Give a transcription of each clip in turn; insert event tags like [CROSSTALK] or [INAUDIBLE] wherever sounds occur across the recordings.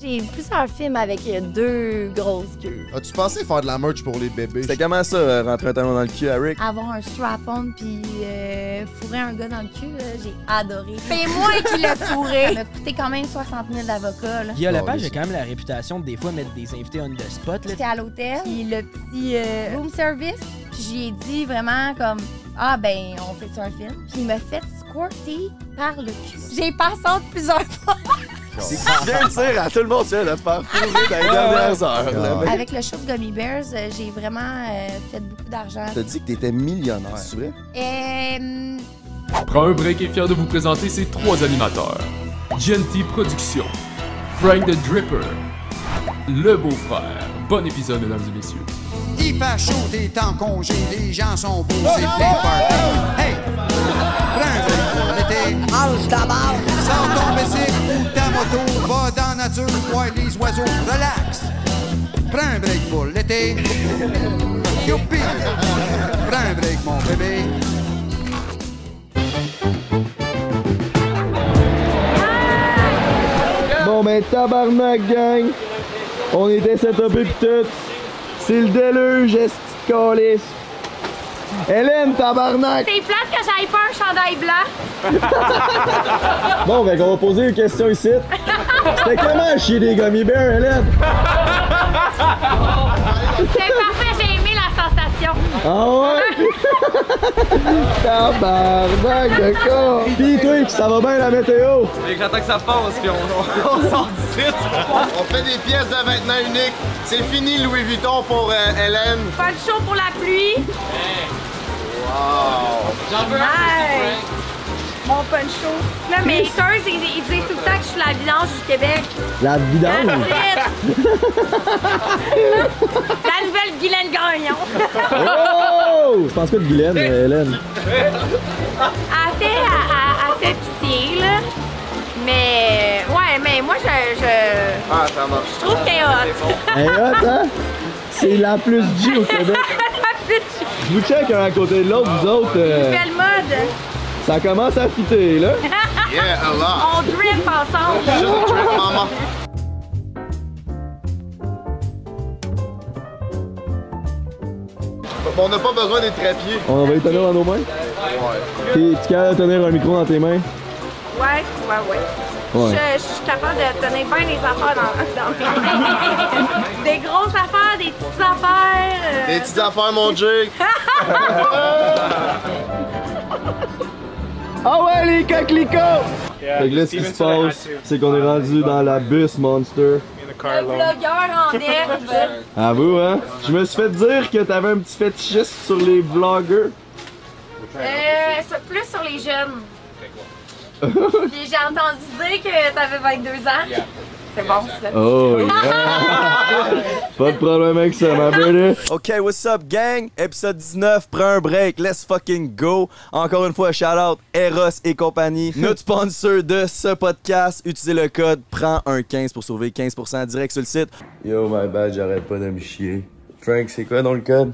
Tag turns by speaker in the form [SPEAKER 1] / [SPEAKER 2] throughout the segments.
[SPEAKER 1] J'ai plusieurs films avec euh, deux grosses queues.
[SPEAKER 2] As-tu pensé faire de la merch pour les bébés?
[SPEAKER 3] C'était comment ça, euh, rentrer un talon dans le cul à Rick?
[SPEAKER 1] Avoir un strap-on puis euh, fourrer un gars dans le cul, là, j'ai adoré. C'est moi qui l'ai fourré. Ça m'a coûté quand même 60 000 d'avocats. là.
[SPEAKER 4] Guy Lepage
[SPEAKER 2] oui.
[SPEAKER 4] a quand même la réputation de des fois mettre des invités on the spot. Là.
[SPEAKER 1] J'étais à l'hôtel, puis le petit euh, room service, puis j'y ai dit vraiment comme ah ben on fait un film, puis il m'a fait squirter par le cul. J'ai passé entre plusieurs fois
[SPEAKER 3] C'est que tu viens de dire à tout le monde, tu viens de te faire fourrer dans les dernières heures. là.
[SPEAKER 2] Ouais.
[SPEAKER 1] [LAUGHS] avec le show de Gummy Bears, euh, j'ai vraiment euh, fait beaucoup d'argent.
[SPEAKER 3] T'as dit que t'étais millionnaire, c'est vrai?
[SPEAKER 1] Et hum,
[SPEAKER 5] Prends un break est fier de vous présenter ces trois animateurs. Genty Productions, Frank the Dripper, Le Beau-Frère. Bon épisode, mesdames et messieurs.
[SPEAKER 6] Il fait chaud, t'es en congé, les gens sont beaux, c'est plein party. Hey! Prends un break pour l'été. Mange ta balle. Sors ton bicycle ou ta moto, va dans la nature, vois les oiseaux, relax. Prends un break pour l'été. Youpi! Prends un break, mon bébé.
[SPEAKER 7] Bon ben tabarnak gang! On était setupés pis tout! C'est le déluge, esti de calice. Hélène, tabarnak!
[SPEAKER 8] C'est plate que j'aille pas un chandail blanc.
[SPEAKER 7] Bon ben on va poser une question ici. C'était comment chier des gummy bears, Hélène?
[SPEAKER 8] C'est parfait, j'ai aimé la sensation.
[SPEAKER 7] Ah ouais? [LAUGHS] tabarnak de con! Pis toi, ça va bien la météo?
[SPEAKER 2] On fait des pièces de vêtements uniques. C'est fini Louis Vuitton pour euh, Hélène.
[SPEAKER 8] Pas le chaud pour la pluie. J'en veux un. Mon poncho. Non, mais haters, ils, ils disent tout le temps que je suis la vidange du Québec.
[SPEAKER 7] La vidange?
[SPEAKER 8] That's it. la nouvelle Guylaine Gagnon.
[SPEAKER 7] Oh! Je pense quoi de Guylaine, euh, Hélène?
[SPEAKER 8] Elle fait, elle- elle- elle fait pitié, là. Mais, ouais, mais moi, je, je,
[SPEAKER 3] Ah, ça marche.
[SPEAKER 8] je trouve qu'elle est hot.
[SPEAKER 7] Hey, hot, hein? C'est la plus G au Québec. Je vous check un à côté de l'autre, vous autres. euh,
[SPEAKER 8] Belle mode.
[SPEAKER 7] Ça commence à fitter, là.
[SPEAKER 2] Yeah, a lot.
[SPEAKER 8] On drip ensemble.
[SPEAKER 2] Just drip, mama. On n'a pas besoin d'être trépieds.
[SPEAKER 7] On va y tenir dans nos mains. T'es- Tu es capable de tenir un micro dans tes mains?
[SPEAKER 8] Ouais, ouais, ouais.
[SPEAKER 7] Ouais.
[SPEAKER 8] Je, je suis capable de tenir bien les affaires dans, [LAUGHS] dans mes- Des grosses affaires, des petites affaires. euh,
[SPEAKER 2] Des petites affaires, mon Jake.
[SPEAKER 7] Ah ouais, les coquelicots! Fait que là, ce qui se passe, c'est qu'on est rendu dans la bus Monster.
[SPEAKER 8] le vlogueur en herbe.
[SPEAKER 7] À vous, hein? Je me suis fait dire que t'avais un petit fétichiste sur les vlogueurs.
[SPEAKER 8] Euh, c'est plus sur les jeunes. [LAUGHS] Puis j'ai entendu dire que t'avais 22 ans. C'est bon, ça.
[SPEAKER 7] Oh yeah!
[SPEAKER 3] [LAUGHS]
[SPEAKER 7] Pas de problème avec ça, ma belle.
[SPEAKER 3] OK, what's up, gang? Épisode 19, prends un break, let's fucking go. Encore une fois, shout-out Eros et [LAUGHS] compagnie, notre sponsor de ce podcast. Utilisez le code prends un 15 pour sauver 15% direct sur le site. Yo, my bad, j'arrête pas de me chier. Frank, c'est quoi dans le code?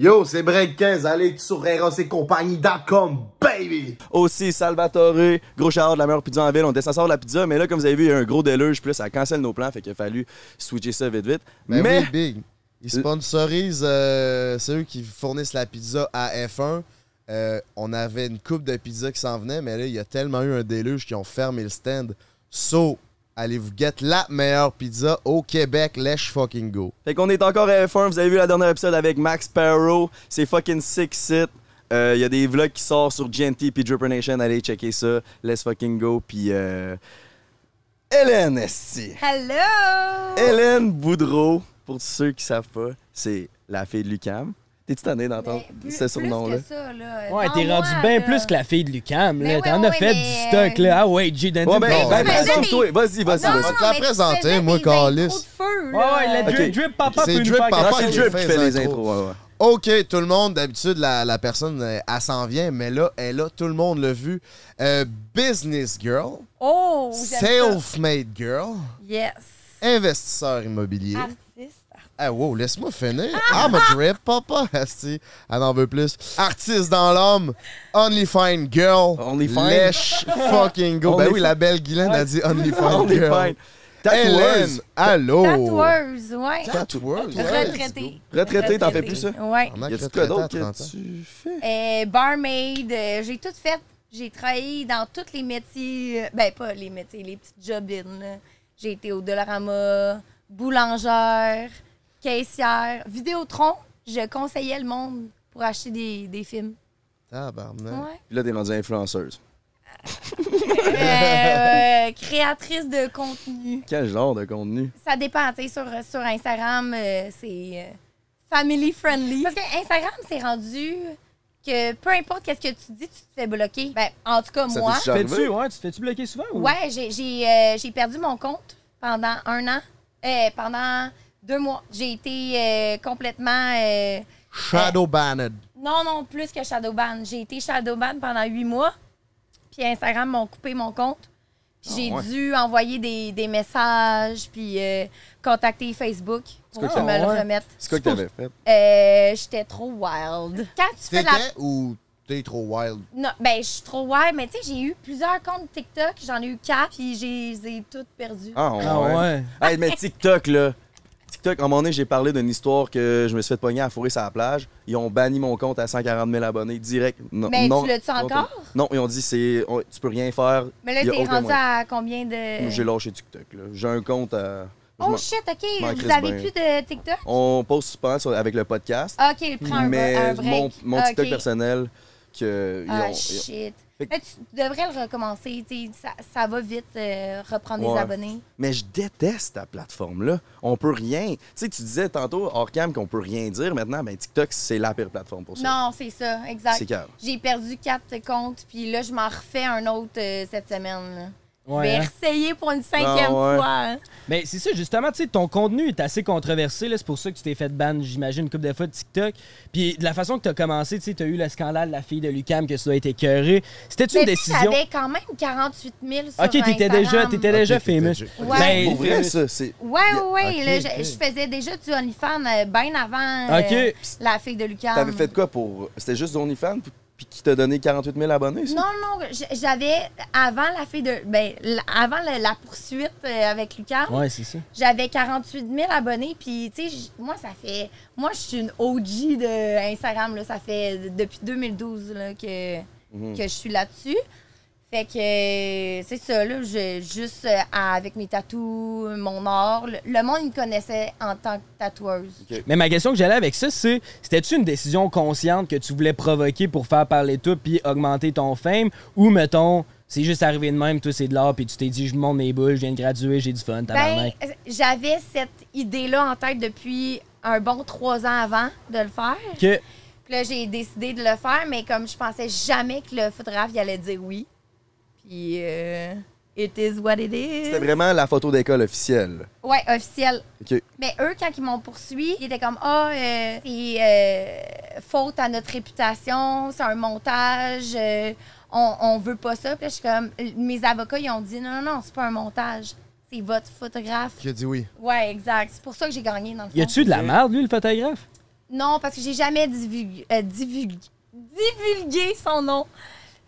[SPEAKER 2] Yo, c'est Break 15. Allez sur erosetcompagnie.com, baby.
[SPEAKER 3] Aussi, Salvatore, gros shout-out de la meilleure pizza en ville. On était censé avoir la pizza, mais là, comme vous avez vu, il y a eu un gros déluge, plus ça cancelle nos plans, fait qu'il a fallu switcher ça vite, vite.
[SPEAKER 2] Mais,
[SPEAKER 3] mais...
[SPEAKER 2] Ben oui, Big. Ils sponsorisent, euh, c'est eux qui fournissent la pizza à F1. Euh, on avait une coupe de pizza qui s'en venait, mais là, il y a tellement eu un déluge qu'ils ont fermé le stand. So, allez-vous get la meilleure pizza au Québec. Let's fucking go.
[SPEAKER 3] Fait qu'on est encore à F1. Vous avez vu la dernière épisode avec Max Parrow. C'est fucking sick sit. Il y a des vlogs qui sortent sur GNT puis Dripper Nation. Allez checker ça. Let's fucking go. Puis euh, Hélène Esti.
[SPEAKER 1] Hello!
[SPEAKER 3] Hélène Boudreau, pour ceux qui savent pas, c'est la fille de Lucam. T'es-tu tanné d'entendre
[SPEAKER 1] Ben,
[SPEAKER 3] ce surnom-là?
[SPEAKER 4] Ouais, t'es rendu bien plus que la fille de Lucam.
[SPEAKER 1] Mais
[SPEAKER 4] là.
[SPEAKER 1] ouais,
[SPEAKER 4] T'en as
[SPEAKER 1] ouais,
[SPEAKER 4] fait du
[SPEAKER 1] mais,
[SPEAKER 4] stock, là. Ah ouais, Jay Dandy.
[SPEAKER 3] Ouais, ben,
[SPEAKER 2] Non,
[SPEAKER 3] ben,
[SPEAKER 2] mais
[SPEAKER 3] présente-toi. Vas-y, vas-y,
[SPEAKER 1] Non,
[SPEAKER 3] vas-y.
[SPEAKER 2] te la
[SPEAKER 1] mais tu
[SPEAKER 2] présenter,
[SPEAKER 1] faisais
[SPEAKER 2] moi,
[SPEAKER 1] des intros
[SPEAKER 2] Carlis.
[SPEAKER 1] de feu,
[SPEAKER 4] Ouais, ouais,
[SPEAKER 1] là.
[SPEAKER 4] le
[SPEAKER 3] Ok.
[SPEAKER 4] drip, drip papa
[SPEAKER 2] C'est
[SPEAKER 4] peut nous
[SPEAKER 2] drip
[SPEAKER 4] faire
[SPEAKER 2] papa.
[SPEAKER 3] Ah,
[SPEAKER 4] quelque
[SPEAKER 3] c'est le drip
[SPEAKER 4] chose.
[SPEAKER 2] fait
[SPEAKER 3] qui fait
[SPEAKER 2] les
[SPEAKER 3] les intros. ouais, ouais.
[SPEAKER 2] OK, tout le monde, d'habitude, la, la personne, euh, elle s'en vient, mais là, elle est là, tout le monde l'a vu. Euh, business girl,
[SPEAKER 1] Oh, j'aime ça.
[SPEAKER 2] self-made girl,
[SPEAKER 1] Yes.
[SPEAKER 2] investisseur immobilier.
[SPEAKER 1] Artiste.
[SPEAKER 2] Ah wow, laisse-moi finir. I'm a drip papa. [LAUGHS] Asti, elle en veut plus. Artiste dans l'homme. Only fine girl.
[SPEAKER 3] Only fine.
[SPEAKER 2] Lèche fucking go.
[SPEAKER 3] Only
[SPEAKER 2] ben oui,
[SPEAKER 3] fi-
[SPEAKER 2] la belle Guylaine a dit only fine
[SPEAKER 3] On est
[SPEAKER 2] girl.
[SPEAKER 3] fine.
[SPEAKER 2] Hélène,
[SPEAKER 3] Tatoueuse.
[SPEAKER 2] allô!
[SPEAKER 1] Tatoueuse, ouais.
[SPEAKER 2] Oh. Tatoueuse?
[SPEAKER 1] Retraitée.
[SPEAKER 3] Retraité, t'en fais plus ça?
[SPEAKER 1] Ouais.
[SPEAKER 2] On a
[SPEAKER 3] Y a-tu
[SPEAKER 2] retraité
[SPEAKER 3] quoi
[SPEAKER 2] à
[SPEAKER 3] d'autre
[SPEAKER 2] 30 ans.
[SPEAKER 3] que tu fais?
[SPEAKER 1] Euh, barmaid, euh, j'ai tout fait. J'ai travaillé dans tous les métiers. euh, Ben, pas les métiers, les petites jobines. là. J'ai été au Dollarama, boulangère, caissière, Vidéotron. Je conseillais le monde pour acheter des, des films.
[SPEAKER 2] Tabarnak.
[SPEAKER 1] Ouais.
[SPEAKER 3] Puis là, t'es rendue influenceuse.
[SPEAKER 1] Euh, euh, créatrice de contenu.
[SPEAKER 3] Quel genre de contenu?
[SPEAKER 1] Ça dépend, tu sais, sur, sur Instagram, euh, c'est euh, family friendly. Parce que Instagram, c'est rendu que peu importe qu'est-ce que tu dis, tu te fais bloquer. Ben, en tout cas,
[SPEAKER 3] Ça
[SPEAKER 1] moi.
[SPEAKER 3] t'est déjà arrivé?
[SPEAKER 4] Fais-tu, ouais, tu te fais-tu bloquer souvent? Ou...
[SPEAKER 1] Ouais, j'ai- j'ai euh, j'ai perdu mon compte pendant un an. Euh, pendant deux mois. J'ai été euh, complètement. euh,
[SPEAKER 2] Shadow Banned.
[SPEAKER 1] non, non, plus que Shadowban. J'ai été Shadowban pendant huit mois. Puis Instagram m'ont coupé mon compte. Puis j'ai
[SPEAKER 3] Ah ouais.
[SPEAKER 1] dû envoyer des, des messages, puis euh, contacter Facebook pour
[SPEAKER 3] quoi
[SPEAKER 1] qu'ils
[SPEAKER 4] que
[SPEAKER 1] me le
[SPEAKER 4] t'as-
[SPEAKER 1] remettent.
[SPEAKER 3] C'est quoi que t'avais fait?
[SPEAKER 1] Euh, J'étais trop wild. Quand tu fais
[SPEAKER 2] T'étais
[SPEAKER 1] de la
[SPEAKER 2] ou t'es trop wild?
[SPEAKER 1] non, ben, je suis trop wild, mais tu sais, j'ai eu plusieurs comptes TikTok, j'en ai eu quatre, puis j'ai je les ai toutes perdues.
[SPEAKER 3] Ah
[SPEAKER 4] Ah ouais.
[SPEAKER 3] Hey, mais TikTok, là. TikTok, à un moment donné, j'ai parlé d'une histoire que je me suis fait pogner à fourrer sur la plage. Ils ont banni mon compte à 140 000 abonnés direct. Non,
[SPEAKER 1] Mais
[SPEAKER 3] non,
[SPEAKER 1] tu l'as-tu encore?
[SPEAKER 3] Non, ils ont dit c'est on- tu peux rien faire.
[SPEAKER 1] Mais là,
[SPEAKER 3] Il y a
[SPEAKER 1] t'es
[SPEAKER 3] aucun
[SPEAKER 1] rendu
[SPEAKER 3] moyen.
[SPEAKER 1] à combien de.
[SPEAKER 3] J'ai lâché TikTok. là. J'ai un compte. euh, je
[SPEAKER 1] Oh
[SPEAKER 3] m'en-
[SPEAKER 1] shit, OK,
[SPEAKER 3] m'en crisse
[SPEAKER 1] vous avez
[SPEAKER 3] bien.
[SPEAKER 1] plus de TikTok?
[SPEAKER 3] on poste souvent sur- avec le podcast,
[SPEAKER 1] OK, Ah, prends un,
[SPEAKER 3] mais
[SPEAKER 1] un break. Ah,
[SPEAKER 3] mon, mon TikTok
[SPEAKER 1] Ok.
[SPEAKER 3] personnel que ils
[SPEAKER 1] Ah,
[SPEAKER 3] ont- ils ont-
[SPEAKER 1] shit.
[SPEAKER 3] Fait que-
[SPEAKER 1] Mais tu devrais le recommencer. tu sais, Ça, ça va vite euh, reprendre
[SPEAKER 3] Ouais.
[SPEAKER 1] des abonnés.
[SPEAKER 3] Mais je déteste ta plateforme-là. On peut rien. Tu sais, tu disais tantôt hors cam qu'on peut rien dire. Maintenant, ben, TikTok, c'est la pire plateforme pour ça.
[SPEAKER 1] Non, c'est ça,
[SPEAKER 3] C'est
[SPEAKER 1] exact.
[SPEAKER 3] grave.
[SPEAKER 1] J'ai perdu quatre comptes, puis là, je m'en refais un autre euh, cette semaine. là.
[SPEAKER 4] Ouais,
[SPEAKER 1] Je
[SPEAKER 4] hein.
[SPEAKER 1] vais essayer pour une cinquième
[SPEAKER 3] Ah ouais.
[SPEAKER 1] fois. hein.
[SPEAKER 4] Mais c'est ça, justement, tu sais, ton contenu est assez controversé, là, c'est pour ça que tu t'es fait ban, j'imagine, une couple de fois de TikTok. Puis de la façon que t'as commencé, tu sais, t'as eu le scandale de la fille de Lucam que ça a été écœuré. C'était-tu
[SPEAKER 1] Mais
[SPEAKER 4] une
[SPEAKER 1] puis,
[SPEAKER 4] décision?
[SPEAKER 1] J'avais quand même 48 000 sur
[SPEAKER 4] Ok, t'étais
[SPEAKER 1] Instagram.
[SPEAKER 4] déjà, t'étais déjà
[SPEAKER 2] Ok, t'étais
[SPEAKER 4] famous.
[SPEAKER 2] déjà-
[SPEAKER 1] Ouais.
[SPEAKER 4] Ben,
[SPEAKER 3] Pour vrai, ça, c'est.
[SPEAKER 1] Ouais, ouais,
[SPEAKER 2] Ok,
[SPEAKER 1] ouais, là,
[SPEAKER 2] ok.
[SPEAKER 1] je, je faisais déjà du OnlyFans euh, bien avant
[SPEAKER 4] Ok.
[SPEAKER 1] euh, la fille de Lucas.
[SPEAKER 3] T'avais fait quoi pour. C'était juste OnlyFans puis- puis qui t'a donné 48 000 abonnés, ça?
[SPEAKER 1] Non, non, j- j'avais avant la fille de, ben, l- avant la, la poursuite euh, avec Lucas,
[SPEAKER 4] Ouais, c'est ça.
[SPEAKER 1] j'avais 48 000 abonnés. Puis tu sais, j- moi ça fait, moi je suis une OG de Instagram là, ça fait d- depuis 2012 là, que
[SPEAKER 3] Mhm.
[SPEAKER 1] que je suis là-dessus. Fait que euh, c'est ça, là, je- juste euh, avec mes tatous, mon art, le, le monde il me connaissait en tant que tatoueuse.
[SPEAKER 4] Mais ma question que j'allais avec ça, c'est c'était-tu une décision consciente que tu voulais provoquer pour faire parler de toi puis augmenter ton fame ou mettons c'est juste arrivé de même, toi c'est de l'art puis tu t'es dit je monte mes boules, je viens de graduer, j'ai du fun,
[SPEAKER 1] Ben,
[SPEAKER 4] tabarnak.
[SPEAKER 1] euh, j'avais cette idée-là en tête depuis un bon trois ans avant de le faire.
[SPEAKER 4] Que
[SPEAKER 1] Puis là, j'ai décidé de le faire, mais comme je pensais jamais que le photographe il allait dire oui. Puis, euh, it is what it is.
[SPEAKER 3] C'était vraiment la photo d'école officielle.
[SPEAKER 1] Ouais, officiel.
[SPEAKER 3] OK.
[SPEAKER 1] Mais eux, quand ils m'ont poursuivi, ils étaient comme Ah, euh, c'est euh, faute à notre réputation, c'est un montage, euh, on, on veut pas ça. Puis là, je suis comme Mes avocats, ils ont dit Non, non, non, c'est pas un montage, c'est votre photographe.
[SPEAKER 2] Qui a dit oui.
[SPEAKER 1] Ouais, exact. C'est pour ça que j'ai gagné dans le fond.
[SPEAKER 4] y a-tu de la merde lui le photographe
[SPEAKER 1] Non, parce que j'ai jamais divulgué, euh, divulgué, divulgué son nom.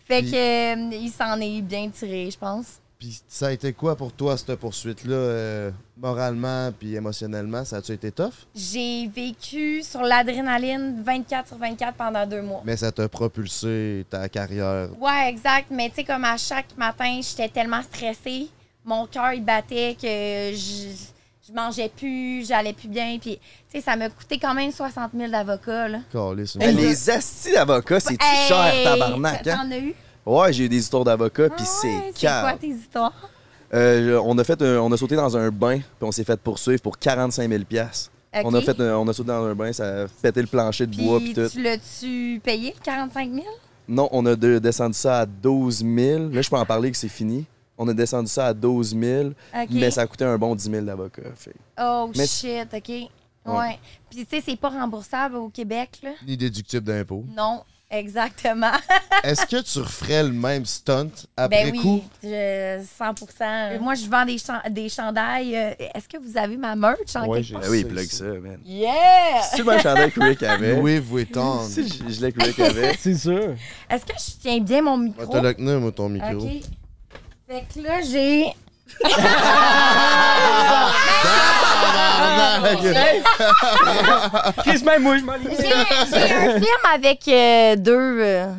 [SPEAKER 1] Fait
[SPEAKER 2] Puis-
[SPEAKER 1] que euh, il s'en est bien tiré, je pense.
[SPEAKER 2] Puis ça a été quoi pour toi, cette poursuite-là, euh, moralement puis émotionnellement? Ça a-tu été tough?
[SPEAKER 1] J'ai vécu sur l'adrénaline 24 sur 24 pendant deux mois.
[SPEAKER 2] Mais ça t'a propulsé ta carrière.
[SPEAKER 1] Ouais, exact. Mais tu sais, comme à chaque matin, j'étais tellement stressée. Mon cœur, il battait que je, je mangeais plus, j'allais plus bien. Puis, tu sais, ça m'a coûté quand même 60 000 d'avocats, là.
[SPEAKER 2] Calisse, une
[SPEAKER 3] Hey,
[SPEAKER 2] fois.
[SPEAKER 3] les astis d'avocats, c'est-tu
[SPEAKER 1] Hey!
[SPEAKER 3] cher, tabarnak?
[SPEAKER 1] T'en
[SPEAKER 3] Hein?
[SPEAKER 1] as eu?
[SPEAKER 3] Ouais, j'ai eu des histoires d'avocats,
[SPEAKER 1] Ah
[SPEAKER 3] puis
[SPEAKER 1] ouais,
[SPEAKER 3] c'est
[SPEAKER 1] C'est quoi
[SPEAKER 3] calme.
[SPEAKER 1] tes histoires?
[SPEAKER 3] Euh, on, a fait un- on a sauté dans un bain, puis on s'est fait poursuivre pour 45 000 On, a
[SPEAKER 1] Ok.
[SPEAKER 3] fait un- on a sauté dans un bain, ça a pété le plancher de
[SPEAKER 1] Puis
[SPEAKER 3] bois, puis tout.
[SPEAKER 1] tu l'as-tu payé, le 45 000?
[SPEAKER 3] Non, on a de- descendu ça à 12 000. Là, je peux en parler que c'est fini. On a descendu ça à 12 000,
[SPEAKER 1] OK.
[SPEAKER 3] mais ça a coûté un bon 10 000 d'avocats. fait.
[SPEAKER 1] Oh
[SPEAKER 3] Mais-
[SPEAKER 1] shit, OK. Ouais. Puis tu sais, c'est pas remboursable au Québec, là.
[SPEAKER 2] Ni déductible d'impôt.
[SPEAKER 1] Non, exactement.
[SPEAKER 2] Est-ce que tu referais le même stunt après
[SPEAKER 1] ben oui,
[SPEAKER 2] coup?
[SPEAKER 1] je- 100 Moi, je vends des, chan- des chandails. euh, Est-ce que vous avez ma merch en
[SPEAKER 2] Ouais,
[SPEAKER 1] quelque part?
[SPEAKER 3] Ben oui, plug ça, [LAUGHS] man.
[SPEAKER 1] Yeah!
[SPEAKER 3] C'est ma chandail que Rick avait.
[SPEAKER 2] Louis Ben Vuitton.
[SPEAKER 3] Si je, je l'ai que Rick avait.
[SPEAKER 4] [LAUGHS] C'est sûr.
[SPEAKER 1] Est-ce que je tiens bien mon
[SPEAKER 2] Va
[SPEAKER 1] micro?
[SPEAKER 2] te le tenir, moi, ton micro.
[SPEAKER 1] OK. Fait que là, j'ai...
[SPEAKER 2] Ah,
[SPEAKER 1] Ah,
[SPEAKER 4] Chris, même moi, je [LAUGHS] m'en ai-
[SPEAKER 1] [LAUGHS] J'ai j'ai un film avec euh, deux. euh,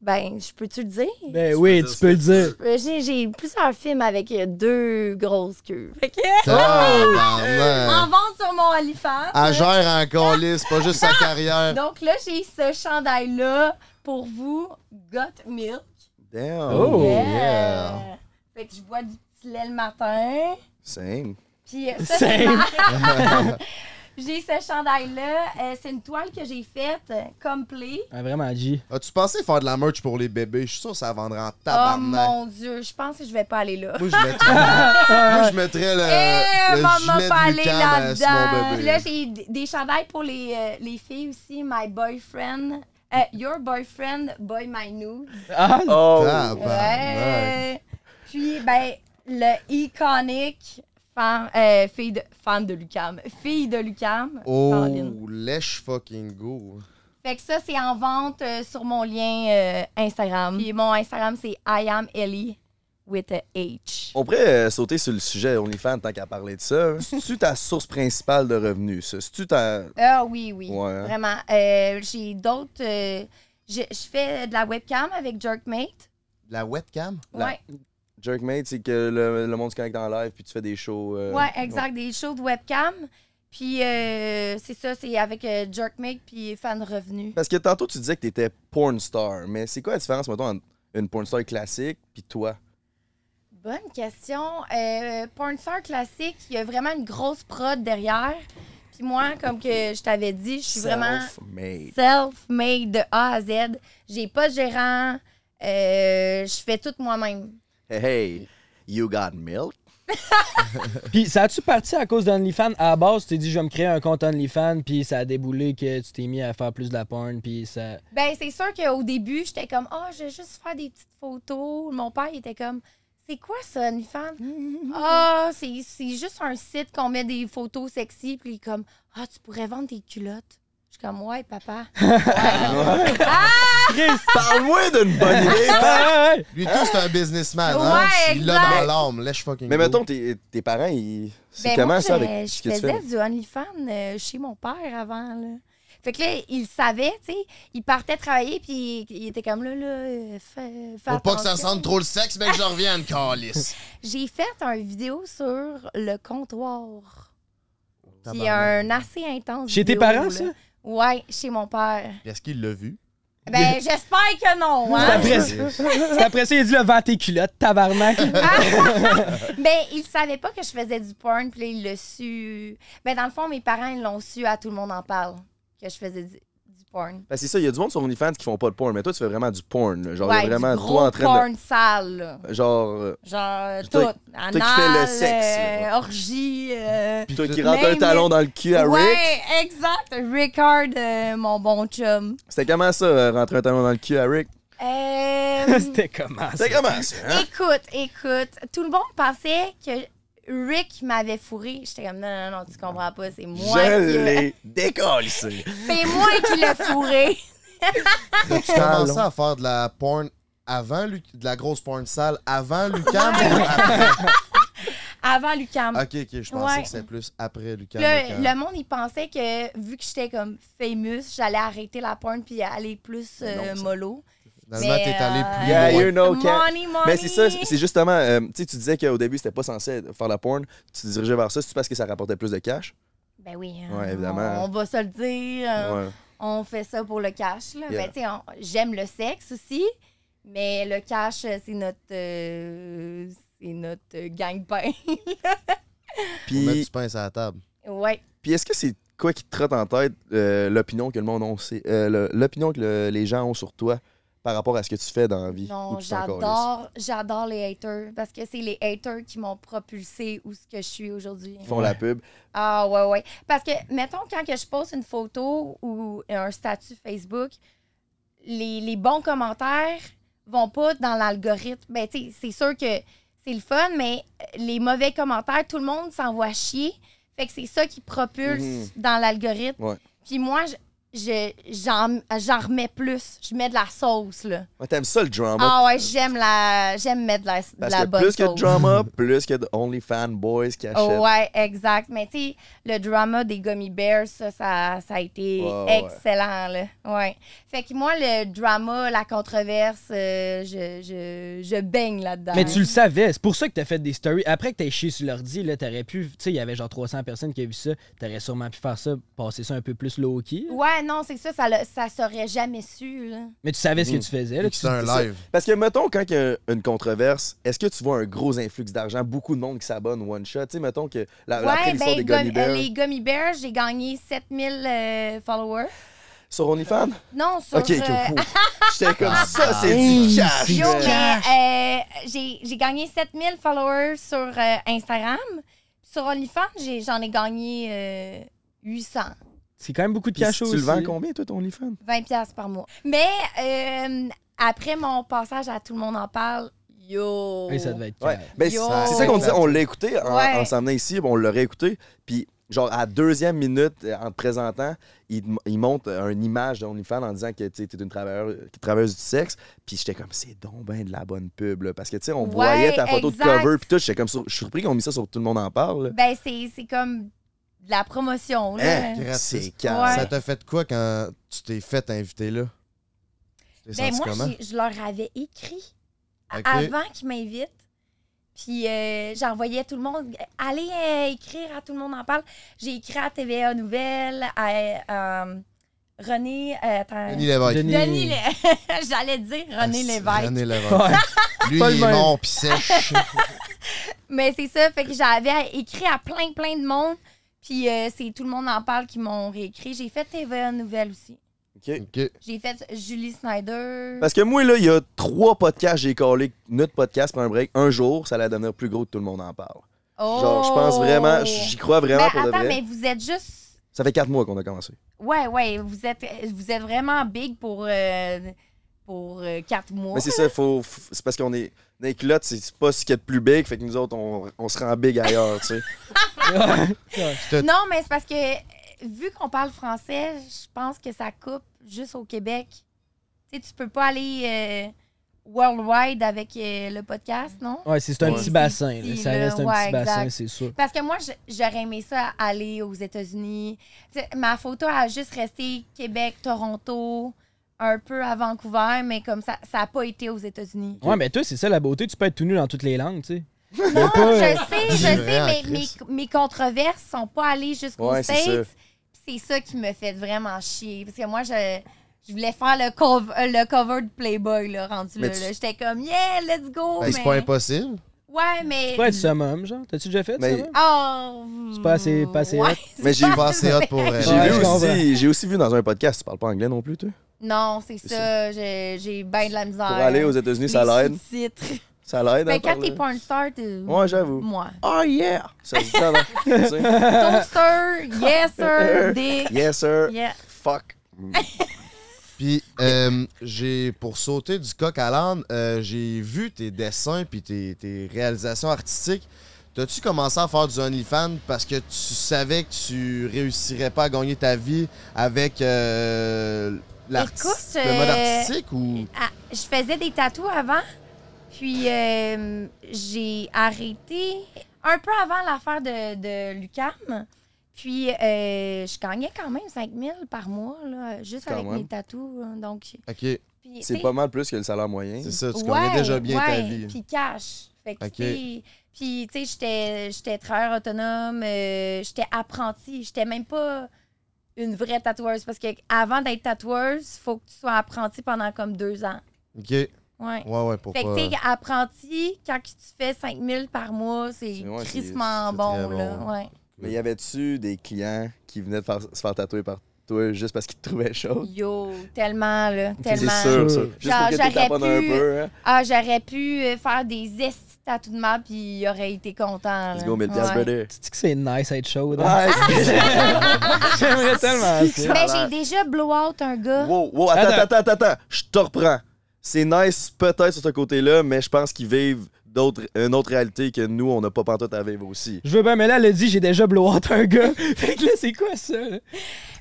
[SPEAKER 1] ben, je peux-tu le dire?
[SPEAKER 4] Ben oui, tu peux le dire.
[SPEAKER 1] Euh, J'ai j'ai plusieurs films avec euh, deux grosses queues. Fait que,
[SPEAKER 2] Euh.
[SPEAKER 1] en
[SPEAKER 2] Tabarnak.
[SPEAKER 1] vente sur mon OnlyFans.
[SPEAKER 2] Elle gère encore lisse, pas juste sa carrière.
[SPEAKER 1] Donc là, j'ai ce chandail-là pour vous, Got Milk.
[SPEAKER 3] Damn.
[SPEAKER 4] Oh.
[SPEAKER 1] Yeah. Fait que je bois du petit lait le matin.
[SPEAKER 3] Same.
[SPEAKER 1] Puis euh, ça, c'est
[SPEAKER 4] [LAUGHS] Same.
[SPEAKER 1] ma- J'ai ce chandail-là. Euh, c'est une toile que j'ai faite, euh, complète.
[SPEAKER 4] Ah, vraiment, G.
[SPEAKER 2] As-tu pensé faire de la merch pour les bébés? Je suis sûr que ça vendrait en
[SPEAKER 1] Oh
[SPEAKER 2] tabarnak.
[SPEAKER 1] mon Dieu, je pense que je vais pas aller là.
[SPEAKER 2] Moi, je mettrais, moi, je mettrais
[SPEAKER 1] Eh,
[SPEAKER 2] le, le
[SPEAKER 1] maman,
[SPEAKER 2] gilet
[SPEAKER 1] pas
[SPEAKER 2] de
[SPEAKER 1] aller
[SPEAKER 2] Lucam à sur
[SPEAKER 1] là-dedans.
[SPEAKER 2] mon
[SPEAKER 1] Puis
[SPEAKER 2] bébé.
[SPEAKER 1] là, j'ai d- des chandails pour les, euh, les filles aussi. My boyfriend. euh, your boyfriend, boy my nude.
[SPEAKER 4] Ah,
[SPEAKER 3] Oh.
[SPEAKER 2] Bah, Tabarnak.
[SPEAKER 1] Ouais. Euh, Puis, ben, le iconique fan, euh, fille de, fan de Lucam. Fille de Lucam. Caroline.
[SPEAKER 2] Oh, lèche fucking go.
[SPEAKER 1] Fait que ça, c'est en vente euh, sur mon lien euh, Instagram. Puis mon Instagram, c'est I am Ellie with a H.
[SPEAKER 3] On pourrait euh, sauter sur le sujet OnlyFans tant qu'à parler de ça. C'est-tu ta source principale de revenus, ça? C'est-tu ta.
[SPEAKER 1] Ah oui, oui.
[SPEAKER 3] Ouais, hein?
[SPEAKER 1] Vraiment. Euh, j'ai d'autres. euh, je je fais de la webcam avec Jerkmate.
[SPEAKER 2] La webcam?
[SPEAKER 3] La-
[SPEAKER 1] Ouais,
[SPEAKER 3] Jerkmate, c'est que le, le monde se connecte en live puis tu fais des shows. euh,
[SPEAKER 1] ouais, exact. Des shows de webcam. Puis euh, c'est ça, c'est avec euh, Jerkmate puis Fan Revenu.
[SPEAKER 3] Parce que tantôt, tu disais que t'étais porn star, mais c'est quoi la différence, mettons, entre une porn star classique puis toi?
[SPEAKER 1] Bonne question. Euh, Pornstar classique, il y a vraiment une grosse prod derrière. Puis moi, comme que je t'avais dit, je suis vraiment
[SPEAKER 3] Self-made.
[SPEAKER 1] self-made de A à Z. J'ai pas de gérant. Euh, je fais tout moi-même.
[SPEAKER 3] Hey, hey, you got [LAUGHS] milk?
[SPEAKER 4] Puis ça a-tu parti à cause d'OnlyFans? À la base, tu t'es dit, je vais me créer un compte OnlyFans, puis ça a déboulé que tu t'es mis à faire plus de la porn, puis [LAUGHS] ça.
[SPEAKER 1] Ben, c'est sûr qu'au début, j'étais comme, ah, je vais juste faire des petites photos. Mon père, il était comme, c'est quoi ça,
[SPEAKER 3] [LAUGHS]
[SPEAKER 1] OnlyFans? Ah, c'est c'est juste un site qu'on met des photos sexy. Puis il est comme, ah, tu pourrais vendre tes culottes. Je suis comme, ouais, papa.
[SPEAKER 3] Parle-moi d'une bonne idée!
[SPEAKER 4] Ah,
[SPEAKER 3] parle.
[SPEAKER 4] Hey!
[SPEAKER 2] Lui, tout, c'est un businessman, hein?
[SPEAKER 1] Ouais,
[SPEAKER 2] Il l'a
[SPEAKER 1] exact.
[SPEAKER 2] dans l'âme, lèche fucking
[SPEAKER 3] [LAUGHS] Mais
[SPEAKER 2] go.
[SPEAKER 3] mettons, tes, tes parents, ils. C'est
[SPEAKER 1] Ben,
[SPEAKER 3] comment
[SPEAKER 1] moi,
[SPEAKER 3] ça
[SPEAKER 1] je-
[SPEAKER 3] avec
[SPEAKER 1] Je
[SPEAKER 3] ce que tu
[SPEAKER 1] faisais
[SPEAKER 3] fais?
[SPEAKER 1] du OnlyFans euh, chez mon père avant, là. Fait que là, il savait, tu sais. Il partait travailler, puis il, il était comme, là, là, euh, fais, fais
[SPEAKER 2] Faut pas que ça
[SPEAKER 1] attention.
[SPEAKER 2] sente trop le sexe, mais que je revienne,
[SPEAKER 1] [LAUGHS]
[SPEAKER 2] calice.
[SPEAKER 1] J'ai fait un vidéo sur le comptoir. Puis
[SPEAKER 2] Tabarnak.
[SPEAKER 1] un assez intense.
[SPEAKER 4] Chez tes
[SPEAKER 1] vidéo,
[SPEAKER 4] parents,
[SPEAKER 1] là.
[SPEAKER 4] ça?
[SPEAKER 1] Ouais, chez mon père.
[SPEAKER 2] Puis Est-ce qu'il
[SPEAKER 1] [LAUGHS]
[SPEAKER 2] l'a vu?
[SPEAKER 1] Ben, j'espère que non.
[SPEAKER 4] [LAUGHS] C'est
[SPEAKER 1] Hein?
[SPEAKER 4] après ça. C'est après ça, il a dit, le vent tes culottes, tabarnak.
[SPEAKER 1] [LAUGHS] ben, il savait pas que je faisais du porn, puis là, il l'a su. Ben, dans le fond, mes parents, ils l'ont su, à tout le monde en parle, que je faisais du, du porn.
[SPEAKER 3] Parce que Ben, c'est ça, il y a du monde sur OnlyFans qui font pas de porn, mais toi, tu fais vraiment du porn. là. Genre, il y a
[SPEAKER 1] Ouais, du
[SPEAKER 3] vraiment
[SPEAKER 1] gros
[SPEAKER 3] toi en train
[SPEAKER 1] porn sale, là.
[SPEAKER 3] de. Genre, euh,
[SPEAKER 1] Genre, euh, tout.
[SPEAKER 3] Toi-
[SPEAKER 1] Anal,
[SPEAKER 3] qui fais le sexe,
[SPEAKER 1] euh,
[SPEAKER 3] là.
[SPEAKER 1] orgie. euh,
[SPEAKER 3] toi qui
[SPEAKER 2] tout-
[SPEAKER 3] rentres un
[SPEAKER 1] Name
[SPEAKER 3] talon
[SPEAKER 1] it.
[SPEAKER 3] dans le cul à Rick.
[SPEAKER 1] Ouais, exact. Ricard, euh, mon bon chum.
[SPEAKER 3] C'était comment ça, euh, rentrer un talon dans le cul à Rick?
[SPEAKER 1] Euh,
[SPEAKER 4] [LAUGHS] C'était comment ça?
[SPEAKER 3] C'était [LAUGHS] comment ça,
[SPEAKER 1] [LAUGHS]
[SPEAKER 3] hein?
[SPEAKER 1] Écoute, écoute, tout le monde pensait que Rick m'avait fourré. J'étais comme, non, non, non, tu comprends pas, c'est moi
[SPEAKER 3] Je
[SPEAKER 1] qui
[SPEAKER 3] l'ai décollissé.
[SPEAKER 1] [LAUGHS] C'est moi qui l'ai fourré.
[SPEAKER 2] T'as-tu commencé à faire de la porn avant, Lu- de la grosse porn sale
[SPEAKER 1] [LAUGHS]
[SPEAKER 2] avant Lucam? ou après?
[SPEAKER 1] Avant Lucam.
[SPEAKER 2] Ok, ok, je pensais
[SPEAKER 1] Ouais.
[SPEAKER 2] que c'était plus après Lucam.
[SPEAKER 1] Le, le monde, il pensait que vu que j'étais comme famous, j'allais arrêter la porn puis aller plus euh,
[SPEAKER 3] Mais non, ça-
[SPEAKER 1] mollo.
[SPEAKER 2] Finalement,
[SPEAKER 1] mais,
[SPEAKER 2] t'es allé
[SPEAKER 1] euh,
[SPEAKER 2] plus
[SPEAKER 3] Yeah,
[SPEAKER 2] loin.
[SPEAKER 3] you know, Kat.
[SPEAKER 1] Money, money.
[SPEAKER 3] Mais c'est ça, c'est justement, euh, tu sais, tu disais qu'au début, c'était pas censé faire la porn. Tu te dirigeais vers ça, c'est parce que ça rapportait plus de cash.
[SPEAKER 1] Ben oui. hein,
[SPEAKER 3] Ouais, évidemment.
[SPEAKER 1] On, on va se le dire. hein,
[SPEAKER 3] Ouais.
[SPEAKER 1] On fait ça pour le cash. là.
[SPEAKER 3] Yeah.
[SPEAKER 1] Ben, tu sais, on- j'aime le sexe aussi, mais le cash, euh, c'est notre, euh, c'est notre euh, gang-pain. [LAUGHS]
[SPEAKER 2] Pour mettre du
[SPEAKER 3] Puis,
[SPEAKER 2] pain sur la table.
[SPEAKER 1] ouais.
[SPEAKER 3] puis est-ce que c'est quoi qui te trotte en tête, euh, l'opinion que le monde ont, c'est- euh, le- l'opinion que le- les gens ont sur toi par rapport à ce que tu fais dans la vie? ou
[SPEAKER 1] Non,
[SPEAKER 3] tu t'en
[SPEAKER 1] j'adore, j'adore les haters parce que c'est les haters qui m'ont propulsé où ce que je suis aujourd'hui.
[SPEAKER 3] Ils font la pub.
[SPEAKER 1] Ah ouais ouais, parce que mettons quand que je poste une photo ou un statut Facebook, les, les bons commentaires vont pas dans l'algorithme. Ben tu sais, c'est sûr que c'est le fun, mais euh, les mauvais commentaires, tout le monde s'envoie chier. Fait que c'est ça qui propulse dans l'algorithme.
[SPEAKER 3] Mhm. Ouais.
[SPEAKER 1] Puis moi, je- je- j'en j'en remets plus. Je mets de la sauce, là.
[SPEAKER 3] Ouais, T'aimes ça le drama?
[SPEAKER 1] Ah ouais, j'aime la j'aime mettre de la, de
[SPEAKER 3] Parce
[SPEAKER 1] la
[SPEAKER 3] que
[SPEAKER 1] bonne
[SPEAKER 3] plus que de
[SPEAKER 1] sauce.
[SPEAKER 3] drama, [LAUGHS] plus que de only fanboys qui achètent.
[SPEAKER 1] Oh, ouais, exact. Mais tu sais, le drama des Gummy Bears, ça, ça, ça a été
[SPEAKER 3] Ouais, ouais.
[SPEAKER 1] excellent. Là. Ouais. Fait que moi, le drama, la controverse, euh, je, je, je baigne là-dedans.
[SPEAKER 4] Mais tu le savais, c'est pour ça que t'as fait des stories. Après que t'aies chié sur l'ordi, là, t'aurais pu. Tu sais, il y avait genre 300 personnes qui avaient vu ça. T'aurais sûrement pu faire ça, passer ça un peu plus low-key. là.
[SPEAKER 1] Ouais, non, c'est ça, ça, l'a- ça serait jamais su. Là.
[SPEAKER 4] Mais tu savais ce
[SPEAKER 3] Mm.
[SPEAKER 4] que tu faisais. Là,
[SPEAKER 2] Vu que C'est un
[SPEAKER 4] Tu-
[SPEAKER 2] live.
[SPEAKER 3] Parce que, mettons, quand il y a une controverse, est-ce que tu vois un gros influx d'argent, beaucoup de monde qui s'abonne one shot? Tu sais, mettons que la, la- après
[SPEAKER 1] ouais,
[SPEAKER 3] l'histoire des Gummy
[SPEAKER 1] Gummy-
[SPEAKER 3] Bears
[SPEAKER 1] euh, les Gummy Bears, j'ai gagné 7000 euh, followers.
[SPEAKER 3] sur OnlyFans?
[SPEAKER 1] Non, sur.
[SPEAKER 3] Ok, ok.
[SPEAKER 1] euh,
[SPEAKER 3] cool. J'étais
[SPEAKER 1] [LAUGHS]
[SPEAKER 3] comme ça, c'est du cash.
[SPEAKER 1] Yo, mais
[SPEAKER 3] man.
[SPEAKER 1] euh, j'ai j'ai gagné 7000 followers sur euh, Instagram. Sur OnlyFans, j'ai- j'en ai gagné euh, 800.
[SPEAKER 4] C'est quand même beaucoup de
[SPEAKER 3] Puis
[SPEAKER 4] cachot
[SPEAKER 3] tu le
[SPEAKER 4] aussi.
[SPEAKER 3] vends combien, toi, ton OnlyFans?
[SPEAKER 1] 20 piastres par mois. Mais euh, après mon passage à Tout le monde en parle, yo.
[SPEAKER 4] Et ça
[SPEAKER 3] [LAUGHS]
[SPEAKER 4] devait être
[SPEAKER 3] Ouais.
[SPEAKER 4] cash.
[SPEAKER 3] Ben, c'est
[SPEAKER 1] Yo.
[SPEAKER 3] c'est ça qu'on disait, on l'a écouté en,
[SPEAKER 1] Ouais.
[SPEAKER 3] en s'emmenant ici, on l'a réécouté, puis genre à la deuxième minute, euh, en te présentant, il, te m- il monte euh, une image d'OnlyFans en disant que tu es une travailleuse, travailleuse du sexe, puis j'étais comme, c'est donc ben de la bonne pub, là. parce que tu sais, on
[SPEAKER 1] Ouais,
[SPEAKER 3] voyait ta photo
[SPEAKER 1] exact.
[SPEAKER 3] de cover, puis tout, j'étais comme, sur- je suis surpris qu'on ait mis ça sur Tout le monde en parle. là.
[SPEAKER 1] Ben, c'est c'est comme de la promotion. Là.
[SPEAKER 3] Hein,
[SPEAKER 2] Gratis.
[SPEAKER 3] c'est
[SPEAKER 1] Ouais.
[SPEAKER 3] calme.
[SPEAKER 2] Ça t'a fait quoi quand tu t'es fait inviter là? Tu t'es
[SPEAKER 1] ben,
[SPEAKER 2] senti
[SPEAKER 1] moi,
[SPEAKER 2] comment?
[SPEAKER 1] j'ai- je leur avais écrit a-
[SPEAKER 2] Ok.
[SPEAKER 1] avant qu'ils m'invitent. Puis euh, j'envoyais tout le monde. Allez euh, écrire à Tout le monde en parle. J'ai écrit à TVA Nouvelle, à euh, René. euh, attends.
[SPEAKER 2] Denis Lévesque.
[SPEAKER 4] Denis-
[SPEAKER 1] Denis Lé- [LAUGHS] J'allais dire René
[SPEAKER 2] Ah, c'est
[SPEAKER 1] Lévesque.
[SPEAKER 2] René Lévesque.
[SPEAKER 4] [LAUGHS] Ouais.
[SPEAKER 2] Lui,
[SPEAKER 4] Pas le
[SPEAKER 2] il est
[SPEAKER 4] même.
[SPEAKER 2] long pis sèche.
[SPEAKER 4] [LAUGHS]
[SPEAKER 1] Mais c'est ça, fait que j'avais écrit à plein, plein de monde. Puis euh, c'est tout le monde en parle qui m'ont réécrit. J'ai fait TVA Nouvelle aussi.
[SPEAKER 3] Ok.
[SPEAKER 2] Ok.
[SPEAKER 1] J'ai fait Julie Snyder.
[SPEAKER 3] Parce que moi, là, il y a trois podcasts, j'ai collé notre podcast pour un break. Un jour, ça allait devenir plus gros que tout le monde en parle.
[SPEAKER 1] Oh!
[SPEAKER 3] Genre, je pense vraiment, j'y crois
[SPEAKER 1] Ben,
[SPEAKER 3] vraiment pour
[SPEAKER 1] attends,
[SPEAKER 3] de vrai.
[SPEAKER 1] mais vous êtes juste.
[SPEAKER 3] Ça fait quatre mois qu'on a commencé.
[SPEAKER 1] Ouais, ouais, vous êtes, vous êtes vraiment big pour, euh, pour euh, quatre mois.
[SPEAKER 3] Mais c'est ça, faut, f- c'est parce qu'on est. Dans les culottes, c'est c'est pas ce qu'il y a de plus big, fait que nous autres, on, on se rend big ailleurs, tu sais.
[SPEAKER 1] Non, mais c'est parce que euh, vu qu'on parle français, je pense que ça coupe juste au Québec. Tu sais, tu peux pas aller euh, worldwide avec euh, le podcast, non?
[SPEAKER 4] Ouais, c'est c'est un
[SPEAKER 1] Ouais.
[SPEAKER 4] petit bassin.
[SPEAKER 1] C'est
[SPEAKER 4] là. Ça
[SPEAKER 1] petit,
[SPEAKER 4] reste un
[SPEAKER 1] là.
[SPEAKER 4] petit
[SPEAKER 1] Ouais,
[SPEAKER 4] bassin,
[SPEAKER 1] exact.
[SPEAKER 4] c'est sûr.
[SPEAKER 1] Parce que moi, je- j'aurais aimé ça aller aux États-Unis. C'est- Ma photo a juste resté Québec, Toronto, un peu à Vancouver, mais comme ça, ça n'a pas été aux États-Unis.
[SPEAKER 4] Ouais, mais toi, c'est ça la beauté. Tu peux être tout nu dans toutes les
[SPEAKER 1] [LAUGHS]
[SPEAKER 4] langues, tu sais.
[SPEAKER 1] Non, Ah, je
[SPEAKER 4] euh,
[SPEAKER 1] sais, je
[SPEAKER 2] C'est
[SPEAKER 1] sais,
[SPEAKER 2] vrai,
[SPEAKER 1] mais
[SPEAKER 2] Chris.
[SPEAKER 1] mes, mes controverses sont pas allées jusqu'aux
[SPEAKER 3] Ouais, c'est
[SPEAKER 1] States.
[SPEAKER 3] ça.
[SPEAKER 1] C'est ça qui me fait vraiment chier. Parce que moi, je, je voulais faire le, cov- euh, le cover de Playboy, là, rendu
[SPEAKER 3] Mais
[SPEAKER 1] là.
[SPEAKER 3] tu-
[SPEAKER 1] là. J'étais comme, yeah, let's go!
[SPEAKER 2] Ben,
[SPEAKER 1] mais...
[SPEAKER 2] C'est pas impossible.
[SPEAKER 1] Ouais, mais.
[SPEAKER 4] Tu peux être summum, genre. T'as-tu déjà fait
[SPEAKER 3] Mais-
[SPEAKER 4] summum?
[SPEAKER 1] Oh!
[SPEAKER 4] C'est pas assez- pas assez hot.
[SPEAKER 1] c'est
[SPEAKER 3] Mais j'ai
[SPEAKER 1] pas
[SPEAKER 2] Pas
[SPEAKER 1] assez
[SPEAKER 2] assez hot pour elle.
[SPEAKER 3] J'ai
[SPEAKER 4] [LAUGHS] Ouais,
[SPEAKER 3] vu
[SPEAKER 4] je comprends.
[SPEAKER 3] aussi, j'ai aussi vu dans un podcast, tu parles pas anglais non plus, tu sais.
[SPEAKER 1] Non, c'est
[SPEAKER 3] C'est
[SPEAKER 1] ça. J'ai j'ai bien de la misère.
[SPEAKER 3] Pour aller aux États-Unis, ça l'aide. [LAUGHS] Ça l'aide.
[SPEAKER 1] Mais
[SPEAKER 3] à
[SPEAKER 1] Ben, quand
[SPEAKER 3] parler.
[SPEAKER 1] t'es porn star, t'es.
[SPEAKER 3] Ouais, j'avoue. [LAUGHS]
[SPEAKER 1] Moi.
[SPEAKER 3] Oh yeah! Ça se dit ça, là. Tu [LAUGHS] sais.
[SPEAKER 1] Toaster, yes
[SPEAKER 3] [LAUGHS] Euh.
[SPEAKER 1] sir, dick.
[SPEAKER 3] Yes, sir.
[SPEAKER 1] Yeah.
[SPEAKER 3] Fuck.
[SPEAKER 2] Puis, euh, j'ai, pour sauter du coq à l'âne, euh, j'ai vu tes dessins puis tes, tes réalisations artistiques. T'as-tu commencé à faire du OnlyFans parce que tu savais que tu réussirais pas à gagner ta vie avec euh, l'artiste-
[SPEAKER 1] Écoute,
[SPEAKER 2] le mode
[SPEAKER 1] euh,
[SPEAKER 2] artistique ou
[SPEAKER 1] Ah, je faisais des tatous avant, puis euh, j'ai arrêté un peu avant l'affaire de, de Lucam. Puis euh, je gagnais quand même 5000 par mois, là, juste
[SPEAKER 3] Quand
[SPEAKER 1] avec
[SPEAKER 3] même.
[SPEAKER 1] mes tatous. hein, Donc, j'ai-
[SPEAKER 2] ok
[SPEAKER 1] puis, tu
[SPEAKER 3] C'est
[SPEAKER 1] sais,
[SPEAKER 3] pas mal plus que le salaire moyen.
[SPEAKER 2] c'est ça tu connais
[SPEAKER 1] Ouais,
[SPEAKER 2] déjà bien ta
[SPEAKER 1] ouais,
[SPEAKER 2] vie
[SPEAKER 1] Puis cash. Fait que,
[SPEAKER 2] Ok.
[SPEAKER 1] tu sais, Puis, tu sais, j'étais- j'étais travailleur autonome, euh, j'étais apprenti, j'étais même pas une vraie tatoueuse. Parce que avant d'être tatoueuse, faut que tu sois apprenti pendant comme deux ans.
[SPEAKER 2] ok ouais
[SPEAKER 1] Ouais.
[SPEAKER 2] ouais pourquoi
[SPEAKER 1] Fait que, tu sais, apprenti, quand tu fais 5000 par mois, c'est
[SPEAKER 3] C'est- ouais, c'est-
[SPEAKER 1] crissement
[SPEAKER 2] c'est
[SPEAKER 1] bon,
[SPEAKER 2] très
[SPEAKER 1] là.
[SPEAKER 2] bon.
[SPEAKER 1] Ouais.
[SPEAKER 3] Mais y avait-tu des clients qui venaient de faire- se faire tatouer par toi juste parce qu'ils te trouvaient chaud?
[SPEAKER 1] Yo, tellement, là,
[SPEAKER 3] C'est
[SPEAKER 1] tellement.
[SPEAKER 3] sûr, ça.
[SPEAKER 4] Genre,
[SPEAKER 3] Juste pour que
[SPEAKER 1] j'aurais
[SPEAKER 3] tu taponnes un
[SPEAKER 1] pu-
[SPEAKER 3] peu, hein.
[SPEAKER 1] Ah, j'aurais pu euh, faire des estis tatous de marde, puis il aurait été content.
[SPEAKER 3] Let's
[SPEAKER 1] là.
[SPEAKER 3] go, 1000
[SPEAKER 1] Ouais.
[SPEAKER 3] brother.
[SPEAKER 4] Tu dis que c'est nice à être chaude. hein?
[SPEAKER 3] Ouais,
[SPEAKER 4] [LAUGHS] J'aimerais
[SPEAKER 1] [LAUGHS]
[SPEAKER 4] tellement ça.
[SPEAKER 1] Mais j'ai déjà blow out un gars.
[SPEAKER 3] Wow, wow, attends, attends,
[SPEAKER 4] Attends.
[SPEAKER 3] attends, attends, je te reprends. C'est nice peut-être sur ce côté-là, mais je pense qu'ils vivent d'autres, une autre réalité que nous, on n'a pas pantoute à vivre aussi.
[SPEAKER 4] [LAUGHS] Je veux bien, mais là, elle a dit j'ai déjà blowout un gars. Fait que là, c'est quoi ça? là?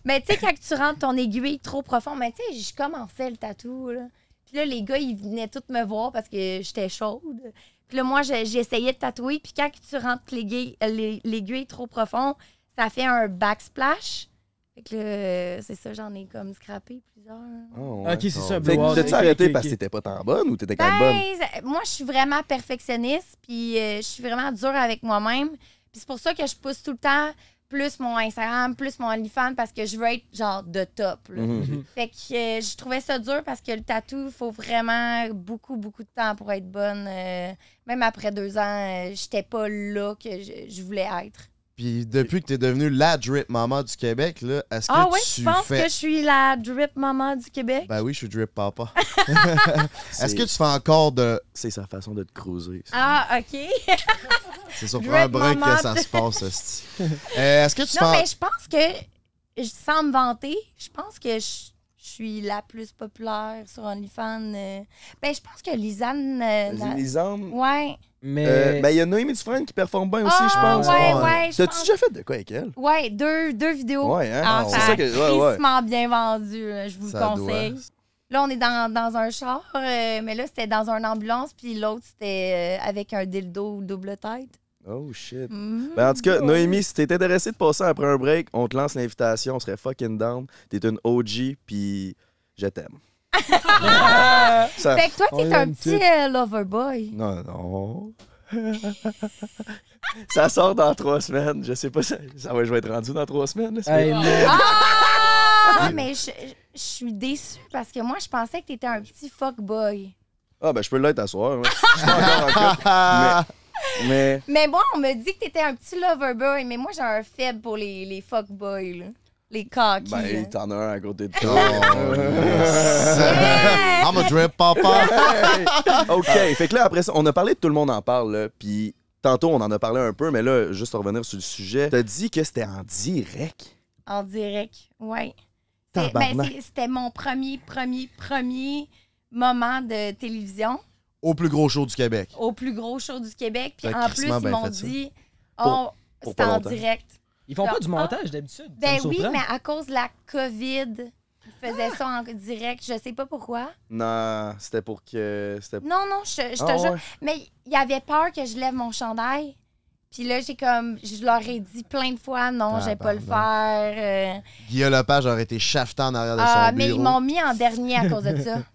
[SPEAKER 1] Mais tu sais, quand tu rentres ton aiguille trop profond, mais tu sais, je commençais le tatou. Là. Puis là, les gars, ils venaient tous me voir parce que j'étais chaude. Puis là, moi, je- j'essayais de tatouer. Puis quand tu rentres l'aiguille l'ai- l'aiguille trop profond, ça fait un backsplash. Fait que là, c'est ça, j'en ai comme scrappé plusieurs.
[SPEAKER 4] Ok, c'est
[SPEAKER 3] Ah,
[SPEAKER 4] ça,
[SPEAKER 3] Fait
[SPEAKER 4] blowout,
[SPEAKER 3] que t'as-tu
[SPEAKER 4] ok,
[SPEAKER 3] arrêté
[SPEAKER 4] ok,
[SPEAKER 3] parce que
[SPEAKER 4] ok.
[SPEAKER 3] t'étais pas tant bonne ou t'étais quand même bonne?
[SPEAKER 1] Ben, ça- moi, je suis vraiment perfectionniste, puis euh, je suis vraiment dure avec moi-même. Puis c'est pour ça que je pousse tout le temps plus mon Instagram, plus mon OnlyFans, parce que je veux être genre de top. là.
[SPEAKER 2] Mhm.
[SPEAKER 1] Fait que euh, je trouvais ça dur parce que le tatou, il faut vraiment beaucoup, beaucoup de temps pour être bonne. Euh, même après deux ans, euh, j'étais pas là que je, je voulais être.
[SPEAKER 2] Puis depuis que t'es devenue la drip maman du Québec, là, est-ce que
[SPEAKER 1] Ah oui,
[SPEAKER 2] tu
[SPEAKER 1] je pense
[SPEAKER 2] fais...
[SPEAKER 1] que je suis la drip maman du Québec.
[SPEAKER 2] Ben oui, je suis drip papa.
[SPEAKER 3] C'est-
[SPEAKER 1] Ben!
[SPEAKER 2] est-ce que tu fais encore de...
[SPEAKER 3] C'est sa façon de te cruiser. ça.
[SPEAKER 1] Ah, OK.
[SPEAKER 2] C'est sur
[SPEAKER 1] Drip
[SPEAKER 2] un break
[SPEAKER 1] maman.
[SPEAKER 2] que ça se passe, hostie.
[SPEAKER 1] [LAUGHS]
[SPEAKER 2] Euh, Est-ce que tu
[SPEAKER 1] Non,
[SPEAKER 2] fais...
[SPEAKER 1] mais je pense que, je- sans me vanter, je pense que je, je suis la plus populaire sur OnlyFans. euh. Ben, je pense que Lisanne. euh, na-
[SPEAKER 3] Les hommes.
[SPEAKER 1] Ouais.
[SPEAKER 4] Mais.
[SPEAKER 3] Euh, ben, il y a Noémie Dufresne qui performe bien aussi,
[SPEAKER 1] Ah,
[SPEAKER 3] je pense.
[SPEAKER 1] Ouais,
[SPEAKER 2] Ouais.
[SPEAKER 1] ouais, je
[SPEAKER 3] T'as-tu
[SPEAKER 1] pense.
[SPEAKER 3] déjà fait de quoi avec elle?
[SPEAKER 1] Ouais, deux, deux vidéos.
[SPEAKER 3] Ouais, hein?
[SPEAKER 1] Ah,
[SPEAKER 3] c'est
[SPEAKER 1] ça
[SPEAKER 3] ça
[SPEAKER 1] a
[SPEAKER 3] que. Ouais, ouais.
[SPEAKER 1] crissement bien vendu, là, je vous
[SPEAKER 2] Ça
[SPEAKER 1] le conseille.
[SPEAKER 2] doit.
[SPEAKER 1] Là, on est dans, dans un char, euh, mais là, c'était dans une ambulance, puis l'autre, c'était euh, avec un dildo double tête.
[SPEAKER 3] Oh shit.
[SPEAKER 1] Mhm.
[SPEAKER 3] Ben, en tout cas, Noémie, si t'es intéressé de passer après un break, on te lance l'invitation, on serait fucking down. T'es une OG, puis je t'aime. Ça-
[SPEAKER 1] Fait que toi,
[SPEAKER 4] On
[SPEAKER 1] t'es un
[SPEAKER 4] l'aime
[SPEAKER 1] petit euh, lover boy.
[SPEAKER 3] Non, non. [LAUGHS] ça sort dans trois semaines. Je sais pas, ça, ça va, je vais être rendu dans trois semaines. là, c'est-
[SPEAKER 4] Hey, man.
[SPEAKER 1] Ah, mais je je suis déçue parce que moi, je pensais que t'étais un petit fuckboy.
[SPEAKER 3] Ah, ben, je peux l'être à soir. ouais. Je suis pas encore en couple, mais, mais
[SPEAKER 1] Mais moi, on me dit que t'étais un petit lover boy, mais moi, j'ai un faible pour les, les fuckboys, là. Les coquilles.
[SPEAKER 3] ben, t'en as un à côté de toi.
[SPEAKER 1] Yeah!
[SPEAKER 2] [LAUGHS] I'm a drip papa.
[SPEAKER 3] OK. Fait que là, après ça, on a parlé de Tout le monde en parle, là, puis tantôt, on en a parlé un peu, mais là, juste revenir sur le sujet. T'as dit que c'était en direct.
[SPEAKER 1] [LAUGHS] En direct, ouais. C'est- ben,
[SPEAKER 3] Tabarnak.
[SPEAKER 1] c'est- C'était mon premier, premier, premier moment de télévision
[SPEAKER 2] Au plus gros show du Québec.
[SPEAKER 1] au plus gros show du Québec. Puis
[SPEAKER 2] T'as
[SPEAKER 3] Ben,
[SPEAKER 1] en plus,
[SPEAKER 2] crissement
[SPEAKER 1] ils
[SPEAKER 2] bien
[SPEAKER 1] m'ont
[SPEAKER 2] fait ça.
[SPEAKER 1] dit, oh,
[SPEAKER 3] Pour- pour
[SPEAKER 1] c'est
[SPEAKER 3] pas
[SPEAKER 1] en
[SPEAKER 3] longtemps.
[SPEAKER 1] direct.
[SPEAKER 4] Ils font pas du
[SPEAKER 1] Ah.
[SPEAKER 4] montage d'habitude. ça
[SPEAKER 1] Ben
[SPEAKER 4] me
[SPEAKER 1] oui,
[SPEAKER 4] surprend.
[SPEAKER 1] mais à cause de la COVID, ils faisaient ça en direct. Je sais pas pourquoi.
[SPEAKER 3] Non, c'était pour que. C'était
[SPEAKER 1] Non, non, je, je te
[SPEAKER 3] Ah,
[SPEAKER 1] jure.
[SPEAKER 3] ouais.
[SPEAKER 1] Mais il avait peur que je lève mon chandail. Puis là, j'ai comme. Je leur ai dit plein de fois,
[SPEAKER 3] Ah,
[SPEAKER 1] non, je vais pas le faire. euh.
[SPEAKER 2] Guillaume Lepage aurait été chafetant en arrière de
[SPEAKER 1] Ah,
[SPEAKER 2] son
[SPEAKER 1] mais
[SPEAKER 2] bureau.
[SPEAKER 1] ils m'ont mis en dernier à cause de ça.
[SPEAKER 3] [LAUGHS]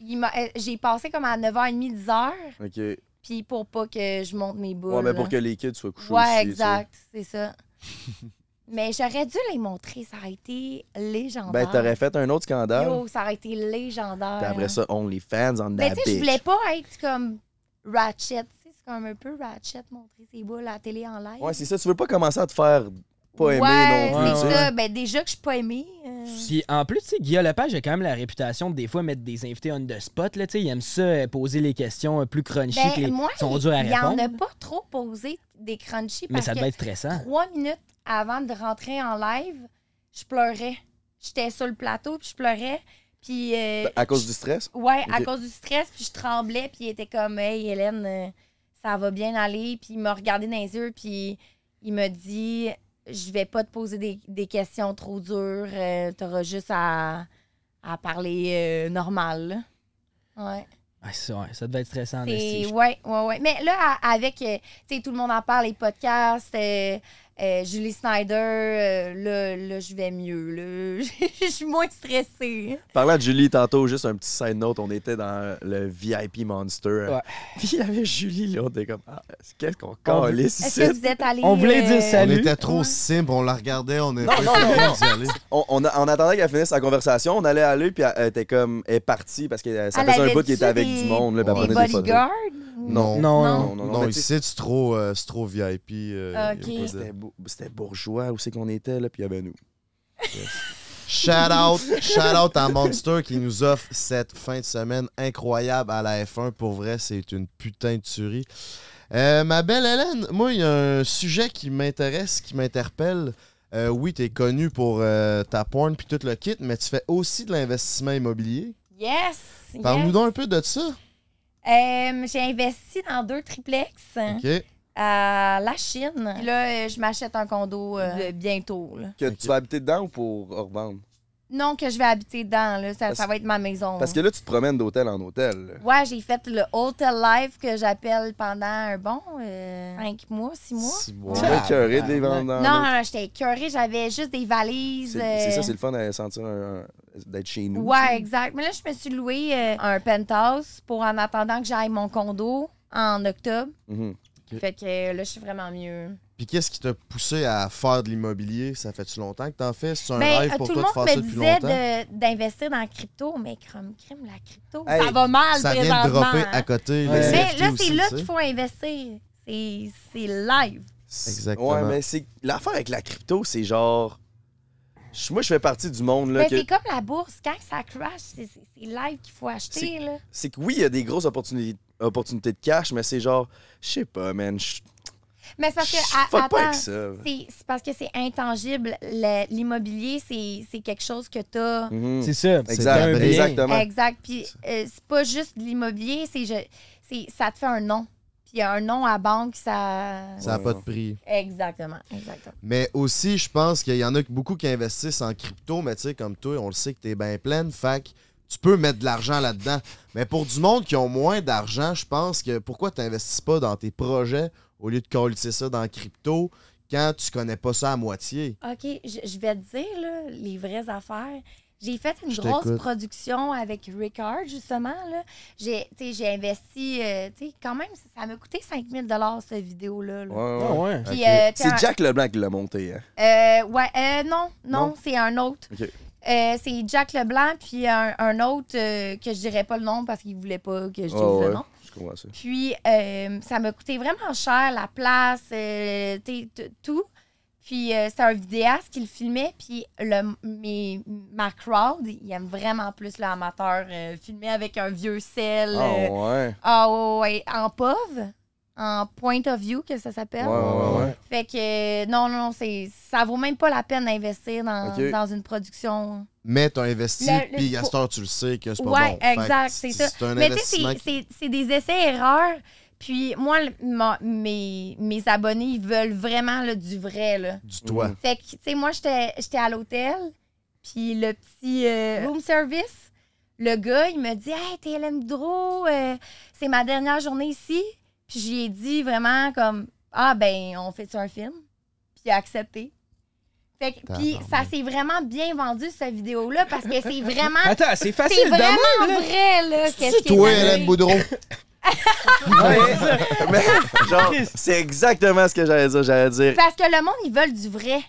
[SPEAKER 1] Il m'a- euh, J'ai passé comme à 9h30, 10h,
[SPEAKER 3] OK.
[SPEAKER 1] puis pour pas que je monte mes boules.
[SPEAKER 3] Ouais, mais pour que les kids soient couchés
[SPEAKER 1] Oh Ouais,
[SPEAKER 3] aussi, tu sais.
[SPEAKER 1] exact, c'est ça.
[SPEAKER 3] [LAUGHS]
[SPEAKER 1] mais j'aurais dû les montrer, ça aurait été légendaire.
[SPEAKER 3] Ben, t'aurais fait un autre scandale.
[SPEAKER 1] Yo, ça aurait été légendaire.
[SPEAKER 3] Puis après
[SPEAKER 1] là.
[SPEAKER 3] ça, OnlyFans on
[SPEAKER 1] Mais
[SPEAKER 3] that
[SPEAKER 1] tu sais, je voulais
[SPEAKER 3] bitch.
[SPEAKER 1] pas être comme Ratchet. tu sais, C'est comme un peu Ratchet, montrer ses boules à la télé en live.
[SPEAKER 3] Ouais, c'est ça. Tu veux pas commencer à te faire pas aimer
[SPEAKER 1] Ouais,
[SPEAKER 3] non plus.
[SPEAKER 1] c'est
[SPEAKER 3] tu sais.
[SPEAKER 1] ça. Ben, déjà que je suis pas aimée. euh,
[SPEAKER 4] Puis en plus, tu sais, Guillaume Lepage a quand même la réputation de des fois mettre des invités on the spot. Là, tu sais, il aime ça, euh, poser les questions euh, plus crunchy que les
[SPEAKER 1] Ben, moi,
[SPEAKER 4] qui sont dures à
[SPEAKER 1] il y en
[SPEAKER 4] répondre.
[SPEAKER 1] a pas trop posé des crunchies
[SPEAKER 4] Mais
[SPEAKER 1] parce
[SPEAKER 4] ça
[SPEAKER 1] que
[SPEAKER 4] devait être stressant.
[SPEAKER 1] trois minutes avant de rentrer en live, je pleurais. J'étais sur le plateau, puis je pleurais. Puis. euh,
[SPEAKER 4] Ben,
[SPEAKER 3] À cause du stress.
[SPEAKER 1] Ouais, à
[SPEAKER 3] Ok.
[SPEAKER 1] cause du stress, puis je tremblais, puis il était comme Hey Hélène, euh, ça va bien aller. Puis il m'a regardé dans les yeux, puis il m'a dit Je vais pas te poser des, des questions trop dures, euh, t'auras juste à, à parler euh, normal. là. Ouais.
[SPEAKER 4] Ouais, ça, ouais, ça devait être stressant. en esti,
[SPEAKER 1] C'est-
[SPEAKER 4] je-
[SPEAKER 1] ouais, ouais, ouais. Mais là, à- avec, euh, tu sais, tout le monde en parle, les podcasts, euh, euh, Julie Snyder, euh, là, là je vais mieux, là. [LAUGHS] Je suis moins stressée.
[SPEAKER 3] Parlant de Julie tantôt, juste un petit side note, on était dans le VIP Monster.
[SPEAKER 4] Ouais.
[SPEAKER 3] [LAUGHS] Puis il y avait Julie, là, on était comme, ah, qu'est-ce qu'on
[SPEAKER 4] On-
[SPEAKER 3] calisse
[SPEAKER 1] Est-ce
[SPEAKER 3] ici?
[SPEAKER 1] que vous êtes euh, allé.
[SPEAKER 4] On voulait dire
[SPEAKER 2] On
[SPEAKER 4] salut.
[SPEAKER 2] était trop simple, on la regardait, on était
[SPEAKER 3] Non, non, non, non.
[SPEAKER 2] vous y allez.
[SPEAKER 3] On, on a- on attendait qu'elle finisse sa conversation, on allait aller, puis elle, elle était comme, elle est partie parce que euh, ça
[SPEAKER 1] Elle
[SPEAKER 3] faisait un
[SPEAKER 1] avait
[SPEAKER 3] bout qu'elle
[SPEAKER 1] dit
[SPEAKER 3] était avec
[SPEAKER 1] des-
[SPEAKER 3] du monde, là, puis elle
[SPEAKER 1] Des
[SPEAKER 2] Ouais.
[SPEAKER 3] prenait des photos.
[SPEAKER 1] bodyguards?
[SPEAKER 3] Non.
[SPEAKER 1] Non.
[SPEAKER 4] Non, non.
[SPEAKER 3] non, non,
[SPEAKER 2] Non,
[SPEAKER 3] mais tu sais,
[SPEAKER 2] ici, c'est trop, euh, c'est trop VIP. euh, y a
[SPEAKER 1] Ok.
[SPEAKER 2] pas de-
[SPEAKER 3] C'était bou- c'était bourgeois, où c'est qu'on était, là, puis il y avait nous.
[SPEAKER 2] Shout out, shout out à Monster qui nous offre cette fin de semaine incroyable à la F1. Pour vrai, c'est une putain de tuerie. Euh, ma belle Hélène, moi, il y a un sujet qui m'intéresse, qui m'interpelle. Euh, oui, t'es connue pour euh, ta porn puis tout le kit, mais tu fais aussi de l'investissement immobilier.
[SPEAKER 1] Yes! yes.
[SPEAKER 2] Parle-nous donc un peu de ça.
[SPEAKER 1] Euh, J'ai investi dans deux triplex.
[SPEAKER 2] OK.
[SPEAKER 1] à la Chine. Puis là, euh, je m'achète un condo euh, bientôt. là.
[SPEAKER 3] Que tu vas habiter dedans ou pour revendre?
[SPEAKER 1] Non, que je vais habiter dedans. Là. Ça,
[SPEAKER 3] Parce-
[SPEAKER 1] ça va être ma maison.
[SPEAKER 3] Parce que là, tu te promènes d'hôtel en hôtel. là.
[SPEAKER 1] Ouais, j'ai fait le Hotel Life que j'appelle pendant un bon 5 mois, 6 mois.
[SPEAKER 2] Six
[SPEAKER 3] Tu
[SPEAKER 2] mois.
[SPEAKER 3] vas écœurer de les vendre dans
[SPEAKER 1] Non, non, non, j'étais écœurée, j'avais juste des valises.
[SPEAKER 3] Ah, C'est c'est
[SPEAKER 1] euh,
[SPEAKER 3] ça, c'est le fun de sentir un- un- d'être chez nous.
[SPEAKER 1] Ouais, exact. Mais là, je me suis loué euh, un penthouse pour en attendant que j'aille mon condo en octobre.
[SPEAKER 3] Mhm.
[SPEAKER 1] Fait que euh, là, je suis vraiment mieux.
[SPEAKER 2] Puis qu'est-ce qui t'a poussé à faire de l'immobilier? Ça fait-tu longtemps que t'en fais? C'est un
[SPEAKER 1] Mais
[SPEAKER 2] rêve
[SPEAKER 1] euh,
[SPEAKER 2] pour
[SPEAKER 1] tout le
[SPEAKER 2] toi de faire
[SPEAKER 1] monde
[SPEAKER 2] ça
[SPEAKER 1] me
[SPEAKER 2] depuis
[SPEAKER 1] disait
[SPEAKER 2] longtemps?
[SPEAKER 1] de- d'investir dans la crypto, mais crime, crime, la crypto,
[SPEAKER 3] Hey,
[SPEAKER 1] ça va mal
[SPEAKER 2] Ça vient de
[SPEAKER 1] présentement.
[SPEAKER 2] dropper
[SPEAKER 1] hein.
[SPEAKER 2] à côté.
[SPEAKER 4] Ouais.
[SPEAKER 2] les
[SPEAKER 1] Mais
[SPEAKER 2] NFT
[SPEAKER 1] là,
[SPEAKER 2] aussi,
[SPEAKER 1] c'est là
[SPEAKER 2] tu
[SPEAKER 1] qu'il
[SPEAKER 2] sais.
[SPEAKER 1] faut investir. C'est c'est live.
[SPEAKER 2] Exactement.
[SPEAKER 3] Ouais, mais c'est l'affaire avec la crypto, c'est genre je- moi je fais partie du monde là
[SPEAKER 1] Mais
[SPEAKER 3] que
[SPEAKER 1] Ben, c'est comme la bourse. Quand ça crash, c'est c'est- c'est live qu'il faut acheter. Là.
[SPEAKER 3] c'est que oui, il y a des grosses opportunités opportunités de cash, mais c'est genre je sais pas man, je
[SPEAKER 1] Mais c'est parce
[SPEAKER 3] je
[SPEAKER 1] que. à-
[SPEAKER 3] fuck pas
[SPEAKER 1] attends.
[SPEAKER 3] avec ça.
[SPEAKER 1] C'est c'est parce que c'est intangible. Le- L'immobilier, c'est c'est quelque chose que tu as.
[SPEAKER 3] Mhm.
[SPEAKER 4] C'est ça.
[SPEAKER 3] Exact,
[SPEAKER 4] un bien.
[SPEAKER 3] exactement.
[SPEAKER 1] Exact. Puis euh, c'est pas juste de l'immobilier, c'est je- c'est- ça te fait un nom. Puis un nom à banque, ça.
[SPEAKER 2] Ça n'a pas de prix.
[SPEAKER 1] Exactement, exactement.
[SPEAKER 2] Mais aussi, je pense qu'il y en a que- beaucoup qui investissent en crypto, mais tu sais, comme toi, on le sait que t'es bien pleine, fait que tu peux mettre de l'argent là-dedans. Mais pour du monde qui ont moins d'argent, je pense que pourquoi t'investis pas dans tes projets au lieu de colisser ça dans crypto quand tu connais pas ça à moitié?
[SPEAKER 1] OK, je, je vais te dire là, les vraies affaires. J'ai fait une
[SPEAKER 2] Je
[SPEAKER 1] grosse
[SPEAKER 2] t'écoute.
[SPEAKER 1] production avec Ricard, justement. là. J'ai tu sais, j'ai investi, euh, tu sais, quand même, ça- ça m'a coûté 5 000 cette vidéo-là. là.
[SPEAKER 3] Ouais, ouais.
[SPEAKER 4] Ah ouais.
[SPEAKER 1] Puis,
[SPEAKER 2] Ok.
[SPEAKER 1] euh, tu sais,
[SPEAKER 3] C'est Jack Leblanc qui l'a monté. Hein.
[SPEAKER 1] Euh, ouais, euh, non, non,
[SPEAKER 3] Non?
[SPEAKER 1] c'est un autre.
[SPEAKER 3] Ok.
[SPEAKER 1] Euh, c'est Jack Leblanc, puis un, un autre euh, que je dirais pas le nom parce qu'il voulait pas que je dise
[SPEAKER 3] Ah ouais,
[SPEAKER 1] le nom.
[SPEAKER 3] Je comprends ça.
[SPEAKER 1] Puis euh, ça m'a coûté vraiment cher, la place, euh, t'sais, t- tout. Puis euh, c'était un vidéaste qui le filmait, puis le, mes, ma crowd, il aime vraiment plus l'amateur amateur euh, filmé avec un vieux sel.
[SPEAKER 3] Ah
[SPEAKER 1] euh,
[SPEAKER 3] ouais.
[SPEAKER 1] ah ouais, ouais, en POV, en point of view que ça s'appelle.
[SPEAKER 3] Ouais, ouais, ouais.
[SPEAKER 1] Fait que euh, non, non, c'est ça vaut même pas la peine d'investir dans,
[SPEAKER 3] Ok.
[SPEAKER 1] dans une production.
[SPEAKER 2] Mais t'as investi,
[SPEAKER 1] Le- le-
[SPEAKER 2] puis à cette heure, tu le sais que c'est pas
[SPEAKER 1] Ouais,
[SPEAKER 2] bon. Fait que
[SPEAKER 1] exact,
[SPEAKER 2] c'est
[SPEAKER 1] c'est ça.
[SPEAKER 2] C'est un
[SPEAKER 1] Mais tu sais,
[SPEAKER 2] investissement
[SPEAKER 1] c'est-
[SPEAKER 2] qui-
[SPEAKER 1] c'est- c'est des essais-erreurs. Puis moi, le- ma- mes, mes abonnés, ils veulent vraiment là, du vrai. Là.
[SPEAKER 2] du toit.
[SPEAKER 1] Fait que, tu sais, moi, j'étais j'étais à l'hôtel, puis le petit euh, room service, le gars, il me dit Hey, t'es Hélène Boudreau, euh, c'est ma dernière journée ici. Puis j'y ai dit vraiment comme Ah, ben, on fait-tu un film Puis il a accepté. Fait que, puis ça s'est vraiment bien vendu, cette vidéo-là, parce que c'est
[SPEAKER 2] [LAUGHS]
[SPEAKER 1] vraiment.
[SPEAKER 4] Attends, Ah, c'est
[SPEAKER 1] Ah, C'est
[SPEAKER 4] facile de
[SPEAKER 1] vraiment
[SPEAKER 4] même, là.
[SPEAKER 1] vrai, là. qu'est-ce qui est
[SPEAKER 2] Toi,
[SPEAKER 1] arrivé.
[SPEAKER 2] Hélène Boudreau.
[SPEAKER 3] Mais genre c'est exactement ce que j'allais dire, j'allais dire.
[SPEAKER 1] Parce que le monde, ils veulent du vrai.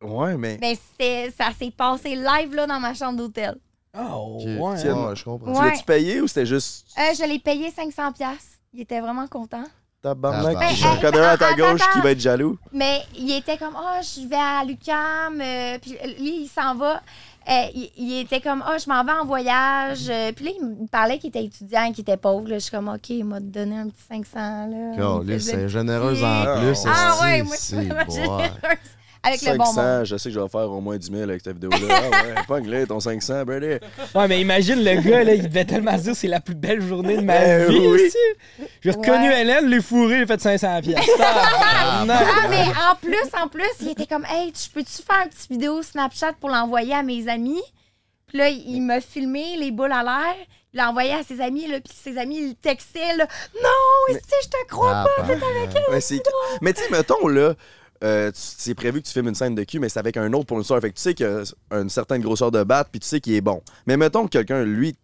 [SPEAKER 3] Ouais, mais
[SPEAKER 1] Ben, c'était- ça s'est passé live, là, dans ma chambre d'hôtel.
[SPEAKER 4] Oh,
[SPEAKER 2] Ok.
[SPEAKER 4] ouais.
[SPEAKER 2] Ouais, Ah, je comprends.
[SPEAKER 3] tu
[SPEAKER 1] Ouais.
[SPEAKER 3] l'as-tu payé ou c'était juste
[SPEAKER 1] Euh, je l'ai payé 500$. piastres. Il était vraiment content.
[SPEAKER 3] tabarnak?
[SPEAKER 2] Ben,
[SPEAKER 3] J'en
[SPEAKER 1] hey,
[SPEAKER 3] connais un à ta
[SPEAKER 1] attends,
[SPEAKER 3] gauche qui
[SPEAKER 1] attends.
[SPEAKER 3] va être jaloux.
[SPEAKER 1] Mais il était comme, oh, je vais à l'UCAM. puis lui, il s'en va. Euh, il, il était comme, oh, je m'en vais en voyage. Euh, puis là, il me parlait qu'il était étudiant, qu'il était pauvre. là. Je suis comme, OK, il m'a donné un petit 500. Là.
[SPEAKER 2] Oh,
[SPEAKER 1] Il me faisait-
[SPEAKER 2] c'est généreuse en plus.
[SPEAKER 1] ah
[SPEAKER 2] esti,
[SPEAKER 1] ouais, moi, je
[SPEAKER 2] c'est
[SPEAKER 1] suis vraiment [LAUGHS]
[SPEAKER 2] bon.
[SPEAKER 1] généreuse. Avec le bon
[SPEAKER 3] 500,
[SPEAKER 1] monde.
[SPEAKER 3] je sais que je vais faire au moins 10 000 avec cette vidéo-là.
[SPEAKER 1] [LAUGHS]
[SPEAKER 3] Ah ouais, pogne-le, ton 500, brother.
[SPEAKER 4] Ouais, mais imagine le gars, là, il devait tellement se dire c'est la plus belle journée de ma
[SPEAKER 3] Eh
[SPEAKER 4] vie.
[SPEAKER 3] oui.
[SPEAKER 4] tu sais. J'ai reconnu
[SPEAKER 1] Ouais.
[SPEAKER 4] Hélène, les fourré, j'ai fait 500
[SPEAKER 3] [LAUGHS]
[SPEAKER 4] pièces.
[SPEAKER 1] Ah, mais en plus, en plus, il était comme, hey, tu peux-tu faire une petite vidéo Snapchat pour l'envoyer à mes amis? Puis là, il il m'a filmé les boules à l'air, il l'a envoyé à ses amis, là, puis ses amis, ils le textaient, là, non, est-ce que je te crois
[SPEAKER 2] Ah,
[SPEAKER 1] pas?
[SPEAKER 2] ben,
[SPEAKER 3] Mais, c'est- mais tu sais, mettons, là, euh, tu- c'est prévu que tu filmes une scène de cul, mais c'est avec un autre producteur. Fait que tu sais qu'il y a une certaine grosseur de batte, puis tu sais qu'il est bon. Mais mettons que quelqu'un, lui,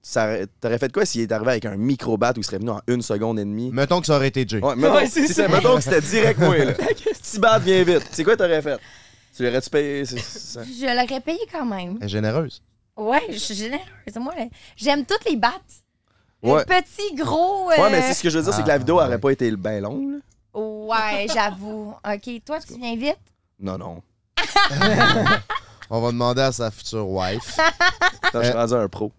[SPEAKER 3] ça- t'aurais fait quoi s'il est arrivé avec un micro-bat où il serait venu en une seconde et demie?
[SPEAKER 2] Mettons que ça aurait été Jay.
[SPEAKER 3] Ouais, mettons,
[SPEAKER 4] Ouais, c'est
[SPEAKER 3] c'est ça,
[SPEAKER 4] ça.
[SPEAKER 3] mettons que c'était direct moi,
[SPEAKER 1] [LAUGHS]
[SPEAKER 3] là. Petit bat, viens vite. C'est quoi t'aurais fait? Tu l'aurais-tu payé? C'est- c'est-
[SPEAKER 1] Je l'aurais payé quand même.
[SPEAKER 2] Elle est généreuse.
[SPEAKER 1] Ouais, je suis généreuse. Moi, là, j'aime toutes les battes.
[SPEAKER 3] Ouais.
[SPEAKER 1] Les petits, gros. euh,
[SPEAKER 3] Ouais, mais c'est ce que je veux dire, c'est que la
[SPEAKER 2] Ah,
[SPEAKER 3] vidéo aurait
[SPEAKER 2] ouais.
[SPEAKER 3] pas été bien longue, là.
[SPEAKER 1] ouais, j'avoue. OK, toi, tu viens vite?
[SPEAKER 3] Non, non.
[SPEAKER 2] On va demander à sa future
[SPEAKER 1] [LAUGHS]
[SPEAKER 2] wife.
[SPEAKER 1] Ah.
[SPEAKER 3] Attends, je suis rendu un pro.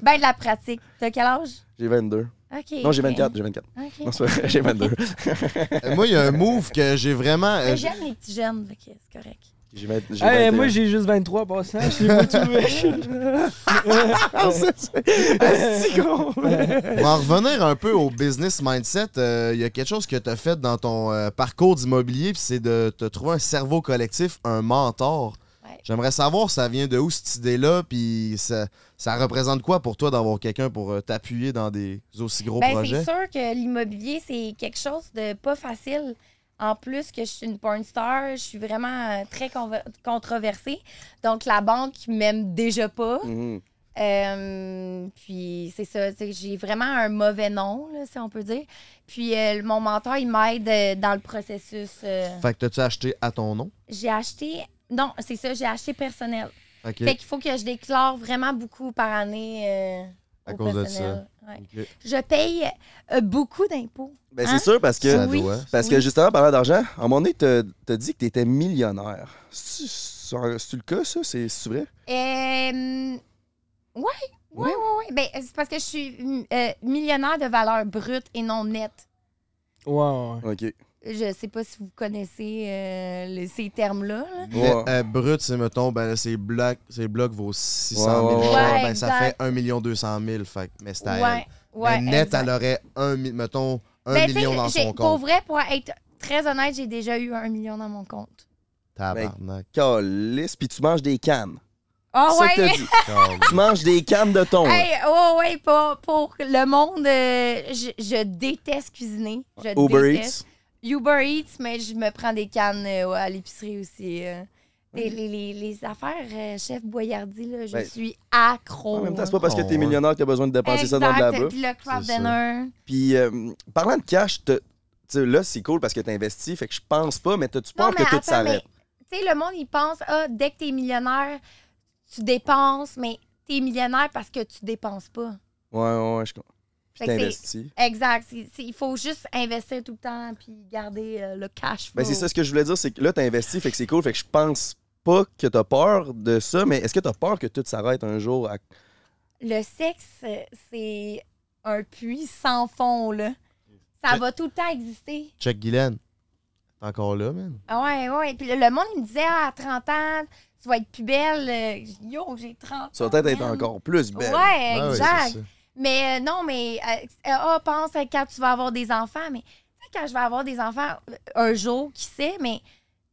[SPEAKER 1] Ben, de la pratique. T'as quel âge?
[SPEAKER 3] J'ai 22.
[SPEAKER 1] OK.
[SPEAKER 3] Non, j'ai 24, j'ai 24.
[SPEAKER 1] OK.
[SPEAKER 3] Non, c'est pas vrai, [LAUGHS] j'ai 22.
[SPEAKER 2] Euh, Moi, il y a un move que j'ai vraiment. euh,
[SPEAKER 1] Mais
[SPEAKER 2] j'ai-
[SPEAKER 1] j'aime les petits jeunes, fait que c'est correct.
[SPEAKER 3] J'ai vingt- j'ai
[SPEAKER 4] Hey,
[SPEAKER 3] 21.
[SPEAKER 4] moi, j'ai juste 23 passants. Je suis pas
[SPEAKER 3] [LAUGHS]
[SPEAKER 2] Pour en revenir un peu au business mindset, euh, il y a quelque chose que tu as fait dans ton euh, parcours d'immobilier, puis c'est de te trouver un cerveau collectif, un mentor.
[SPEAKER 1] Ouais.
[SPEAKER 2] J'aimerais savoir, ça vient de où cette idée-là, puis ça, ça représente quoi pour toi d'avoir quelqu'un pour euh, t'appuyer dans des aussi gros
[SPEAKER 1] Ben,
[SPEAKER 2] projets?
[SPEAKER 1] c'est sûr que l'immobilier, c'est quelque chose de pas facile. En plus que je suis une porn star, je suis vraiment euh, très conver- controversée. Donc, la banque m'aime déjà pas.
[SPEAKER 2] Mm.
[SPEAKER 3] Mhm.
[SPEAKER 1] Euh, puis c'est ça, tu sais, j'ai vraiment un mauvais nom, là, si on peut dire. Puis euh, mon mentor, il m'aide euh, dans le processus. euh,
[SPEAKER 2] Fait que t'as-tu acheté à ton nom?
[SPEAKER 1] j'ai acheté, non, c'est ça, j'ai acheté personnel.
[SPEAKER 2] Ok.
[SPEAKER 1] Fait qu'il faut que je déclare vraiment beaucoup par année euh,
[SPEAKER 2] À
[SPEAKER 1] au
[SPEAKER 2] cause de
[SPEAKER 1] personnel. Ouais.
[SPEAKER 2] Ok.
[SPEAKER 1] Je paye euh, beaucoup d'impôts.
[SPEAKER 3] Ben,
[SPEAKER 1] Hein?
[SPEAKER 3] c'est sûr parce que.
[SPEAKER 2] Ça
[SPEAKER 1] Oui.
[SPEAKER 2] doit.
[SPEAKER 3] Parce que
[SPEAKER 1] Oui.
[SPEAKER 3] justement, parlant d'argent, à un moment donné, t'as t'as dit que t'étais millionnaire. C'est- C'est c'est le cas, ça? C'est c'est vrai?
[SPEAKER 1] Euh, ouais, ouais, ouais, ouais. Ben, c'est parce que je suis euh, millionnaire de valeur brute et non nette.
[SPEAKER 4] Ouais, ouais.
[SPEAKER 3] OK.
[SPEAKER 1] Je sais pas si vous connaissez euh, le- ces termes-là. là.
[SPEAKER 2] Mais,
[SPEAKER 3] Ouais.
[SPEAKER 2] euh, brut, c'est mettons, ben, là, c'est bloc, c'est bloc vaut 600 000
[SPEAKER 3] Ouais, ouais,
[SPEAKER 2] chars,
[SPEAKER 1] ouais.
[SPEAKER 2] ben, ça
[SPEAKER 1] Ouais,
[SPEAKER 2] fait
[SPEAKER 1] exact.
[SPEAKER 2] 1 200 000, fait que- mais c'est à elle.
[SPEAKER 1] Ouais, ouais.
[SPEAKER 3] Ben,
[SPEAKER 2] Mais net,
[SPEAKER 1] exact.
[SPEAKER 2] elle aurait un, mi- mettons, un
[SPEAKER 1] Ben, tu sais,
[SPEAKER 2] million dans
[SPEAKER 1] j'ai-
[SPEAKER 2] son
[SPEAKER 1] Pour
[SPEAKER 2] compte.
[SPEAKER 1] vrai, pour être très honnête, j'ai déjà eu un million dans mon compte.
[SPEAKER 2] Tabarnak. [LAUGHS]
[SPEAKER 3] Calisse, puis tu manges des cannes.
[SPEAKER 1] Ah
[SPEAKER 3] C'est ça que
[SPEAKER 1] ouais!
[SPEAKER 3] t'as dit. hein. tu manges des cannes de thon.
[SPEAKER 1] Hey, oh ouais, pour, pour le monde, euh, je, je déteste cuisiner. Je
[SPEAKER 3] Uber
[SPEAKER 1] déteste.
[SPEAKER 3] Eats.
[SPEAKER 1] Uber Eats, mais je me prends des cannes euh, ouais, à l'épicerie aussi. euh. Les, les- les- les affaires euh, chef Boyardi, là, je
[SPEAKER 3] Ben,
[SPEAKER 1] suis accro.
[SPEAKER 3] En même temps, c'est pas parce que
[SPEAKER 2] Oh,
[SPEAKER 3] t'es
[SPEAKER 2] ouais.
[SPEAKER 3] millionnaire que t'as besoin de dépenser ça dans de la
[SPEAKER 1] Exact,
[SPEAKER 3] bouffe.
[SPEAKER 1] Puis le crowd
[SPEAKER 2] C'est ça.
[SPEAKER 1] dinner.
[SPEAKER 3] Puis, euh, parlant de cash, t'as- tu sais, là, c'est cool parce que t'as investi, fait que je pense pas, mais t'as-tu peur
[SPEAKER 1] Non, mais
[SPEAKER 3] que tout
[SPEAKER 1] attends, mais
[SPEAKER 3] s'arrête?
[SPEAKER 1] tu sais, le monde, il pense, ah, dès que t'es millionnaire, tu dépenses, mais t'es millionnaire parce que tu dépenses pas.
[SPEAKER 3] Ouais, ouais, ouais, je comprends.
[SPEAKER 1] Fait
[SPEAKER 3] Puis
[SPEAKER 1] que c'est-
[SPEAKER 3] t'investis.
[SPEAKER 1] Exact. c'est- c'est- il faut juste investir tout le temps puis garder euh, le cash flow.
[SPEAKER 3] Ben, c'est ça ce que je voulais dire, c'est que là, t'as investi, fait que c'est cool, fait que je pense pas que t'as peur de ça, mais est-ce que t'as peur que tout s'arrête un jour? à-
[SPEAKER 1] Oh, Le sexe, euh, c'est un puits sans fond, là. Ça
[SPEAKER 2] Mais-
[SPEAKER 1] va tout le temps exister.
[SPEAKER 2] Check Guylaine. T'es encore là, man?
[SPEAKER 1] Ah Ouais, ouais. Puis le le monde, il me disait, ah, à 30 ans, tu vas être plus belle. Euh, Yo, j'ai 30 ans.
[SPEAKER 3] Tu vas peut-être être
[SPEAKER 1] man.
[SPEAKER 3] encore plus Ben, belle.
[SPEAKER 1] Ouais,
[SPEAKER 2] Ah oui, c'est
[SPEAKER 1] exact.
[SPEAKER 2] ça.
[SPEAKER 1] mais euh, non, mais, euh, ah, pense à quand tu vas avoir des enfants. Mais, tu sais, quand je vais avoir des enfants, euh, un jour, qui sait, mais,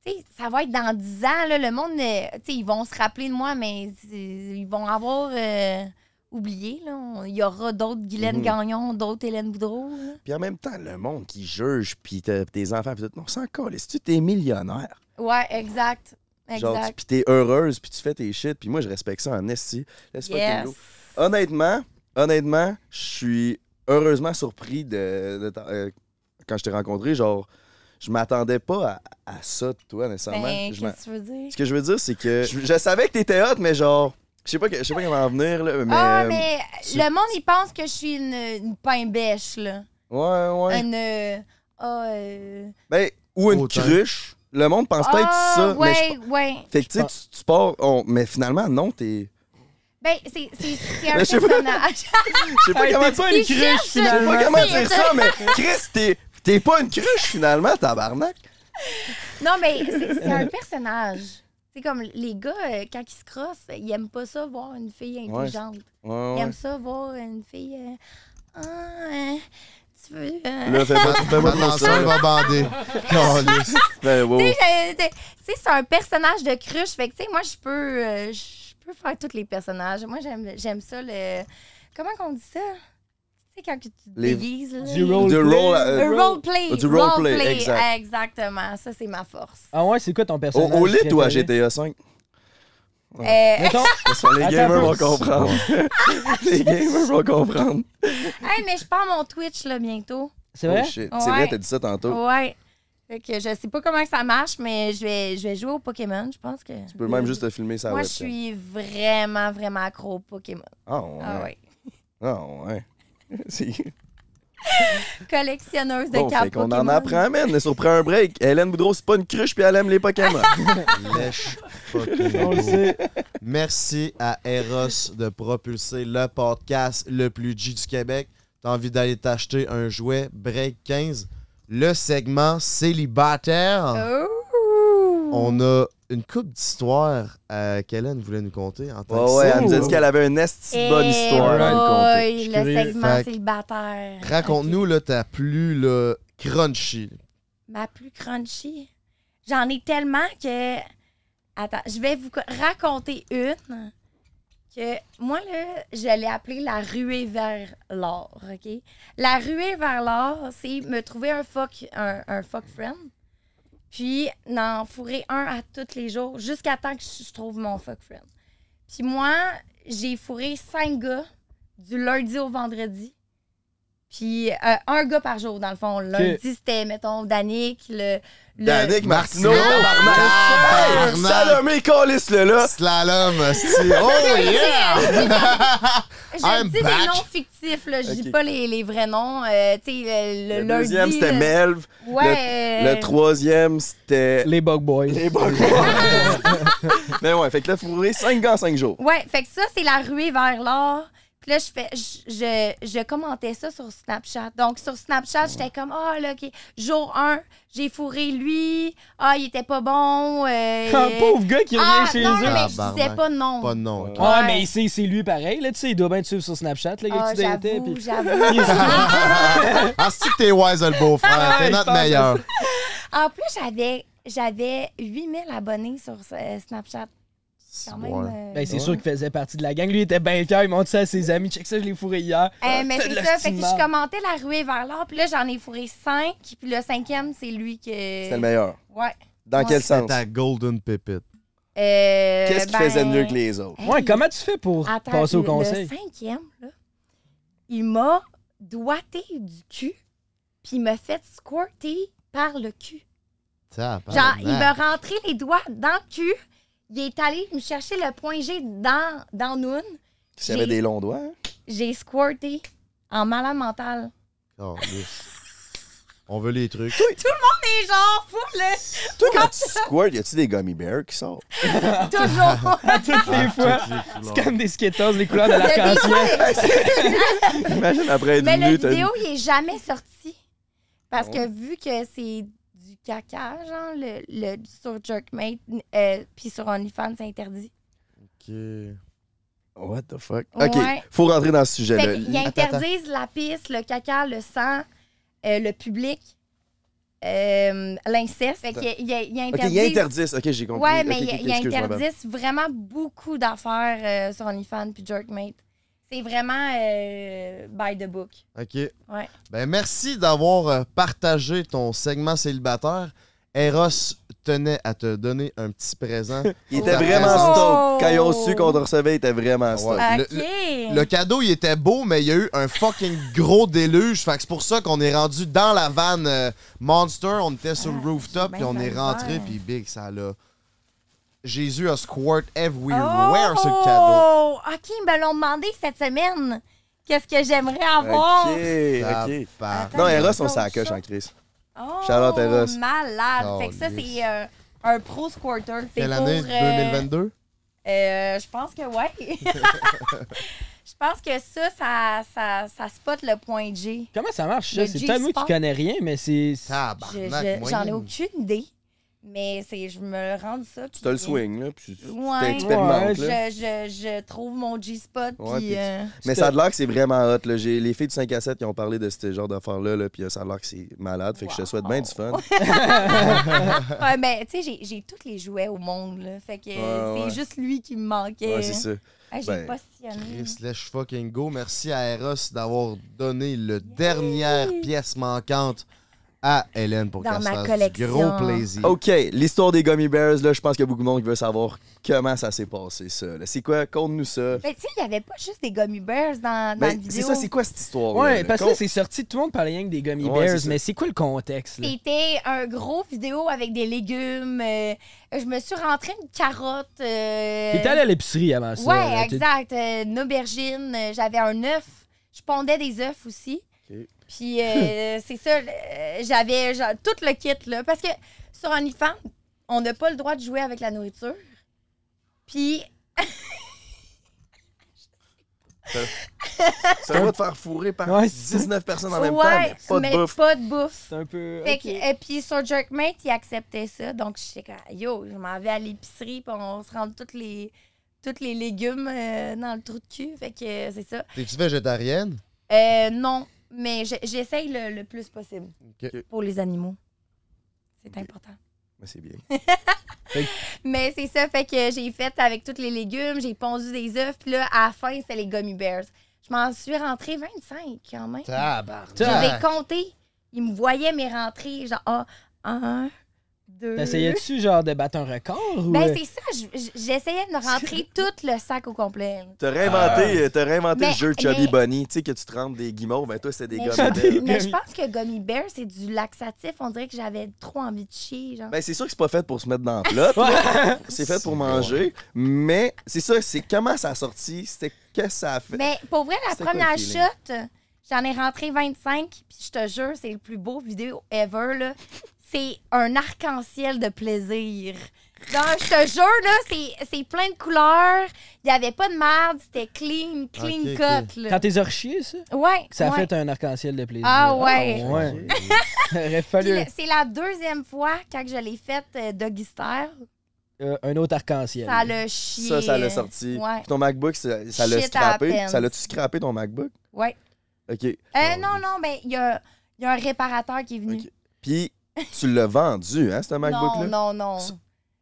[SPEAKER 1] tu sais, ça va être dans 10 ans, là, le monde, euh, tu sais, ils vont se rappeler de moi, mais euh, ils vont avoir. euh, oublié, là. On- Il y aura d'autres Guylaine
[SPEAKER 3] Mhm.
[SPEAKER 1] Gagnon, d'autres Hélène Boudreau. là.
[SPEAKER 3] Puis en même temps, le monde qui juge, puis t'as- tes enfants, puis tout, non, c'est encore, si tu t'es millionnaire,
[SPEAKER 1] Ouais, exact.
[SPEAKER 3] genre, tu-
[SPEAKER 1] Exact.
[SPEAKER 3] puis t'es heureuse, puis tu fais tes shit, puis moi, je respecte ça en esti. Let's fucking go.
[SPEAKER 1] Yes.
[SPEAKER 3] Honnêtement, honnêtement, je suis heureusement surpris de, de ta- euh, quand je t'ai rencontré, genre, je m'attendais pas à, à ça de toi, nécessairement.
[SPEAKER 1] Ben,
[SPEAKER 3] Je m'a-
[SPEAKER 1] qu'est-ce que tu veux dire?
[SPEAKER 3] Ce que je veux dire, c'est que je, je savais que t'étais hot, mais genre, je sais pas, que- je sais pas comment en venir, là, mais.
[SPEAKER 1] Ah,
[SPEAKER 3] euh,
[SPEAKER 1] mais
[SPEAKER 3] tu-
[SPEAKER 1] le monde, il pense que je suis une, une pain bêche, là.
[SPEAKER 3] Ouais, ouais.
[SPEAKER 1] Une. euh, ah, euh,
[SPEAKER 3] Ben, ou une
[SPEAKER 2] Autant.
[SPEAKER 3] cruche. Le monde pense peut-être
[SPEAKER 1] ah,
[SPEAKER 3] ça, mais je-
[SPEAKER 1] ouais, ouais.
[SPEAKER 3] Fait que tu sais, tu- tu pars, on- mais finalement, non, t'es.
[SPEAKER 1] Ben, c'est c'est- c'est un
[SPEAKER 3] Ben, je sais pas. [LAUGHS]
[SPEAKER 1] personnage.
[SPEAKER 3] Je sais pas comment
[SPEAKER 4] T'es
[SPEAKER 3] dire.
[SPEAKER 4] pas une
[SPEAKER 1] Il
[SPEAKER 4] cruche,
[SPEAKER 1] cherche-
[SPEAKER 3] Je sais
[SPEAKER 4] finalement.
[SPEAKER 3] pas comment
[SPEAKER 1] C'est-
[SPEAKER 3] dire ça, mais Chris, t'es. T'es pas une cruche finalement, tabarnak.
[SPEAKER 1] non, mais c'est c'est un personnage. C'est comme les gars, euh, quand ils se crossent, ils aiment pas ça voir une fille
[SPEAKER 3] Ouais.
[SPEAKER 1] intelligente.
[SPEAKER 3] Ouais,
[SPEAKER 1] Ils
[SPEAKER 3] ouais.
[SPEAKER 1] aiment ça voir une fille. euh, ah, euh, tu veux. euh,
[SPEAKER 3] Là, fais pas, fais pas trop
[SPEAKER 2] Attention,
[SPEAKER 3] ça.
[SPEAKER 2] il va
[SPEAKER 1] [LAUGHS]
[SPEAKER 2] bander. Caliste.
[SPEAKER 3] Ben, wow.
[SPEAKER 1] Tu sais, j'ai- t'sais, t'sais, c'est un personnage de cruche. Fait que, tu sais, moi, je peux, euh, je peux faire tous les personnages. Moi, j'aime j'aime ça, le... Comment qu'on dit ça? Tu sais, quand que tu te
[SPEAKER 3] Les-
[SPEAKER 1] déguises, là.
[SPEAKER 4] Du role
[SPEAKER 3] Du
[SPEAKER 4] play.
[SPEAKER 3] role, euh,
[SPEAKER 1] Le roleplay.
[SPEAKER 3] Du roleplay,
[SPEAKER 1] Roleplay,
[SPEAKER 3] exact.
[SPEAKER 1] Exactement. Ça, c'est ma force.
[SPEAKER 4] Ah ouais, c'est quoi ton
[SPEAKER 3] Au,
[SPEAKER 4] personnage?
[SPEAKER 3] au lit, toi,
[SPEAKER 4] préféré?
[SPEAKER 3] GTA 5.
[SPEAKER 1] Euh,
[SPEAKER 4] Mettons,
[SPEAKER 3] Ça, Ben, les
[SPEAKER 4] Attends
[SPEAKER 3] gamers
[SPEAKER 4] un peu.
[SPEAKER 3] vont comprendre.
[SPEAKER 1] [LAUGHS]
[SPEAKER 3] les gamers vont comprendre.
[SPEAKER 1] Euh, hey, mais je pars mon Twitch, là, bientôt.
[SPEAKER 4] c'est vrai?
[SPEAKER 3] Oh shit. C'est vrai,
[SPEAKER 1] Ouais.
[SPEAKER 3] t'as dit ça tantôt.
[SPEAKER 1] Ouais. Fait que je sais pas comment que ça marche, mais je vais, je vais jouer au Pokémon, je pense que...
[SPEAKER 3] Tu peux même juste te filmer ça
[SPEAKER 1] Moi, je suis vraiment, vraiment accro au Pokémon.
[SPEAKER 3] Ah ouais.
[SPEAKER 1] Ah ouais.
[SPEAKER 3] Ah ouais. [LAUGHS] C'est-
[SPEAKER 1] Collectionneuse de
[SPEAKER 3] Bon,
[SPEAKER 1] cartes
[SPEAKER 3] fait qu'on en
[SPEAKER 1] Pokémon.
[SPEAKER 3] apprend, man. Mais sur prend un break. Hélène Boudreau, c'est pas une cruche, puis elle aime
[SPEAKER 1] [LAUGHS]
[SPEAKER 3] les Pokémon.
[SPEAKER 2] Lèche fucking
[SPEAKER 4] [LAUGHS] on le
[SPEAKER 2] beau.
[SPEAKER 4] sait.
[SPEAKER 2] Merci à Eros de propulser le podcast le plus G du Québec. T'as envie d'aller t'acheter un jouet Break 15. Le segment célibataire.
[SPEAKER 1] Oh!
[SPEAKER 2] On a une coupe d'histoires euh, qu'Hélène voulait nous conter en tant
[SPEAKER 3] Ouais,
[SPEAKER 2] que
[SPEAKER 3] ouais, elle
[SPEAKER 2] sœur.
[SPEAKER 3] nous a dit qu'elle avait une esti de bonne
[SPEAKER 1] Eh
[SPEAKER 3] histoire à nous conter.
[SPEAKER 1] boy,
[SPEAKER 2] Je suis
[SPEAKER 1] le
[SPEAKER 2] curieux.
[SPEAKER 1] segment
[SPEAKER 2] Fait que-
[SPEAKER 1] célibataire.
[SPEAKER 2] Raconte-nous là, ta plus là, crunchy.
[SPEAKER 1] ma plus crunchy. J'en ai tellement que. Attends, je vais vous co- raconter une que moi, là, je l'ai appelée la ruée vers l'or. OK? La ruée vers l'or, c'est me trouver un fuck, un, un fuck friend, puis n'en fourrer un à tous les jours jusqu'à temps que je je trouve mon fuck friend. Puis moi, j'ai fourré cinq gars du lundi au vendredi. Puis euh, un gars par jour, dans le fond. Lundi, c'était, mettons, Danick. Le, le-
[SPEAKER 2] Danick
[SPEAKER 3] Martineau,
[SPEAKER 2] Martineau,
[SPEAKER 3] tabarnak! Hey,
[SPEAKER 2] tabarnak!
[SPEAKER 3] Salomé, calisse-le là!
[SPEAKER 2] Slalom, esti. Oh yeah!
[SPEAKER 1] Je
[SPEAKER 2] I'm
[SPEAKER 1] dis des
[SPEAKER 2] back.
[SPEAKER 1] noms fictifs, là. Je dis
[SPEAKER 3] Ok.
[SPEAKER 1] pas les, les vrais noms. Euh, tu sais, le, le
[SPEAKER 3] Le
[SPEAKER 1] lundi. Euh.
[SPEAKER 3] deuxième, c'était
[SPEAKER 1] le-
[SPEAKER 3] Melv.
[SPEAKER 1] Ouais.
[SPEAKER 3] Le troisième, c'était...
[SPEAKER 4] Les Bug
[SPEAKER 1] [LAUGHS]
[SPEAKER 4] Boys.
[SPEAKER 3] Les Bugs. [LAUGHS] Mais ouais, fait que là, fourré 5 gars en 5 jours.
[SPEAKER 1] euh, Ouais, fait que ça, c'est la ruée vers l'or. Puis là, je, fais, je, je, je commentais ça sur Snapchat. Donc, sur Snapchat, j'étais comme, ah, là, OK. Jour 1, j'ai fourré lui. Ah, il était pas bon.
[SPEAKER 4] [LAUGHS]
[SPEAKER 1] euh,
[SPEAKER 4] Un pauvre gars qui revient
[SPEAKER 1] ah,
[SPEAKER 4] chez
[SPEAKER 1] non, non,
[SPEAKER 4] eux. Ouais,
[SPEAKER 1] mais je disais
[SPEAKER 2] Tabarnak.
[SPEAKER 1] pas non.
[SPEAKER 2] Pas de nom. ok.
[SPEAKER 1] Ouais.
[SPEAKER 4] mais c'est, c'est lui pareil, là, tu sais, il doit bien te suivre sur Snapchat, le gars
[SPEAKER 1] Ah,
[SPEAKER 4] que tu datais.
[SPEAKER 1] j'avoue,
[SPEAKER 4] Puis... [LAUGHS]
[SPEAKER 1] j'avoue.
[SPEAKER 2] Ah, c'est-tu que t'es wise, le beau-frère?
[SPEAKER 4] Ouais,
[SPEAKER 2] T'es
[SPEAKER 4] je
[SPEAKER 2] notre
[SPEAKER 4] pense que
[SPEAKER 2] meilleur.
[SPEAKER 1] En plus, j'avais, j'avais 8000 abonnés sur euh, Snapchat. Quand même.
[SPEAKER 2] Ouais.
[SPEAKER 1] euh,
[SPEAKER 4] Ben, c'est sûr qu'il faisait partie de la gang. Lui, il était bien fier, il montre ça à ses amis. Check ça, je l'ai fourré hier.
[SPEAKER 1] Euh, mais
[SPEAKER 4] Ah, T'as de
[SPEAKER 1] c'est
[SPEAKER 4] la
[SPEAKER 1] ça, fait que
[SPEAKER 4] stimule.
[SPEAKER 1] je commentais la ruée vers l'or, puis là j'en ai fourré cinq, puis le cinquième c'est lui que.
[SPEAKER 3] C'était le meilleur.
[SPEAKER 1] Ouais.
[SPEAKER 3] Dans quel
[SPEAKER 2] C'est
[SPEAKER 3] sens?
[SPEAKER 2] ta golden pépite.
[SPEAKER 1] Euh,
[SPEAKER 3] Qu'est-ce qui
[SPEAKER 1] ben,
[SPEAKER 3] faisait de mieux que les autres?
[SPEAKER 1] hey,
[SPEAKER 4] Ouais, comment tu fais pour
[SPEAKER 1] attends,
[SPEAKER 4] passer au
[SPEAKER 1] le-
[SPEAKER 4] conseil?
[SPEAKER 1] Le cinquième, là, il m'a doigté du cul, puis il m'a fait squirter par le cul. Genre, il m'a rentré les doigts dans le cul, il est allé me chercher le point G dans, dans Noon,
[SPEAKER 3] J'avais des longs doigts. hein?
[SPEAKER 1] j'ai squirté en malade mental.
[SPEAKER 2] Oh, yes. On veut les trucs.
[SPEAKER 1] On est genre, fou, là,
[SPEAKER 3] Toi, quand tu squirt, y a-tu des gummy bears qui sortent?
[SPEAKER 1] toujours.
[SPEAKER 4] À toutes les
[SPEAKER 3] Ah,
[SPEAKER 4] fois, c'est comme des skaters, les couleurs de l'arc-en-ciel.
[SPEAKER 3] Imagine après une
[SPEAKER 1] Mais la
[SPEAKER 3] minute. t'as une-
[SPEAKER 1] vidéo, il est jamais sorti. Parce que vu que c'est du caca, genre, le, le- sur Jerkmate, euh, puis sur OnlyFans, c'est interdit.
[SPEAKER 3] What the fuck? OK,
[SPEAKER 1] Ouais.
[SPEAKER 3] faut rentrer dans ce sujet-là.
[SPEAKER 1] Fait qu'ils
[SPEAKER 2] attends, attends.
[SPEAKER 1] interdisent la piste, le caca, le sang, euh, le public, euh, l'inceste. Fait qu'ils ils- ils
[SPEAKER 3] OK,
[SPEAKER 1] interdisent...
[SPEAKER 3] ils interdisent. OK, j'ai compris.
[SPEAKER 1] Ouais,
[SPEAKER 3] OK,
[SPEAKER 1] mais
[SPEAKER 3] OK,
[SPEAKER 1] ils-
[SPEAKER 3] OK,
[SPEAKER 1] ils
[SPEAKER 3] excuse-moi, madame.
[SPEAKER 1] interdisent vraiment beaucoup d'affaires euh, sur OnlyFans puis Jerkmate. C'est vraiment euh, by the book.
[SPEAKER 2] OK.
[SPEAKER 1] Ouais.
[SPEAKER 2] Ben, merci d'avoir euh, partagé ton segment célibataire. Eros tenait à te donner un petit présent.
[SPEAKER 3] Il était
[SPEAKER 2] Oh.
[SPEAKER 3] vraiment stoked. Quand ils ont
[SPEAKER 1] Oh. Ah,
[SPEAKER 3] su qu'on te recevait, il était vraiment
[SPEAKER 2] Ouais.
[SPEAKER 3] stoked.
[SPEAKER 1] OK.
[SPEAKER 2] Le- Le cadeau, il était beau, mais il y a eu un fucking gros déluge. Fait que c'est pour ça qu'on est rendu dans la vanne euh, Monster. On était sur le
[SPEAKER 1] Ah,
[SPEAKER 2] rooftop,
[SPEAKER 1] j'ai
[SPEAKER 2] puis on
[SPEAKER 1] bien
[SPEAKER 2] est
[SPEAKER 1] de la
[SPEAKER 2] rentré,
[SPEAKER 1] misère.
[SPEAKER 2] puis Big, ça l'a. Jésus a squirt
[SPEAKER 1] Oh!
[SPEAKER 2] everywhere sur le cadeau.
[SPEAKER 1] OK, ils me l'ont demandé cette semaine. Qu'est-ce que j'aimerais avoir?
[SPEAKER 3] OK, OK.
[SPEAKER 2] Tabarnak.
[SPEAKER 3] Non,
[SPEAKER 1] Attends,
[SPEAKER 3] Eros, on
[SPEAKER 1] on
[SPEAKER 3] s'en coche
[SPEAKER 1] ça.
[SPEAKER 3] en crise.
[SPEAKER 1] Oh,
[SPEAKER 3] Charlotte Eros.
[SPEAKER 1] malade.
[SPEAKER 2] Oh,
[SPEAKER 1] fait que ça,
[SPEAKER 2] yes.
[SPEAKER 1] c'est euh, un pro squirter. C'est
[SPEAKER 2] Quelle
[SPEAKER 1] pour,
[SPEAKER 2] année?
[SPEAKER 1] euh,
[SPEAKER 2] 2022?
[SPEAKER 1] euh, je pense que
[SPEAKER 3] [LAUGHS]
[SPEAKER 1] oui. [LAUGHS] je pense que ça, ça, ça, ça spot le point G.
[SPEAKER 4] Comment ça marche, ça?
[SPEAKER 1] Le
[SPEAKER 4] C'est peut-être moi qui
[SPEAKER 1] G-spot.
[SPEAKER 4] connais rien, mais c'est. c'est-
[SPEAKER 3] Ah,
[SPEAKER 1] Je-
[SPEAKER 2] Tabarnak,
[SPEAKER 1] je- J'en ai
[SPEAKER 2] moyenne.
[SPEAKER 1] aucune idée, mais c'est je me rends ça.
[SPEAKER 3] Tu te le swing, là, puis tu tu
[SPEAKER 1] Ouais.
[SPEAKER 3] t'expérimentes,
[SPEAKER 1] Je,
[SPEAKER 3] là.
[SPEAKER 1] je, je trouve mon G-spot,
[SPEAKER 3] Ouais,
[SPEAKER 1] puis...
[SPEAKER 3] puis tu-
[SPEAKER 1] euh,
[SPEAKER 3] Mais ça a l'air que c'est vraiment hot. Là. J'ai les filles du 5 à 7 qui ont parlé de ce genre d'affaires-là, là, puis euh, ça a l'air que c'est malade. Fait que je te souhaite bien du fun.
[SPEAKER 1] Ouais, mais tu sais, j'ai- j'ai tous les jouets au monde, là. Fait que euh,
[SPEAKER 3] Ouais,
[SPEAKER 1] c'est
[SPEAKER 3] ouais.
[SPEAKER 1] juste lui qui me manquait.
[SPEAKER 3] Ouais, c'est ça.
[SPEAKER 1] Ah, j'ai
[SPEAKER 3] Ben,
[SPEAKER 1] passionné.
[SPEAKER 2] Chris, let's fucking go. Merci à Eros d'avoir donné le dernière pièce manquante à Hélène pour
[SPEAKER 1] Dans
[SPEAKER 2] qu'elle se
[SPEAKER 1] ma
[SPEAKER 2] fasse du
[SPEAKER 1] collection.
[SPEAKER 2] gros plaisir.
[SPEAKER 3] OK, l'histoire des Gummy Bears, là, je pense qu'il y a beaucoup de monde qui veut savoir comment ça s'est passé, ça. là. C'est quoi? Conte-nous ça.
[SPEAKER 1] Mais Ben, tu sais, il n'y avait pas juste des gummy bears dans, dans la
[SPEAKER 3] Mais Ben, c'est
[SPEAKER 1] vidéo.
[SPEAKER 3] ça, c'est quoi cette histoire?
[SPEAKER 4] Ouais, parce que là, c'est sorti, tout le monde parlait rien que des Gummy
[SPEAKER 3] Ouais,
[SPEAKER 4] Bears,
[SPEAKER 3] c'est ça.
[SPEAKER 4] mais c'est quoi le contexte, là?
[SPEAKER 1] C'était un gros vidéo avec des légumes. euh, je me suis rentrée une carotte. euh,
[SPEAKER 4] T'étais allé à l'épicerie avant ça.
[SPEAKER 1] Ouais,
[SPEAKER 4] là, t'es-
[SPEAKER 1] exact. euh, une aubergine. euh, J'avais un œuf. Je pondais des œufs aussi.
[SPEAKER 3] Ok.
[SPEAKER 1] Puis euh, c'est ça, euh, j'avais genre, tout le kit, là. Parce que sur OnlyFans, on n'a pas le droit de jouer avec la nourriture. Puis...
[SPEAKER 3] Ça va te faire fourrer par
[SPEAKER 4] Ouais, c'est-
[SPEAKER 3] 19 personnes en même temps.
[SPEAKER 1] ouais,
[SPEAKER 3] mais Pas de
[SPEAKER 1] mais
[SPEAKER 3] bouffe.
[SPEAKER 1] pas de bouffe.
[SPEAKER 4] C'est un peu.
[SPEAKER 1] Fait
[SPEAKER 4] ok.
[SPEAKER 1] que- euh, et puis sur Jerkmate, il acceptait ça. Donc, je sais quand, yo, je m'en vais à l'épicerie, puis on se rend tous les, toutes les légumes euh, dans le trou de cul. Fait que euh, c'est ça.
[SPEAKER 2] T'es-tu végétarienne?
[SPEAKER 1] Euh, non, mais je- j'essaye le, le plus possible
[SPEAKER 3] Ok.
[SPEAKER 1] pour les animaux. C'est
[SPEAKER 3] Ok.
[SPEAKER 1] important.
[SPEAKER 3] Mais
[SPEAKER 1] [LAUGHS]
[SPEAKER 3] c'est bien.
[SPEAKER 1] Mais c'est ça, fait que j'ai fait avec tous les légumes, j'ai pondu des œufs, puis là, à la fin, c'était les gummy bears. Je m'en suis rentrée 25 quand même. J'avais
[SPEAKER 2] Tabarnak!
[SPEAKER 1] compté. Ils me voyaient mes rentrées, genre, ah, un, deux.
[SPEAKER 4] T'essayais-tu, genre, de battre un record ou.
[SPEAKER 1] Ben,
[SPEAKER 4] euh,
[SPEAKER 1] c'est ça, je- je- j'essayais de me rentrer [LAUGHS] tout le sac au complet.
[SPEAKER 3] T'as réinventé, t'as réinventé
[SPEAKER 1] Ah. Mais-
[SPEAKER 3] le jeu Chubby
[SPEAKER 1] mais-
[SPEAKER 3] Bunny. Tu sais que tu te rends des guimauves, ben toi, c'est des
[SPEAKER 1] Mais,
[SPEAKER 3] gommes.
[SPEAKER 1] je,
[SPEAKER 3] Ben
[SPEAKER 1] mais je pense que Gummy Bear, c'est du laxatif. On dirait que j'avais trop envie de chier. Genre.
[SPEAKER 3] Ben, c'est sûr que c'est pas fait pour se mettre dans le plat. c'est fait pour manger. Mais c'est ça, c'est comment ça a sorti, c'était qu'est-ce que ça a fait.
[SPEAKER 1] Mais pour vrai, la
[SPEAKER 3] C'était quoi le
[SPEAKER 1] première
[SPEAKER 3] feeling?
[SPEAKER 1] shot, j'en ai rentré 25, puis je te jure, c'est le plus beau vidéo ever. là. C'est un arc-en-ciel de plaisir. Non, je te jure, là, c'est- c'est plein de couleurs. Il n'y avait pas de merde, c'était clean, clean
[SPEAKER 2] Ok,
[SPEAKER 1] cut.
[SPEAKER 4] Quand
[SPEAKER 1] Là.
[SPEAKER 4] t'es archié, ça?
[SPEAKER 1] Ouais,
[SPEAKER 4] Ça a
[SPEAKER 1] ouais.
[SPEAKER 4] fait un arc-en-ciel de plaisir.
[SPEAKER 1] Ah ouais.
[SPEAKER 4] ouais. [LAUGHS] Aurait
[SPEAKER 1] Puis
[SPEAKER 4] fallu
[SPEAKER 1] le- C'est la deuxième fois quand je l'ai faite euh, Doggy Style.
[SPEAKER 4] euh, un autre arc-en-ciel.
[SPEAKER 1] Ça l'a chié.
[SPEAKER 3] Ça, ça l'a
[SPEAKER 1] euh,
[SPEAKER 3] sorti.
[SPEAKER 1] Ouais.
[SPEAKER 3] Puis ton MacBook, ça ça l'a
[SPEAKER 1] Shit à
[SPEAKER 3] scrappé.
[SPEAKER 1] peine.
[SPEAKER 3] Ça l'a-tu scrappé ton MacBook?
[SPEAKER 1] ouais.
[SPEAKER 3] OK.
[SPEAKER 1] Euh, non, non, mais il y a, il y a un réparateur qui est venu.
[SPEAKER 3] Ok. Puis tu l'as vendu, hein, ce MacBook-là?
[SPEAKER 1] [LAUGHS] Non, non, non.
[SPEAKER 3] C'est-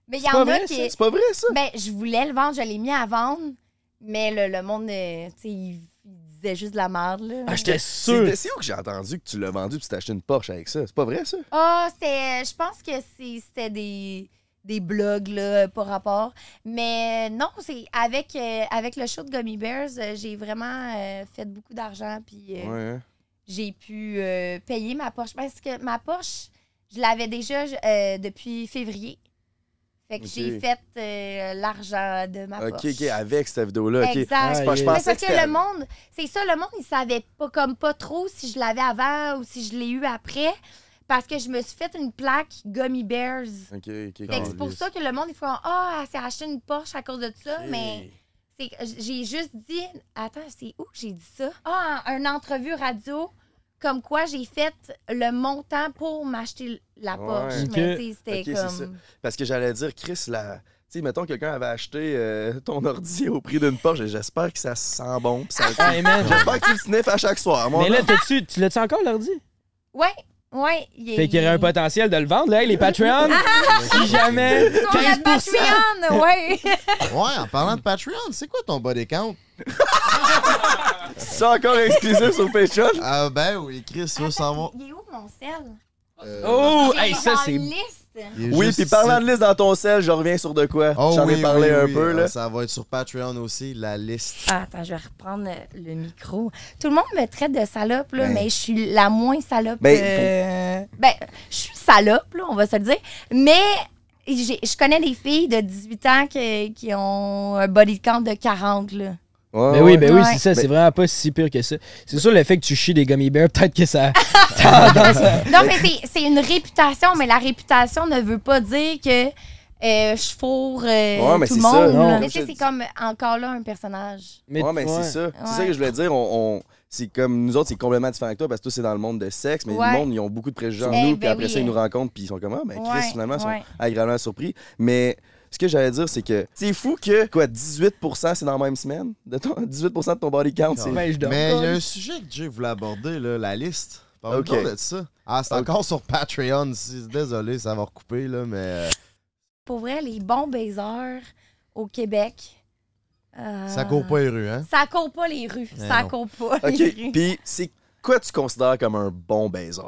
[SPEAKER 1] Mais il y
[SPEAKER 3] C'est pas
[SPEAKER 1] en
[SPEAKER 3] vrai,
[SPEAKER 1] a qui.
[SPEAKER 3] ça? C'est pas vrai, ça?
[SPEAKER 1] Ben, je voulais le vendre, je l'ai mis à vendre, mais le, le monde, euh, tu sais, il, il disait juste de la merde, là. [LAUGHS]
[SPEAKER 4] Ah, j'étais
[SPEAKER 3] C'est
[SPEAKER 4] sûr.
[SPEAKER 3] c'est où que j'ai entendu que tu l'as vendu puis tu t'as acheté une Porsche avec ça? C'est pas vrai, ça?
[SPEAKER 1] Ah, c'est. Je pense que c'est- c'était des, des blogs, là, par rapport. Mais non, c'est avec, euh, avec le show de Gummy Bears, euh, j'ai vraiment euh, fait beaucoup d'argent, puis euh,
[SPEAKER 3] Ouais.
[SPEAKER 1] j'ai pu euh, payer ma Porsche. Parce que ma Porsche, je l'avais déjà je- euh, depuis février. Fait que
[SPEAKER 3] Ok.
[SPEAKER 1] j'ai fait euh, l'argent de ma
[SPEAKER 3] hein? OK,
[SPEAKER 1] Porsche.
[SPEAKER 3] OK, avec cette vidéo-là. OK. Ah,
[SPEAKER 1] Exact.
[SPEAKER 3] C'est pas- Je
[SPEAKER 1] Mais
[SPEAKER 3] pensais
[SPEAKER 4] Mais
[SPEAKER 1] parce
[SPEAKER 3] que
[SPEAKER 1] que le
[SPEAKER 3] c'était-
[SPEAKER 1] monde, c'est ça, le monde, il savait pas comme pas trop si je l'avais avant ou si je l'ai eu après. Parce que je me suis fait une plaque Gummy Bears.
[SPEAKER 3] OK, OK.
[SPEAKER 1] Fait que c'est pour ça que le monde, ils font Ah, elle s'est acheté une Porsche à cause de ça. Mais c'est que j'ai juste dit Attends, c'est où que j'ai dit ça? Ah, en- une entrevue radio, comme quoi j'ai fait le montant pour m'acheter la
[SPEAKER 3] Ouais.
[SPEAKER 1] Porsche.
[SPEAKER 3] Ok.
[SPEAKER 1] Mais tu sais, c'était
[SPEAKER 3] Ok, c'est ça.
[SPEAKER 1] comme.
[SPEAKER 3] Parce que j'allais dire, Chris, la... tu sais, mettons que quelqu'un avait acheté euh, ton ordi au prix d'une Porsche et j'espère que ça sent bon. puis ça-
[SPEAKER 4] [LAUGHS] [LAUGHS] Hey, man.
[SPEAKER 3] J'espère que tu le sniffes à chaque soir. Mon
[SPEAKER 4] Mais là,
[SPEAKER 3] homme.
[SPEAKER 4] t'as-tu- tu l'as-tu encore l'ordi?
[SPEAKER 1] Ouais, ouais. il est-
[SPEAKER 4] Fait qu'il y aurait un potentiel de le vendre, là, hey,
[SPEAKER 1] [LAUGHS]
[SPEAKER 4] les Patreons. si jamais.
[SPEAKER 1] Sur la
[SPEAKER 4] 15
[SPEAKER 1] Patreon,
[SPEAKER 3] [LAUGHS]
[SPEAKER 1] ouais.
[SPEAKER 2] Ouais, en parlant de Patreon, c'est quoi ton body count?
[SPEAKER 3] c'est encore exclusif
[SPEAKER 2] [LAUGHS]
[SPEAKER 3] sur Patreon.
[SPEAKER 2] Ah ben oui, Chris, il veut savoir.
[SPEAKER 1] Il est où mon sel?
[SPEAKER 2] Euh,
[SPEAKER 4] Oh,
[SPEAKER 1] J'ai
[SPEAKER 4] hey, ça,
[SPEAKER 1] genre
[SPEAKER 4] c'est.
[SPEAKER 1] une liste.
[SPEAKER 2] il est
[SPEAKER 3] Oui,
[SPEAKER 2] juste
[SPEAKER 3] puis parlant
[SPEAKER 2] ici.
[SPEAKER 3] de liste dans ton sel, je reviens sur de quoi.
[SPEAKER 2] Oh,
[SPEAKER 3] J'en
[SPEAKER 2] oui,
[SPEAKER 3] ai parlé
[SPEAKER 2] oui,
[SPEAKER 3] un
[SPEAKER 2] oui.
[SPEAKER 3] peu,
[SPEAKER 2] Ah,
[SPEAKER 3] là.
[SPEAKER 2] Ça va être sur Patreon aussi, la liste.
[SPEAKER 1] Ah, attends, je vais reprendre euh, le micro. Tout le monde me traite de salope, là,
[SPEAKER 3] Ben.
[SPEAKER 1] mais je suis la moins salope.
[SPEAKER 3] Ben,
[SPEAKER 1] euh, ben, je suis salope, là, on va se le dire. Mais j'ai- je connais des filles de 18 ans que- qui ont un body count de 40, là.
[SPEAKER 3] Ouais,
[SPEAKER 4] Ben oui, ben oui,
[SPEAKER 1] Ouais.
[SPEAKER 4] c'est ça, c'est
[SPEAKER 3] Ben-
[SPEAKER 4] vraiment pas si pire que ça. C'est sûr, le fait que tu chies des gummy bears, [LAUGHS] peut-être que ça.
[SPEAKER 1] Non, mais c'est- c'est une réputation, mais la réputation ne veut pas dire que euh, je fourre euh,
[SPEAKER 3] mais
[SPEAKER 1] tout
[SPEAKER 3] c'est
[SPEAKER 1] le
[SPEAKER 3] ça,
[SPEAKER 1] monde.
[SPEAKER 4] non.
[SPEAKER 1] là. Mais tu sais, c'est comme encore là un personnage.
[SPEAKER 3] Ouais, mais c'est ça. C'est ça que je voulais dire. On, on- c'est comme nous autres, c'est complètement différent que toi parce que toi, c'est dans le monde de sexe, mais
[SPEAKER 1] Ouais.
[SPEAKER 3] le monde, ils ont beaucoup de préjugés en
[SPEAKER 1] Eh,
[SPEAKER 3] nous,
[SPEAKER 1] ben
[SPEAKER 3] puis après
[SPEAKER 1] oui.
[SPEAKER 3] ça, ils nous rencontrent, puis ils sont comme, ah, ben Chris,
[SPEAKER 1] Ouais,
[SPEAKER 3] finalement, ils sont
[SPEAKER 1] ouais.
[SPEAKER 3] agréablement surpris. Mais ce que j'allais dire, c'est que c'est fou que, quoi, 18 c'est dans la même semaine? De ton, 18 de ton body count, c'est.
[SPEAKER 4] Ben, je dors.
[SPEAKER 2] Mais il y a un sujet que Jay voulait aborder, là, la liste. Parle-nous
[SPEAKER 3] Ok.
[SPEAKER 2] donc de ça. Ah, c'est encore sur Patreon. si- Désolé, ça va recouper, là, mais euh,
[SPEAKER 1] Pour vrai, les bons baisers au Québec. euh,
[SPEAKER 2] ça court pas les rues, hein?
[SPEAKER 1] Ça court pas les rues.
[SPEAKER 2] Mais
[SPEAKER 1] ça
[SPEAKER 2] non.
[SPEAKER 1] court pas les rues. [LAUGHS]
[SPEAKER 3] OK. Puis c'est quoi tu considères comme un bon baiser?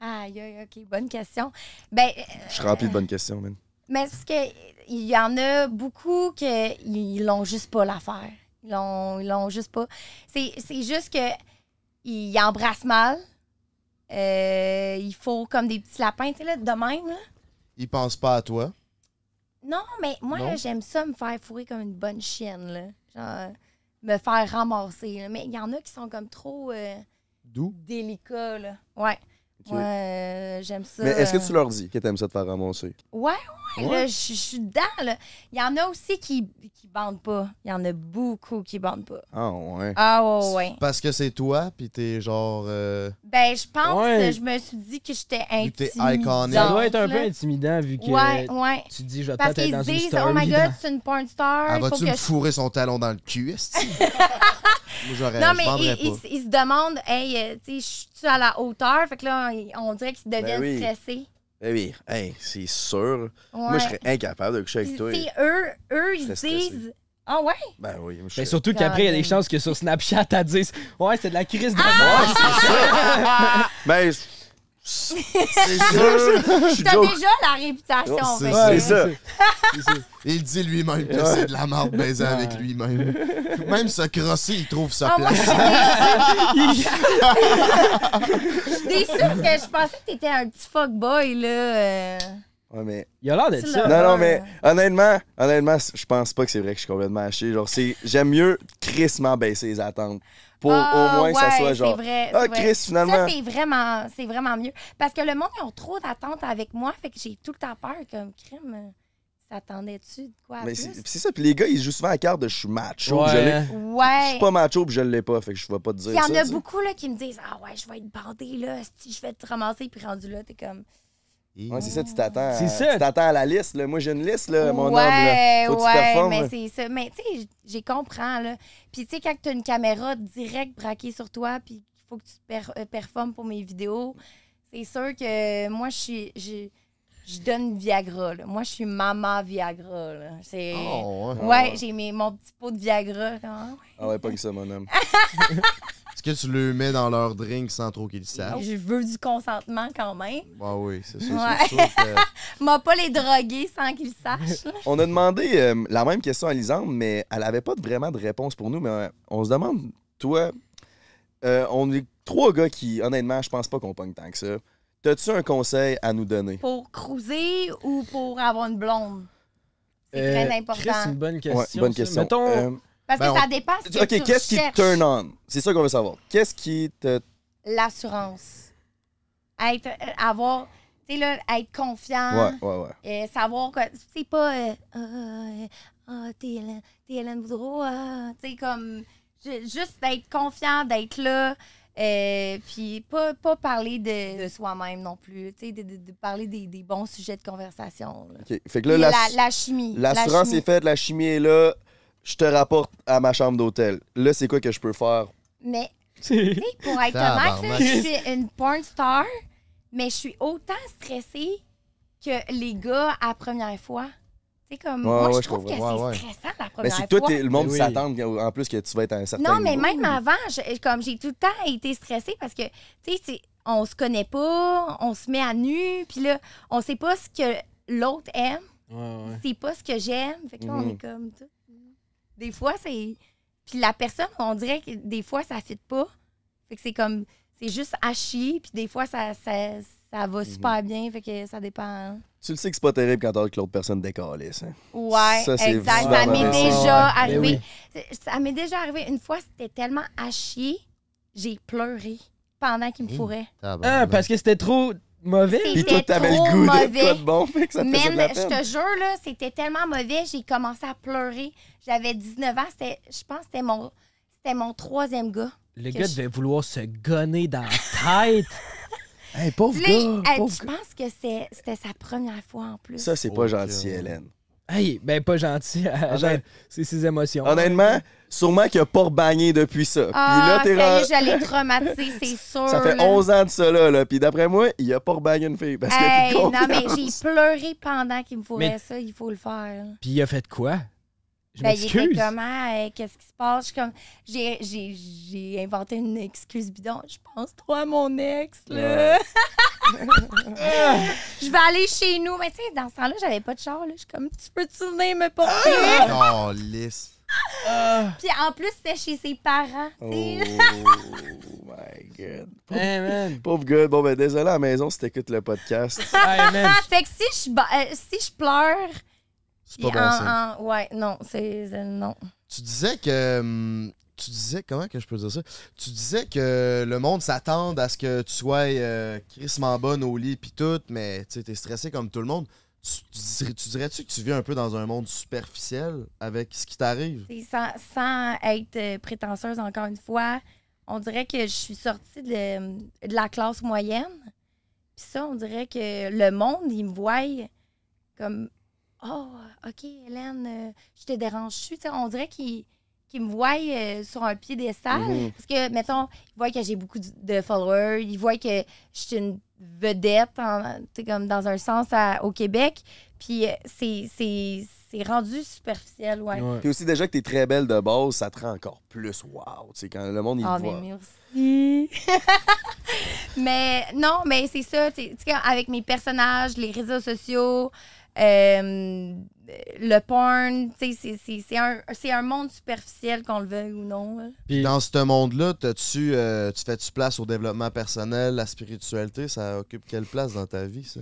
[SPEAKER 1] Aïe, aïe, OK, bonne question. Ben, euh,
[SPEAKER 3] Je suis rempli de bonnes questions, man.
[SPEAKER 1] mais c'est parce que il y en a beaucoup que ils l'ont juste pas l'affaire. Ils l'ont, ils l'ont juste pas. C'est, c'est juste que ils embrassent mal. Euh, il faut comme des petits lapins, tu sais, là, de même, là.
[SPEAKER 2] Ils pensent pas à toi.
[SPEAKER 1] Non, mais moi,
[SPEAKER 2] Non?
[SPEAKER 1] là, j'aime ça me faire fourrer comme une bonne chienne, là. Genre, euh, me faire ramasser, là. Mais il y en a qui sont comme trop euh,
[SPEAKER 2] D'où?
[SPEAKER 1] délicats, là. Ouais.
[SPEAKER 3] Ok.
[SPEAKER 1] Moi, euh, j'aime ça.
[SPEAKER 3] Mais est-ce que
[SPEAKER 1] euh,
[SPEAKER 3] tu leur dis que t'aimes ça te faire ramasser?
[SPEAKER 1] Ouais, ouais, là, je je suis dedans. là. Il y en a aussi qui, qui bandent pas. Il y en a beaucoup qui bandent pas.
[SPEAKER 3] Ah, ouais.
[SPEAKER 1] Ah ouais, ouais.
[SPEAKER 2] Parce que c'est toi, puis t'es genre. euh,
[SPEAKER 1] Ben, je pense,
[SPEAKER 4] Ouais.
[SPEAKER 1] que je me suis dit que j'étais
[SPEAKER 2] Puis t'es
[SPEAKER 1] intimidante.
[SPEAKER 2] iconique.
[SPEAKER 4] Ça doit être un peu
[SPEAKER 1] là.
[SPEAKER 4] intimidant vu que
[SPEAKER 1] Ouais, ouais.
[SPEAKER 4] tu te dis, je vais
[SPEAKER 1] Parce
[SPEAKER 4] peut-être être
[SPEAKER 1] qu'ils
[SPEAKER 4] dans
[SPEAKER 1] se
[SPEAKER 4] une
[SPEAKER 1] disent,
[SPEAKER 4] story.
[SPEAKER 1] oh my god,
[SPEAKER 4] dans-
[SPEAKER 1] c'est une porn star.
[SPEAKER 2] Ah,
[SPEAKER 1] il faut
[SPEAKER 2] vas-tu
[SPEAKER 1] que
[SPEAKER 2] me
[SPEAKER 1] je
[SPEAKER 2] fourrer son talon dans le cul, esti? Moi, j'aurais.
[SPEAKER 3] Ben,
[SPEAKER 1] Non,
[SPEAKER 2] je
[SPEAKER 1] mais
[SPEAKER 2] vendrais
[SPEAKER 1] ils,
[SPEAKER 2] pas.
[SPEAKER 1] ils- ils se demandent, hey, euh, tu sais, je suis à la hauteur? Fait que là, on- on dirait qu'ils deviennent
[SPEAKER 3] Ben oui.
[SPEAKER 1] stressés.
[SPEAKER 3] Eh oui, hey, c'est sûr.
[SPEAKER 1] Ouais.
[SPEAKER 3] Moi, je serais incapable de coucher avec
[SPEAKER 1] Puis,
[SPEAKER 3] toi.
[SPEAKER 1] tu sais, eux, eux, ils
[SPEAKER 3] J'étais
[SPEAKER 1] se
[SPEAKER 3] stressé.
[SPEAKER 1] disent, ah ouais?
[SPEAKER 3] Ben oui, je
[SPEAKER 4] Ben,
[SPEAKER 3] serais...
[SPEAKER 4] surtout qu'après, il y a des chances que sur Snapchat, elle dise [LAUGHS] Ouais, c'est de la crise de
[SPEAKER 1] Ah!
[SPEAKER 3] Ben, je- c'est sûr. Je suis
[SPEAKER 1] T'as
[SPEAKER 3] joke.
[SPEAKER 1] déjà la réputation.
[SPEAKER 2] Oh,
[SPEAKER 1] fait
[SPEAKER 2] c'est-
[SPEAKER 1] que-
[SPEAKER 3] c'est ça.
[SPEAKER 2] Il dit lui-même que c'est de la merde baiser avec lui-même. Même se crosser, il trouve sa
[SPEAKER 1] Ah, moi, je
[SPEAKER 2] place.
[SPEAKER 1] suis [LAUGHS] déçue. Je suis déçue parce que je pensais que t'étais un petit fuckboy, là. euh,
[SPEAKER 3] Ouais, mais...
[SPEAKER 4] Il a l'air d'être
[SPEAKER 1] Tu
[SPEAKER 4] ça.
[SPEAKER 1] l'as.
[SPEAKER 3] Non, non, mais honnêtement, honnêtement, c- je pense pas que c'est vrai que je suis complètement haché. Genre, c'est... J'aime mieux crissement baisser les attentes. Pour
[SPEAKER 1] ah,
[SPEAKER 3] au moins que ça
[SPEAKER 1] ouais,
[SPEAKER 3] soit genre...
[SPEAKER 1] c'est vrai,
[SPEAKER 3] ah,
[SPEAKER 1] c'est vrai.
[SPEAKER 3] Chris, finalement.
[SPEAKER 1] Ça, c'est vraiment, c'est vraiment mieux. Parce que le monde, ils ont trop d'attentes avec moi. Fait que j'ai tout le temps peur comme crime. euh, S'attendais-tu de quoi à
[SPEAKER 3] Mais c'est
[SPEAKER 1] plus?
[SPEAKER 3] c'est ça, puis les gars, ils jouent souvent à la carte de je suis macho,
[SPEAKER 4] Ouais.
[SPEAKER 3] je l'ai. Je
[SPEAKER 1] Ouais.
[SPEAKER 3] suis pas macho, puis je l'ai pas, fait que je vais pas te dire
[SPEAKER 1] Il y en
[SPEAKER 3] ça,
[SPEAKER 1] a
[SPEAKER 3] tu sais.
[SPEAKER 1] beaucoup là, qui me disent Ah ouais, je vais être bandée, là, si je vais te ramasser, puis rendu là, t'es comme.
[SPEAKER 3] Ouais, c'est ça, tu t'attends. à-
[SPEAKER 4] C'est ça.
[SPEAKER 3] Tu t'attends à la liste, là. Moi, j'ai une liste, là, Euh, mon homme, là.
[SPEAKER 1] ouais,
[SPEAKER 3] Faut que tu
[SPEAKER 1] ouais,
[SPEAKER 3] performes,
[SPEAKER 1] mais
[SPEAKER 3] là.
[SPEAKER 1] c'est ça. Mais tu sais, j'ai comprends, là. Puis tu sais, quand t'as une caméra direct braquée sur toi, puis qu'il faut que tu per- euh, performes pour mes vidéos, c'est sûr que moi, je suis. je- Je donne Viagra, là. Moi, je suis maman Viagra, là. C'est.
[SPEAKER 2] Oh, ouais.
[SPEAKER 1] Ouais, j'ai mes, mon petit pot de Viagra. comme, Ah ouais.
[SPEAKER 3] Ah ouais, pas que ça, mon homme.
[SPEAKER 2] Est-ce que tu le mets dans leur drink sans trop qu'ils le savent?
[SPEAKER 1] Je veux du consentement quand même.
[SPEAKER 2] Ah oui, c'est ça.
[SPEAKER 1] Ouais.
[SPEAKER 2] c'est sûr
[SPEAKER 1] [LAUGHS]
[SPEAKER 2] que-
[SPEAKER 1] M'a pas les droguer sans qu'ils le sachent. là.
[SPEAKER 3] On a demandé euh, la même question à Lisande, mais elle avait pas de- vraiment de réponse pour nous. Mais euh, on se demande, toi, euh, on est trois gars qui, honnêtement, je pense pas qu'on pogne tant que ça. T'as-tu un conseil à nous donner?
[SPEAKER 1] Pour cruiser ou pour avoir une blonde? C'est
[SPEAKER 4] Euh,
[SPEAKER 1] très
[SPEAKER 4] Chris, c'est
[SPEAKER 1] important.
[SPEAKER 4] une bonne question.
[SPEAKER 3] Ouais, bonne
[SPEAKER 4] ça.
[SPEAKER 3] question.
[SPEAKER 4] Mettons,
[SPEAKER 3] Euh,
[SPEAKER 1] Parce
[SPEAKER 2] ben,
[SPEAKER 1] que ça dépasse. ce que
[SPEAKER 3] ok,
[SPEAKER 1] tu
[SPEAKER 3] qu'est-ce qui te
[SPEAKER 1] recherches.
[SPEAKER 3] turn on? C'est ça qu'on veut savoir. Qu'est-ce qui te.
[SPEAKER 1] L'assurance. Être, euh, avoir, tu sais, là, être confiant.
[SPEAKER 3] Ouais, ouais, ouais.
[SPEAKER 1] euh, savoir que, c'est pas, euh, Ah, euh, ah, t'es Hélène, t'es Hélène Boudreau, ah, tu sais, comme, ju- juste d'être confiant, d'être là, euh, puis pas, pas parler de, de soi-même non plus, tu sais, de, de- de parler des, des bons sujets de conversation. là.
[SPEAKER 3] Ok. Fait que
[SPEAKER 1] Puis
[SPEAKER 3] là,
[SPEAKER 1] La,
[SPEAKER 3] la-
[SPEAKER 1] la chimie. la
[SPEAKER 3] l'assurance
[SPEAKER 1] chimie.
[SPEAKER 3] est faite, la chimie est là. Je te rapporte à ma chambre d'hôtel. Là, c'est quoi que je peux faire?
[SPEAKER 1] Mais
[SPEAKER 4] [LAUGHS] c'est-
[SPEAKER 1] Tu sais, pour être
[SPEAKER 2] Tabarnak.
[SPEAKER 1] honnête, là, je suis une porn star, mais je suis autant stressée que les gars à première fois. Tu sais, comme,
[SPEAKER 3] Ouais,
[SPEAKER 1] moi,
[SPEAKER 3] ouais,
[SPEAKER 1] je
[SPEAKER 3] je
[SPEAKER 1] trouve que
[SPEAKER 3] comprends.
[SPEAKER 1] c'est
[SPEAKER 2] Ouais, ouais.
[SPEAKER 1] stressant la
[SPEAKER 3] Mais
[SPEAKER 1] première
[SPEAKER 3] Ben, c'est que
[SPEAKER 1] fois.
[SPEAKER 3] toi, t'es- le monde
[SPEAKER 4] Mais oui.
[SPEAKER 3] s'attend en plus que tu vas être à un certain
[SPEAKER 1] ben, non, mais
[SPEAKER 3] niveau.
[SPEAKER 1] même avant, je- comme j'ai tout le temps été stressée parce que, tu sais, c'est- on se connaît pas, on se met à nu, puis là, on sait pas ce que l'autre aime,
[SPEAKER 4] Ouais, ouais.
[SPEAKER 1] c'est pas ce que j'aime. Fait que là, on
[SPEAKER 3] Mhm.
[SPEAKER 1] est comme, tout. des fois, c'est. Puis la personne, on dirait que des fois, ça fit pas. Fait que c'est comme. C'est juste à chier, puis des fois, ça, ça, ça
[SPEAKER 3] Mhm.
[SPEAKER 1] va super bien. Fait que ça dépend. hein.
[SPEAKER 3] Tu le sais que c'est pas terrible quand t'as que l'autre personne décalisse. Hein?
[SPEAKER 1] Ouais,
[SPEAKER 3] Ça, c'est
[SPEAKER 1] exact.
[SPEAKER 3] vraiment
[SPEAKER 1] Ça m'est
[SPEAKER 3] intéressant.
[SPEAKER 1] déjà
[SPEAKER 4] Ouais, ben
[SPEAKER 1] arrivé. Ça m'est déjà arrivé. Une fois, c'était tellement à chier, j'ai pleuré pendant qu'il me fourrait.
[SPEAKER 4] Ah,
[SPEAKER 2] Tabarnak.
[SPEAKER 3] bah,
[SPEAKER 4] parce que c'était trop mauvais.
[SPEAKER 1] C'est-
[SPEAKER 3] Puis toi,
[SPEAKER 1] C'était
[SPEAKER 3] t'avais
[SPEAKER 1] trop
[SPEAKER 3] le goût de
[SPEAKER 1] mauvais.
[SPEAKER 3] quoi de bon, fait que ça te faisait de la
[SPEAKER 1] Man, je
[SPEAKER 3] peine.
[SPEAKER 1] te jure, là, c'était tellement mauvais, j'ai commencé à pleurer. J'avais 19 ans, c'était, je pense que c'était mon, c'était mon troisième gars.
[SPEAKER 4] Le
[SPEAKER 1] que
[SPEAKER 4] gars
[SPEAKER 1] je-
[SPEAKER 4] devait vouloir se gonner dans la tête.
[SPEAKER 3] [LAUGHS] Hey, pauvre
[SPEAKER 1] Puis là,
[SPEAKER 3] gars,
[SPEAKER 1] elle-
[SPEAKER 3] pauvre
[SPEAKER 1] je
[SPEAKER 3] gars.
[SPEAKER 1] pense que c'est- c'était sa première fois en plus.
[SPEAKER 3] Ça, c'est pas
[SPEAKER 2] Ok.
[SPEAKER 3] gentil, Hélène.
[SPEAKER 4] hey, ben pas gentil.
[SPEAKER 3] Honnête-
[SPEAKER 4] c'est ses émotions.
[SPEAKER 3] Ah, ben, Honnêtement, sûrement qu'il a pas rebagné depuis ça. Puis là,
[SPEAKER 1] ah,
[SPEAKER 3] t'es
[SPEAKER 1] sérieux,
[SPEAKER 3] rendu-
[SPEAKER 1] j'allais traumatiser, c'est sûr.
[SPEAKER 3] [LAUGHS] Ça fait
[SPEAKER 1] là.
[SPEAKER 3] 11 ans de ça, là. là. Puis d'après moi, il a pas rebagné une fille. Parce qu'il a
[SPEAKER 1] Hey,
[SPEAKER 3] plus
[SPEAKER 1] non, mais
[SPEAKER 3] confiance. [LAUGHS]
[SPEAKER 1] j'ai pleuré pendant qu'il me fourrait
[SPEAKER 4] Mais-
[SPEAKER 1] ça, il faut le faire.
[SPEAKER 4] Puis il a fait quoi? Je
[SPEAKER 1] Ben, il était
[SPEAKER 4] m'excuse.
[SPEAKER 1] comment, euh, qu'est-ce qui se passe? Je suis comme, j'ai, j'ai, j'ai inventé une excuse bidon. Je pense trop à mon ex, là. [LAUGHS] je vais aller chez nous. Mais tu sais, dans ce temps-là, j'avais pas de char, là. Je suis comme, tu peux-tu venir me
[SPEAKER 3] Ah!
[SPEAKER 1] porter?
[SPEAKER 2] Oh, lisse.
[SPEAKER 1] Puis en plus, c'était chez ses parents, tu sais.
[SPEAKER 3] Oh my God.
[SPEAKER 4] Hey, Eh, man.
[SPEAKER 3] Pauvre gars. Bon, ben désolé à la maison si t'écoutes le podcast.
[SPEAKER 4] Hey, man.
[SPEAKER 1] Ah, Fait que si je, ba- euh, si je pleure,
[SPEAKER 2] C'est
[SPEAKER 1] puis
[SPEAKER 2] pas bon
[SPEAKER 1] en-
[SPEAKER 2] signe.
[SPEAKER 1] en- ouais, non, c'est, c'est- non.
[SPEAKER 2] Tu disais que. hum, Tu disais. Comment que je peux dire ça? Tu disais que le monde s'attend à ce que tu sois euh, crissement bonne au lit pis tout, mais tu sais, t'es stressé comme tout le monde. tu, tu dirais- tu dirais-tu que tu vis un peu dans un monde superficiel avec ce qui t'arrive?
[SPEAKER 1] T'sais, Sans, sans être euh, prétentieuse encore une fois, on dirait que je suis sortie de, de la classe moyenne. Puis ça, on dirait que le monde, il me voit comme Oh, OK, Hélène, euh, je te dérange-tu? T'sais, On dirait qu'il qu'il me voit euh, sur un piédestal.
[SPEAKER 3] Mhm.
[SPEAKER 1] Parce que, mettons, il voit que j'ai beaucoup d- de followers, il voit que je suis une vedette, en- t'sais, comme dans un sens à- au Québec. Puis euh, c'est- c'est c'est rendu superficiel, ouais.
[SPEAKER 4] Ouais.
[SPEAKER 3] Puis aussi, déjà que t'es très belle de base, ça te rend encore plus wow. Tu sais, quand le monde, il
[SPEAKER 1] Ah,
[SPEAKER 3] te
[SPEAKER 1] mais
[SPEAKER 3] voit.
[SPEAKER 1] merci. [LAUGHS] mais non, mais c'est ça. tu sais, tu sais, avec mes personnages, les réseaux sociaux, euh, le porn, tu sais, c'est- c'est c'est un, c'est un monde superficiel, qu'on le veuille ou non. hein. là.
[SPEAKER 4] Puis-
[SPEAKER 2] Dans ce monde-là, t'as-tu, euh, tu fais-tu place au développement personnel, la spiritualité, ça occupe quelle place dans ta vie, ça?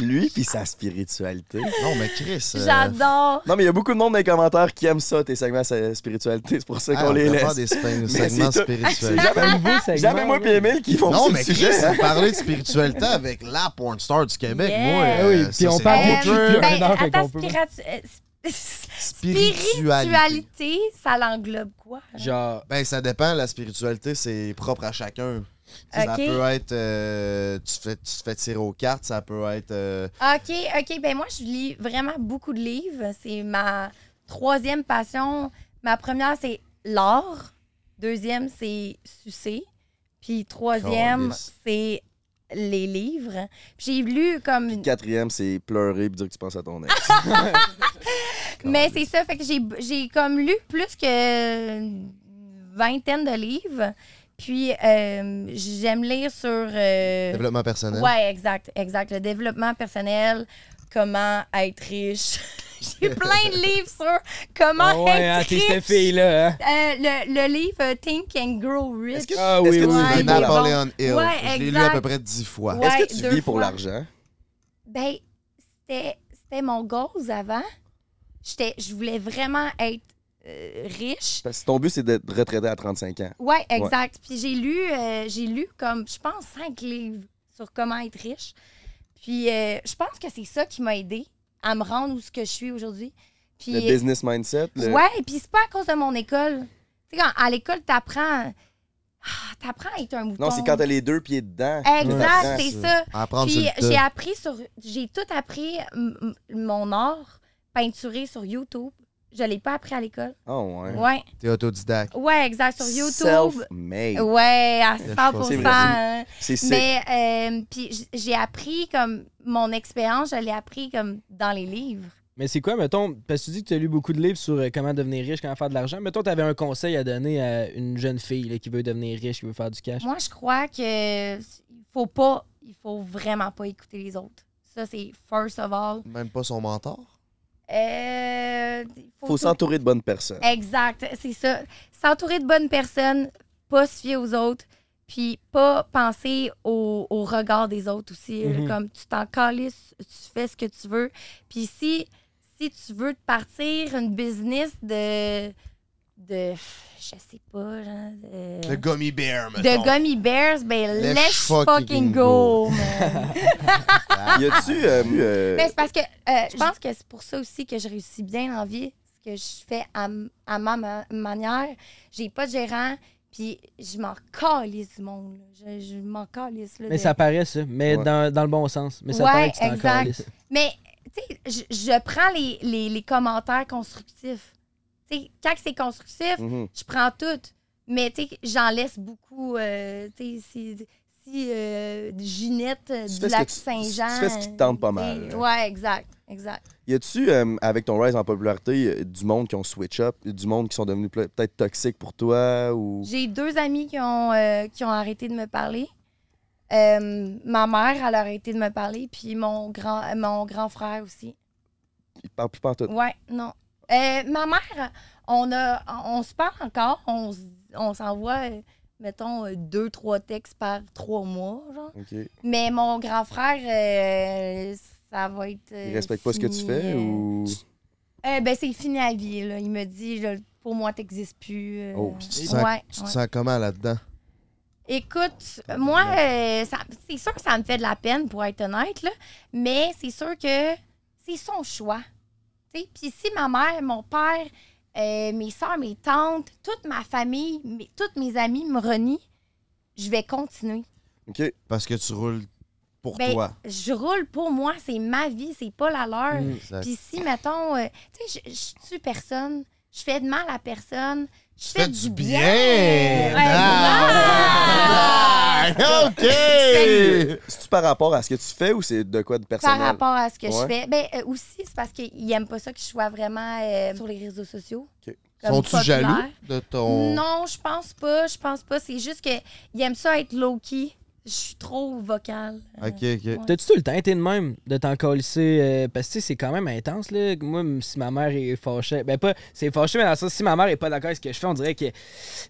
[SPEAKER 3] Lui, puis sa spiritualité.
[SPEAKER 2] Non, mais Chris. euh,
[SPEAKER 1] J'adore.
[SPEAKER 3] Non, mais il y a beaucoup de monde dans les commentaires qui aiment ça, tes segments sa- spiritualité. C'est pour ça
[SPEAKER 2] ah,
[SPEAKER 3] qu'on
[SPEAKER 2] on
[SPEAKER 3] les
[SPEAKER 2] peut
[SPEAKER 3] laisse.
[SPEAKER 2] faire des spe-
[SPEAKER 3] c'est
[SPEAKER 2] segments
[SPEAKER 3] tout.
[SPEAKER 2] spirituels.
[SPEAKER 3] Jamais,
[SPEAKER 4] Nouveau segment,
[SPEAKER 3] jamais moi
[SPEAKER 4] là.
[SPEAKER 3] et Emile qui font
[SPEAKER 2] Non,
[SPEAKER 3] ce
[SPEAKER 2] mais
[SPEAKER 3] sujet.
[SPEAKER 2] Chris, parler de spiritualité avec la porn star du Québec,
[SPEAKER 1] Yeah.
[SPEAKER 2] moi. euh,
[SPEAKER 1] Ah
[SPEAKER 4] oui,
[SPEAKER 2] ça,
[SPEAKER 4] puis on
[SPEAKER 2] c'est
[SPEAKER 4] parle
[SPEAKER 2] mon
[SPEAKER 4] de
[SPEAKER 2] truc.
[SPEAKER 4] culture.
[SPEAKER 1] Euh, ben,
[SPEAKER 4] un ordre
[SPEAKER 1] attends,
[SPEAKER 4] qu'on peut-
[SPEAKER 1] spiratu- euh, sp-
[SPEAKER 2] Spiritualité.
[SPEAKER 1] spiritualité, ça l'englobe quoi?
[SPEAKER 4] Genre,
[SPEAKER 2] Ben, ça dépend. La spiritualité, c'est propre à chacun. Ça
[SPEAKER 1] Ok.
[SPEAKER 2] peut être. euh, tu, fais, tu te fais tirer aux cartes, ça peut être. euh,
[SPEAKER 1] OK, OK. Ben moi, je lis vraiment beaucoup de livres. C'est ma troisième passion. Ma première, c'est l'art. Deuxième, c'est sucer. Puis troisième,
[SPEAKER 2] Calisse.
[SPEAKER 1] c'est les livres. Puis j'ai lu comme...
[SPEAKER 3] Puis Quatrième, c'est pleurer et dire que tu penses à ton ex.
[SPEAKER 1] Mais c'est ça, fait que j'ai- j'ai comme lu plus que une vingtaine de livres. Puis euh, j'aime lire sur... euh,
[SPEAKER 2] développement personnel.
[SPEAKER 1] Ouais, exact, exact. Le développement personnel, comment être riche. [LAUGHS] J'ai plein de livres sur comment
[SPEAKER 4] ah ouais, hein,
[SPEAKER 1] être
[SPEAKER 4] t'es
[SPEAKER 1] riche.
[SPEAKER 4] cette fille-là. hein.
[SPEAKER 1] Euh, le, le livre euh, Think and Grow Rich.
[SPEAKER 4] Ah
[SPEAKER 3] Est-ce
[SPEAKER 4] oui,
[SPEAKER 3] que
[SPEAKER 4] oui.
[SPEAKER 1] Ouais, mais
[SPEAKER 2] De
[SPEAKER 3] tu vis pour
[SPEAKER 1] bon.
[SPEAKER 3] l'argent?
[SPEAKER 2] Napoléon Hill.
[SPEAKER 1] Ouais,
[SPEAKER 2] je l'ai lu à
[SPEAKER 1] exact.
[SPEAKER 2] peu près dix fois.
[SPEAKER 1] Ouais,
[SPEAKER 3] Est-ce que tu
[SPEAKER 1] deux
[SPEAKER 3] vis pour
[SPEAKER 1] fois.
[SPEAKER 3] l'argent?
[SPEAKER 1] Ben, c'était c'était mon goals avant. J'étais- Je voulais vraiment être euh, riche.
[SPEAKER 3] Parce que ton but, c'est d'être retraité à 35 ans.
[SPEAKER 1] Ouais, exact. Puis j'ai lu, euh, j'ai lu comme, je pense, cinq livres sur comment être riche. Puis euh, je pense que c'est ça qui m'a aidé à me rendre où ce que je suis aujourd'hui. Puis
[SPEAKER 3] Le business mindset. le-
[SPEAKER 1] Ouais, et puis c'est pas à cause de mon école. Tu sais, quand- à l'école, t'apprends. Ah, t'apprends à être un mouton.
[SPEAKER 3] Non, c'est quand t'as les deux pieds dedans.
[SPEAKER 1] Exact,
[SPEAKER 3] Ouais.
[SPEAKER 1] c'est ça.
[SPEAKER 2] À apprendre
[SPEAKER 1] Puis euh,
[SPEAKER 2] sur le tas.
[SPEAKER 1] j'ai appris sur. J'ai tout appris m- m- mon art peinturé sur YouTube. Je l'ai pas appris à l'école.
[SPEAKER 3] Oh, ouais.
[SPEAKER 1] Ouais.
[SPEAKER 2] T'es autodidacte.
[SPEAKER 1] Ouais, exact. Sur YouTube.
[SPEAKER 3] Self-made.
[SPEAKER 1] Ouais, à
[SPEAKER 3] C'est
[SPEAKER 1] 100
[SPEAKER 3] vrai.
[SPEAKER 1] hein.
[SPEAKER 3] C'est c'est-
[SPEAKER 1] Mais euh, puis j- j'ai appris comme mon expérience, je l'ai appris comme dans les livres.
[SPEAKER 4] Mais c'est quoi, mettons, parce que tu dis que tu as lu beaucoup de livres sur euh, comment devenir riche, comment faire de l'argent. Mettons, tu avais un conseil à donner à une jeune fille là, qui veut devenir riche, qui veut faire du cash.
[SPEAKER 1] Moi, je crois que il faut pas, il faut vraiment pas écouter les autres. Ça, c'est first of all.
[SPEAKER 2] Même pas son mentor.
[SPEAKER 1] Euh, il
[SPEAKER 3] Faut s'entourer de bonnes personnes.
[SPEAKER 1] Exact, c'est ça. S'entourer de bonnes personnes, pas se fier aux autres, puis pas penser au, au regard des autres aussi. là,
[SPEAKER 4] Mhm.
[SPEAKER 1] Comme tu t'en calisses, tu fais ce que tu veux. Puis si, si tu veux te partir une business de. de. je sais pas, genre. de-
[SPEAKER 2] Le gummy bear,
[SPEAKER 1] de
[SPEAKER 2] mettons.
[SPEAKER 1] gummy bears, ben
[SPEAKER 2] Let's
[SPEAKER 1] let's, fucking,
[SPEAKER 2] fucking
[SPEAKER 1] go.
[SPEAKER 2] go.
[SPEAKER 1] man.
[SPEAKER 3] Y a-tu. euh,
[SPEAKER 1] Ah.
[SPEAKER 3] euh,
[SPEAKER 1] [LAUGHS] Mais c'est parce que euh, je pense que c'est pour ça aussi que je réussis bien en vie, ce que je fais à, m- à ma, ma- manière. J'ai pas de gérant, puis je m'en calisse du monde. là. Je, je m'en calisse. là,
[SPEAKER 4] Mais
[SPEAKER 1] de-
[SPEAKER 4] ça paraît, ça. Mais
[SPEAKER 3] Ouais.
[SPEAKER 4] dans, dans le bon sens. Mais ça
[SPEAKER 1] Ouais,
[SPEAKER 4] paraît que c'est
[SPEAKER 1] exact.
[SPEAKER 4] encore lisse.
[SPEAKER 1] Mais, tu sais, je, je prends les, les, les commentaires constructifs. Tu sais, quand c'est constructif,
[SPEAKER 3] mhm.
[SPEAKER 1] je prends tout. Mais tu sais, j'en laisse beaucoup. euh, tu sais, si, si euh, Ginette euh,
[SPEAKER 3] Tu
[SPEAKER 1] du
[SPEAKER 3] fais ce
[SPEAKER 1] lac
[SPEAKER 3] que tu-
[SPEAKER 1] Saint-Jean.
[SPEAKER 3] tu fais ce qui te tente pas
[SPEAKER 1] tu sais,
[SPEAKER 3] mal, là.
[SPEAKER 1] Ouais, exact. Exact.
[SPEAKER 3] Y a-tu, euh, avec ton rise en popularité, euh, du monde qui ont switch up, du monde qui sont devenus ple- peut-être toxiques pour toi ou.
[SPEAKER 1] J'ai deux amis qui ont, euh, qui ont arrêté de me parler. Euh, ma mère, elle a arrêté de me parler, puis mon grand, euh, mon grand frère aussi.
[SPEAKER 3] Ils parlent plus partout.
[SPEAKER 1] Ouais, non. Euh, ma mère, on, a, on se parle encore, on, s- on s'envoie, euh, mettons, euh, deux, trois textes par trois mois, genre.
[SPEAKER 3] OK. Ils
[SPEAKER 1] Mais mon grand frère, euh, ça va être. euh,
[SPEAKER 3] respectent pas ce que tu
[SPEAKER 1] fini,
[SPEAKER 3] fais
[SPEAKER 1] euh.
[SPEAKER 3] ou.
[SPEAKER 1] Euh, ben, c'est fini à vie, là. Il me dit, là, pour moi, t'existes plus. euh.
[SPEAKER 3] Oh,
[SPEAKER 2] Tu te sens,
[SPEAKER 1] Ouais,
[SPEAKER 2] tu te
[SPEAKER 1] ouais.
[SPEAKER 2] sens comment là-dedans?
[SPEAKER 1] Écoute, moi, euh, ça- c'est sûr que ça me fait de la peine, pour être honnête, là, mais c'est sûr que c'est son choix. tu sais. Puis si ma mère, mon père, euh, mes soeurs, mes tantes, toute ma famille, mes, toutes mes amies me renient, je vais continuer.
[SPEAKER 3] OK.
[SPEAKER 2] Parce que tu roules pour
[SPEAKER 1] Ben,
[SPEAKER 2] toi.
[SPEAKER 1] je roule pour moi, c'est ma vie, c'est pas la leur.
[SPEAKER 2] Mmh, Exact.
[SPEAKER 1] Puis si, mettons, euh, tu sais, je, je tue personne, je fais de mal à personne, je fais
[SPEAKER 2] Fais du bien!
[SPEAKER 1] Ouais,
[SPEAKER 2] Ah!
[SPEAKER 1] Salut.
[SPEAKER 2] OK!
[SPEAKER 3] C'est-tu par rapport à ce que tu fais ou c'est de quoi de personnel?
[SPEAKER 1] Par rapport à ce que
[SPEAKER 3] Ouais.
[SPEAKER 1] je fais. Ben, euh, aussi, c'est parce qu'ils n'aiment pas ça que je sois vraiment euh, sur les réseaux sociaux.
[SPEAKER 3] Ok.
[SPEAKER 1] Comme
[SPEAKER 2] Sont-tu
[SPEAKER 1] populaire.
[SPEAKER 2] jaloux de ton.
[SPEAKER 1] Non, je pense pas. Je pense pas. C'est juste qu'ils aiment ça être low-key. Je suis trop vocale.
[SPEAKER 2] Ok, ok.
[SPEAKER 4] T'as-tu tout le temps été de même de t'en colisser? parce que tu sais, c'est quand même intense, là. Moi, m- si ma mère est fâchée, ben pas, c'est fâché, mais dans le sens, si ma mère est pas d'accord avec ce que je fais, on dirait que je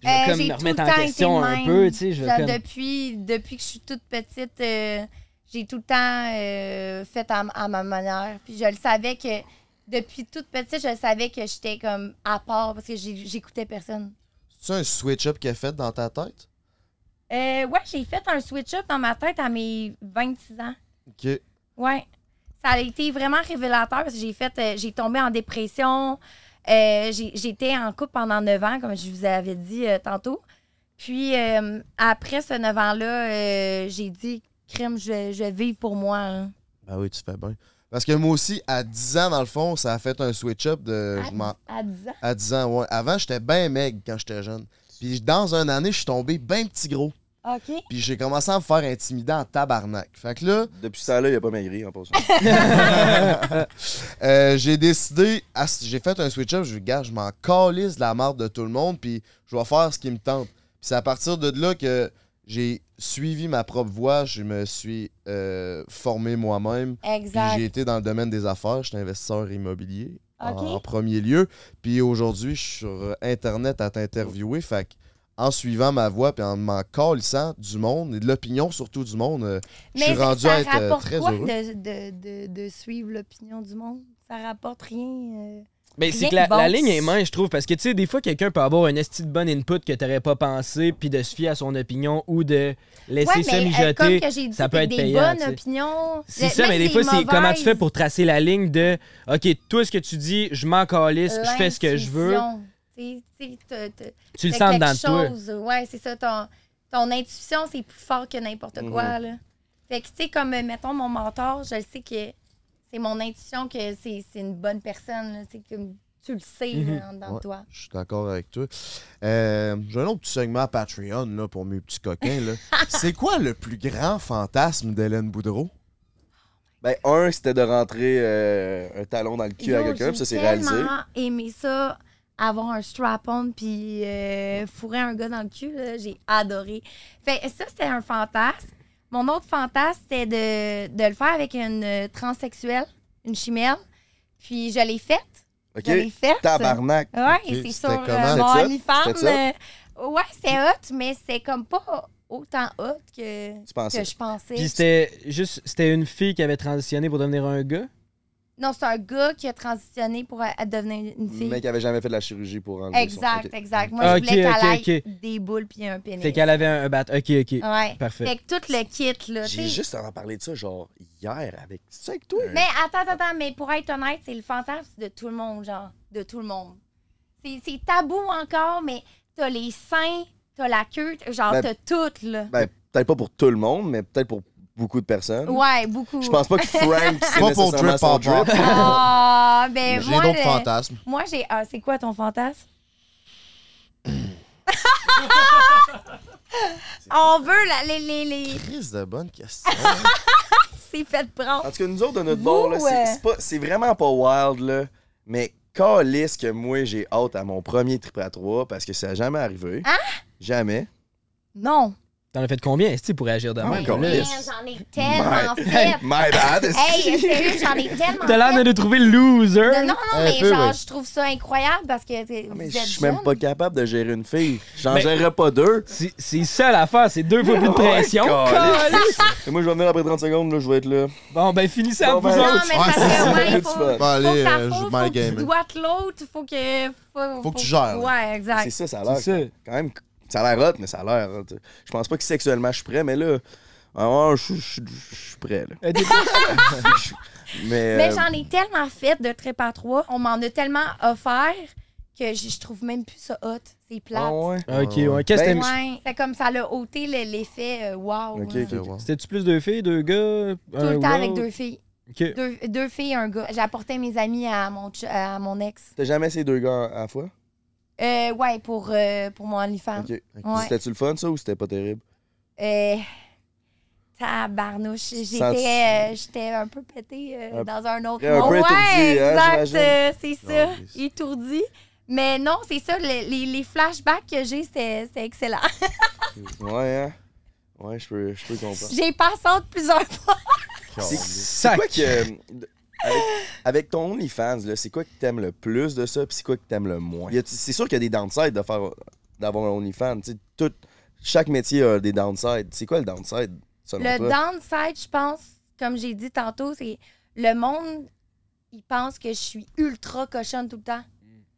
[SPEAKER 4] vais
[SPEAKER 1] Euh,
[SPEAKER 4] comme
[SPEAKER 1] j'ai
[SPEAKER 4] me
[SPEAKER 1] tout
[SPEAKER 4] remettre
[SPEAKER 1] le temps
[SPEAKER 4] en
[SPEAKER 1] été
[SPEAKER 4] question
[SPEAKER 1] de
[SPEAKER 4] un
[SPEAKER 1] même.
[SPEAKER 4] peu, tu sais. Je vais
[SPEAKER 1] Genre,
[SPEAKER 4] comme.
[SPEAKER 1] depuis, depuis que je suis toute petite, euh, j'ai tout le temps euh, fait à, à ma manière. Puis je le savais que depuis toute petite, je le savais que j'étais comme à part parce que j'ai- j'écoutais personne.
[SPEAKER 2] C'est un switch-up qu'elle a fait dans ta tête?
[SPEAKER 1] Euh, ouais, j'ai fait un switch-up dans ma tête à mes 26 ans.
[SPEAKER 2] Ok.
[SPEAKER 1] Ouais. Ça a été vraiment révélateur parce que j'ai fait, euh, j'ai tombé en dépression. Euh, j'ai- J'étais en couple pendant 9 ans, comme je vous avais dit euh, tantôt. Puis euh, après ce 9 ans-là, euh, j'ai dit, crème, je, je vais vivre pour moi. hein.
[SPEAKER 2] Ben oui, tu fais bien. Parce que moi aussi, à 10 ans, dans le fond, ça a fait un switch-up de. Euh, je m'en-
[SPEAKER 1] À 10 ans.
[SPEAKER 2] À 10 ans, ouais. Avant, j'étais bien maigre quand j'étais jeune. Puis dans une année, je suis tombé bien petit gros.
[SPEAKER 1] OK.
[SPEAKER 2] Puis j'ai commencé à me faire intimider en tabarnak. Fait que là,
[SPEAKER 3] Depuis ça, là, il a pas maigri en passant. [LAUGHS]
[SPEAKER 2] Euh, j'ai décidé, à- j'ai fait un switch-up, je gars, je m'en calisse de la marde de tout le monde, puis je vais faire ce qui me tente. Puis c'est à partir de là que j'ai suivi ma propre voie, je me suis euh, formé moi-même, puis
[SPEAKER 1] Exact.
[SPEAKER 2] j'ai été dans le domaine des affaires, je suis investisseur immobilier en-
[SPEAKER 1] Ok.
[SPEAKER 2] en, premier lieu. Puis aujourd'hui, je suis sur Internet à t'interviewer, fait que en suivant ma voie, puis en m'en calissant du monde, et de l'opinion surtout du monde, euh, je suis
[SPEAKER 1] ça-
[SPEAKER 2] rendu
[SPEAKER 1] ça
[SPEAKER 2] à être euh,
[SPEAKER 1] rapporte
[SPEAKER 2] très
[SPEAKER 1] quoi
[SPEAKER 2] heureux.
[SPEAKER 1] de, de- de- de suivre l'opinion du monde? Ça rapporte rien. euh.
[SPEAKER 4] Ben, c'est
[SPEAKER 1] Rien
[SPEAKER 4] que la,
[SPEAKER 1] que bon.
[SPEAKER 4] la ligne est mince, je trouve, parce que tu sais, des fois, quelqu'un peut avoir un esti de bon input que t'aurais pas pensé, puis de se fier à son opinion ou de laisser
[SPEAKER 1] Ouais,
[SPEAKER 4] ça
[SPEAKER 1] mais, euh,
[SPEAKER 4] mijoter.
[SPEAKER 1] comme que j'ai dit,
[SPEAKER 4] ça peut
[SPEAKER 1] c'est
[SPEAKER 4] être
[SPEAKER 1] des
[SPEAKER 4] payant, tu
[SPEAKER 1] bonnes
[SPEAKER 4] sais.
[SPEAKER 1] opinions.
[SPEAKER 4] C'est
[SPEAKER 1] Le-
[SPEAKER 4] ça,
[SPEAKER 1] même
[SPEAKER 4] mais des
[SPEAKER 1] des
[SPEAKER 4] fois, c'est comment tu fais
[SPEAKER 1] mauvaises
[SPEAKER 4] pour tracer la ligne de OK, toi, ce que tu dis, je m'en calisse, je fais ce que je veux.
[SPEAKER 1] L'intuition. Tu sais, tu sais, t'as- t'as-
[SPEAKER 4] Tu le
[SPEAKER 1] t'as
[SPEAKER 4] sens
[SPEAKER 1] quelque
[SPEAKER 4] dans toi.
[SPEAKER 1] chose. Ouais, c'est ça. Ton, ton intuition, c'est plus fort que n'importe quoi. là. Fait que, tu sais, comme, euh, mettons, mon mentor, je le sais que c'est mon intuition que c'est c'est une bonne personne. là. C'est comme, tu le sais
[SPEAKER 4] Mhm.
[SPEAKER 1] là, en dedans de
[SPEAKER 2] Ouais.
[SPEAKER 1] toi.
[SPEAKER 2] Je suis d'accord avec toi. Euh, J'ai un autre petit segment à Patreon là, pour mes petits
[SPEAKER 1] [LAUGHS]
[SPEAKER 2] coquins. là. C'est quoi le plus grand fantasme d'Hélène Boudreau?
[SPEAKER 3] ben, un, c'était de rentrer euh, un talon dans le cul à
[SPEAKER 1] Yo,
[SPEAKER 3] quelqu'un, puis ça,
[SPEAKER 1] j'ai
[SPEAKER 3] c'est réalisé.
[SPEAKER 1] tellement aimé ça, avoir un strap-on puis euh, fourrer un gars dans le cul. là, J'ai adoré. Fait ça, c'était un fantasme. Mon autre fantasme, c'était de, de le faire avec une euh, transsexuelle, une chimelle. Puis je l'ai faite. Je l'ai
[SPEAKER 3] OK?
[SPEAKER 1] faite.
[SPEAKER 3] Tabarnak.
[SPEAKER 1] Ouais,
[SPEAKER 2] Ok,
[SPEAKER 1] c'est
[SPEAKER 2] c'était
[SPEAKER 1] sur euh,
[SPEAKER 2] comment?
[SPEAKER 1] mon
[SPEAKER 3] C'était hot?
[SPEAKER 1] OnlyFans.
[SPEAKER 3] C'était
[SPEAKER 1] euh, ouais, c'est hot, mais c'est comme pas autant hot que,
[SPEAKER 3] Tu pensais.
[SPEAKER 1] que je pensais.
[SPEAKER 4] Puis c'était juste, c'était une fille qui avait transitionné pour devenir un gars.
[SPEAKER 1] Non, c'est un gars qui a transitionné pour euh, devenir une
[SPEAKER 3] Le
[SPEAKER 1] fille.
[SPEAKER 3] mec avait jamais fait de la chirurgie pour enlever
[SPEAKER 1] Exact,
[SPEAKER 3] son- OK.
[SPEAKER 1] exact. Moi,
[SPEAKER 4] Ok,
[SPEAKER 1] je voulais qu'elle
[SPEAKER 4] ok,
[SPEAKER 1] aille
[SPEAKER 4] ok.
[SPEAKER 1] des boules puis un pénis.
[SPEAKER 4] Fait qu'elle avait un, un bat. OK, OK.
[SPEAKER 1] Ouais.
[SPEAKER 4] Parfait.
[SPEAKER 1] Ah. Fait que tout le kit, là.
[SPEAKER 3] J'ai
[SPEAKER 1] tu sais.
[SPEAKER 3] juste en parler de ça, genre, hier, avec... C'est avec toi?
[SPEAKER 1] Mais attends, attends, attends, mais pour être honnête, c'est le fantasme de tout le monde, genre. De tout le monde. C'est c'est tabou encore, mais t'as les seins, t'as la queue, t- genre,
[SPEAKER 3] Ben-
[SPEAKER 1] t'as tout, là.
[SPEAKER 3] Ben, peut-être pas pour tout le monde, mais peut-être pour beaucoup de personnes.
[SPEAKER 1] ouais, beaucoup.
[SPEAKER 3] Je pense pas que
[SPEAKER 1] [LAUGHS]
[SPEAKER 3] Frank, c'est
[SPEAKER 2] Pas pour
[SPEAKER 3] nécessairement
[SPEAKER 2] Drip
[SPEAKER 3] son
[SPEAKER 2] or
[SPEAKER 3] drip.
[SPEAKER 2] Drop. [LAUGHS]
[SPEAKER 3] [LAUGHS]
[SPEAKER 1] Ah, ben,
[SPEAKER 2] J'ai
[SPEAKER 1] moi.
[SPEAKER 2] d'autres
[SPEAKER 1] le-
[SPEAKER 2] fantasmes.
[SPEAKER 1] Moi, j'ai. Ah, c'est quoi ton fantasme? On veut la- les, les, les.
[SPEAKER 2] Crise de bonne question.
[SPEAKER 1] C'est fait prendre.
[SPEAKER 3] En tout cas, nous autres, de notre
[SPEAKER 1] Vous,
[SPEAKER 3] bord, là, c'est-
[SPEAKER 1] euh,
[SPEAKER 3] c'est, pas- c'est vraiment pas wild, là, mais calisse que moi, j'ai hâte à mon premier trip à trois parce que ça a jamais arrivé.
[SPEAKER 1] Hein?
[SPEAKER 3] Jamais.
[SPEAKER 1] Non.
[SPEAKER 4] T'en as fait combien, est-ce pour réagir de
[SPEAKER 3] Ah,
[SPEAKER 4] même?
[SPEAKER 3] encore
[SPEAKER 4] là?
[SPEAKER 3] lisse. Ben,
[SPEAKER 1] Man, Ben, J'en ai tellement
[SPEAKER 3] [LAUGHS]
[SPEAKER 1] fait.
[SPEAKER 3] My bad.
[SPEAKER 1] Hey, sérieux, j'en ai tellement
[SPEAKER 4] T'as l'air
[SPEAKER 1] fait.
[SPEAKER 4] de trouver le loser.
[SPEAKER 1] Non, non, non,
[SPEAKER 2] Un
[SPEAKER 1] mais
[SPEAKER 2] peu,
[SPEAKER 1] genre,
[SPEAKER 2] oui.
[SPEAKER 1] je trouve ça incroyable parce que t'es- vous
[SPEAKER 3] Ah, Mais
[SPEAKER 1] êtes
[SPEAKER 3] je suis même
[SPEAKER 1] jeune.
[SPEAKER 3] pas capable de gérer une fille. J'en
[SPEAKER 4] Mais-
[SPEAKER 3] gérerais pas deux.
[SPEAKER 4] C'est c'est ça l'affaire, c'est deux fois
[SPEAKER 3] Oh
[SPEAKER 4] plus de pression.
[SPEAKER 3] calisse.
[SPEAKER 4] Calisse.
[SPEAKER 3] Et moi, je vais venir après 30 secondes, là, je vais être là.
[SPEAKER 4] bon, ben finissez à
[SPEAKER 3] Bon,
[SPEAKER 4] vous
[SPEAKER 3] ben,
[SPEAKER 1] Non,
[SPEAKER 4] autres.
[SPEAKER 1] mais parce que, ouais,
[SPEAKER 3] Tu
[SPEAKER 1] faut,
[SPEAKER 3] vas-
[SPEAKER 2] Bon, allez,
[SPEAKER 1] faut que
[SPEAKER 2] euh,
[SPEAKER 1] t'as
[SPEAKER 2] je
[SPEAKER 1] faut,
[SPEAKER 2] joue
[SPEAKER 1] faut
[SPEAKER 2] mal
[SPEAKER 1] que
[SPEAKER 2] game.
[SPEAKER 1] tu doigtes l'autre, faut que... Faut,
[SPEAKER 2] que tu gères, là.
[SPEAKER 1] Ouais, exact.
[SPEAKER 3] C'est ça, ça a l'air
[SPEAKER 4] C'est ça.
[SPEAKER 3] quand même Ça a l'air hot, mais ça a l'air. hot. Je pense pas que sexuellement je suis prêt, mais là. ah ouais, je je- je- je suis prêt, là.
[SPEAKER 4] Euh, t'es-
[SPEAKER 3] Mais.
[SPEAKER 1] Mais
[SPEAKER 3] euh,
[SPEAKER 1] j'en ai tellement fait de trip à trois. On m'en a tellement offert que je je trouve même plus ça hot. C'est plate.
[SPEAKER 3] ah ouais.
[SPEAKER 4] ok, ouais. Qu'est-ce que
[SPEAKER 3] Ben,
[SPEAKER 4] t'aimes-
[SPEAKER 1] Ouais. C'est comme ça l'a ôté le- l'effet euh, wow.
[SPEAKER 3] Ok,
[SPEAKER 1] hein.
[SPEAKER 3] ok.
[SPEAKER 4] C'était-tu plus deux filles, deux gars
[SPEAKER 1] Tout le temps avec deux filles.
[SPEAKER 4] filles.
[SPEAKER 1] Deux, deux filles et un gars. J'apportais mes amis à mon, ch- à mon ex.
[SPEAKER 3] T'as jamais essayé deux gars à la fois?
[SPEAKER 1] Euh, ouais, pour, euh, pour mon OnlyFans.
[SPEAKER 3] Ok.
[SPEAKER 1] Ouais.
[SPEAKER 3] C'était-tu le fun, ça, ou c'était pas terrible?
[SPEAKER 1] Euh, tabarnouche, j'étais
[SPEAKER 3] Sens-
[SPEAKER 1] euh, j'étais un peu pétée euh,
[SPEAKER 3] Un-
[SPEAKER 1] dans un autre
[SPEAKER 3] un peu
[SPEAKER 1] monde.
[SPEAKER 3] étourdie,
[SPEAKER 1] ouais,
[SPEAKER 3] hein,
[SPEAKER 1] exact,
[SPEAKER 3] j'imagine.
[SPEAKER 1] euh, c'est ça,
[SPEAKER 2] Oh, yes.
[SPEAKER 1] étourdi. Mais non, c'est ça, les, les, les flashbacks que j'ai, c'était c'était excellent.
[SPEAKER 3] Ouais, hein? Ouais, je peux, je peux
[SPEAKER 1] [LAUGHS]
[SPEAKER 3] comprendre.
[SPEAKER 1] j'ai passé entre plusieurs fois.
[SPEAKER 3] C'est quoi que. euh, Avec, avec ton OnlyFans, là, c'est quoi que t'aimes le plus de ça, puis c'est quoi que t'aimes le moins? Y a-tu- C'est sûr qu'il y a des downsides de faire, d'avoir un OnlyFans. tu sais, Tout, chaque métier a des downsides. C'est quoi le downside, selon
[SPEAKER 1] Le
[SPEAKER 3] toi?
[SPEAKER 1] downside, je pense, comme j'ai dit tantôt, c'est le monde, il pense que je suis ultra cochonne tout le temps.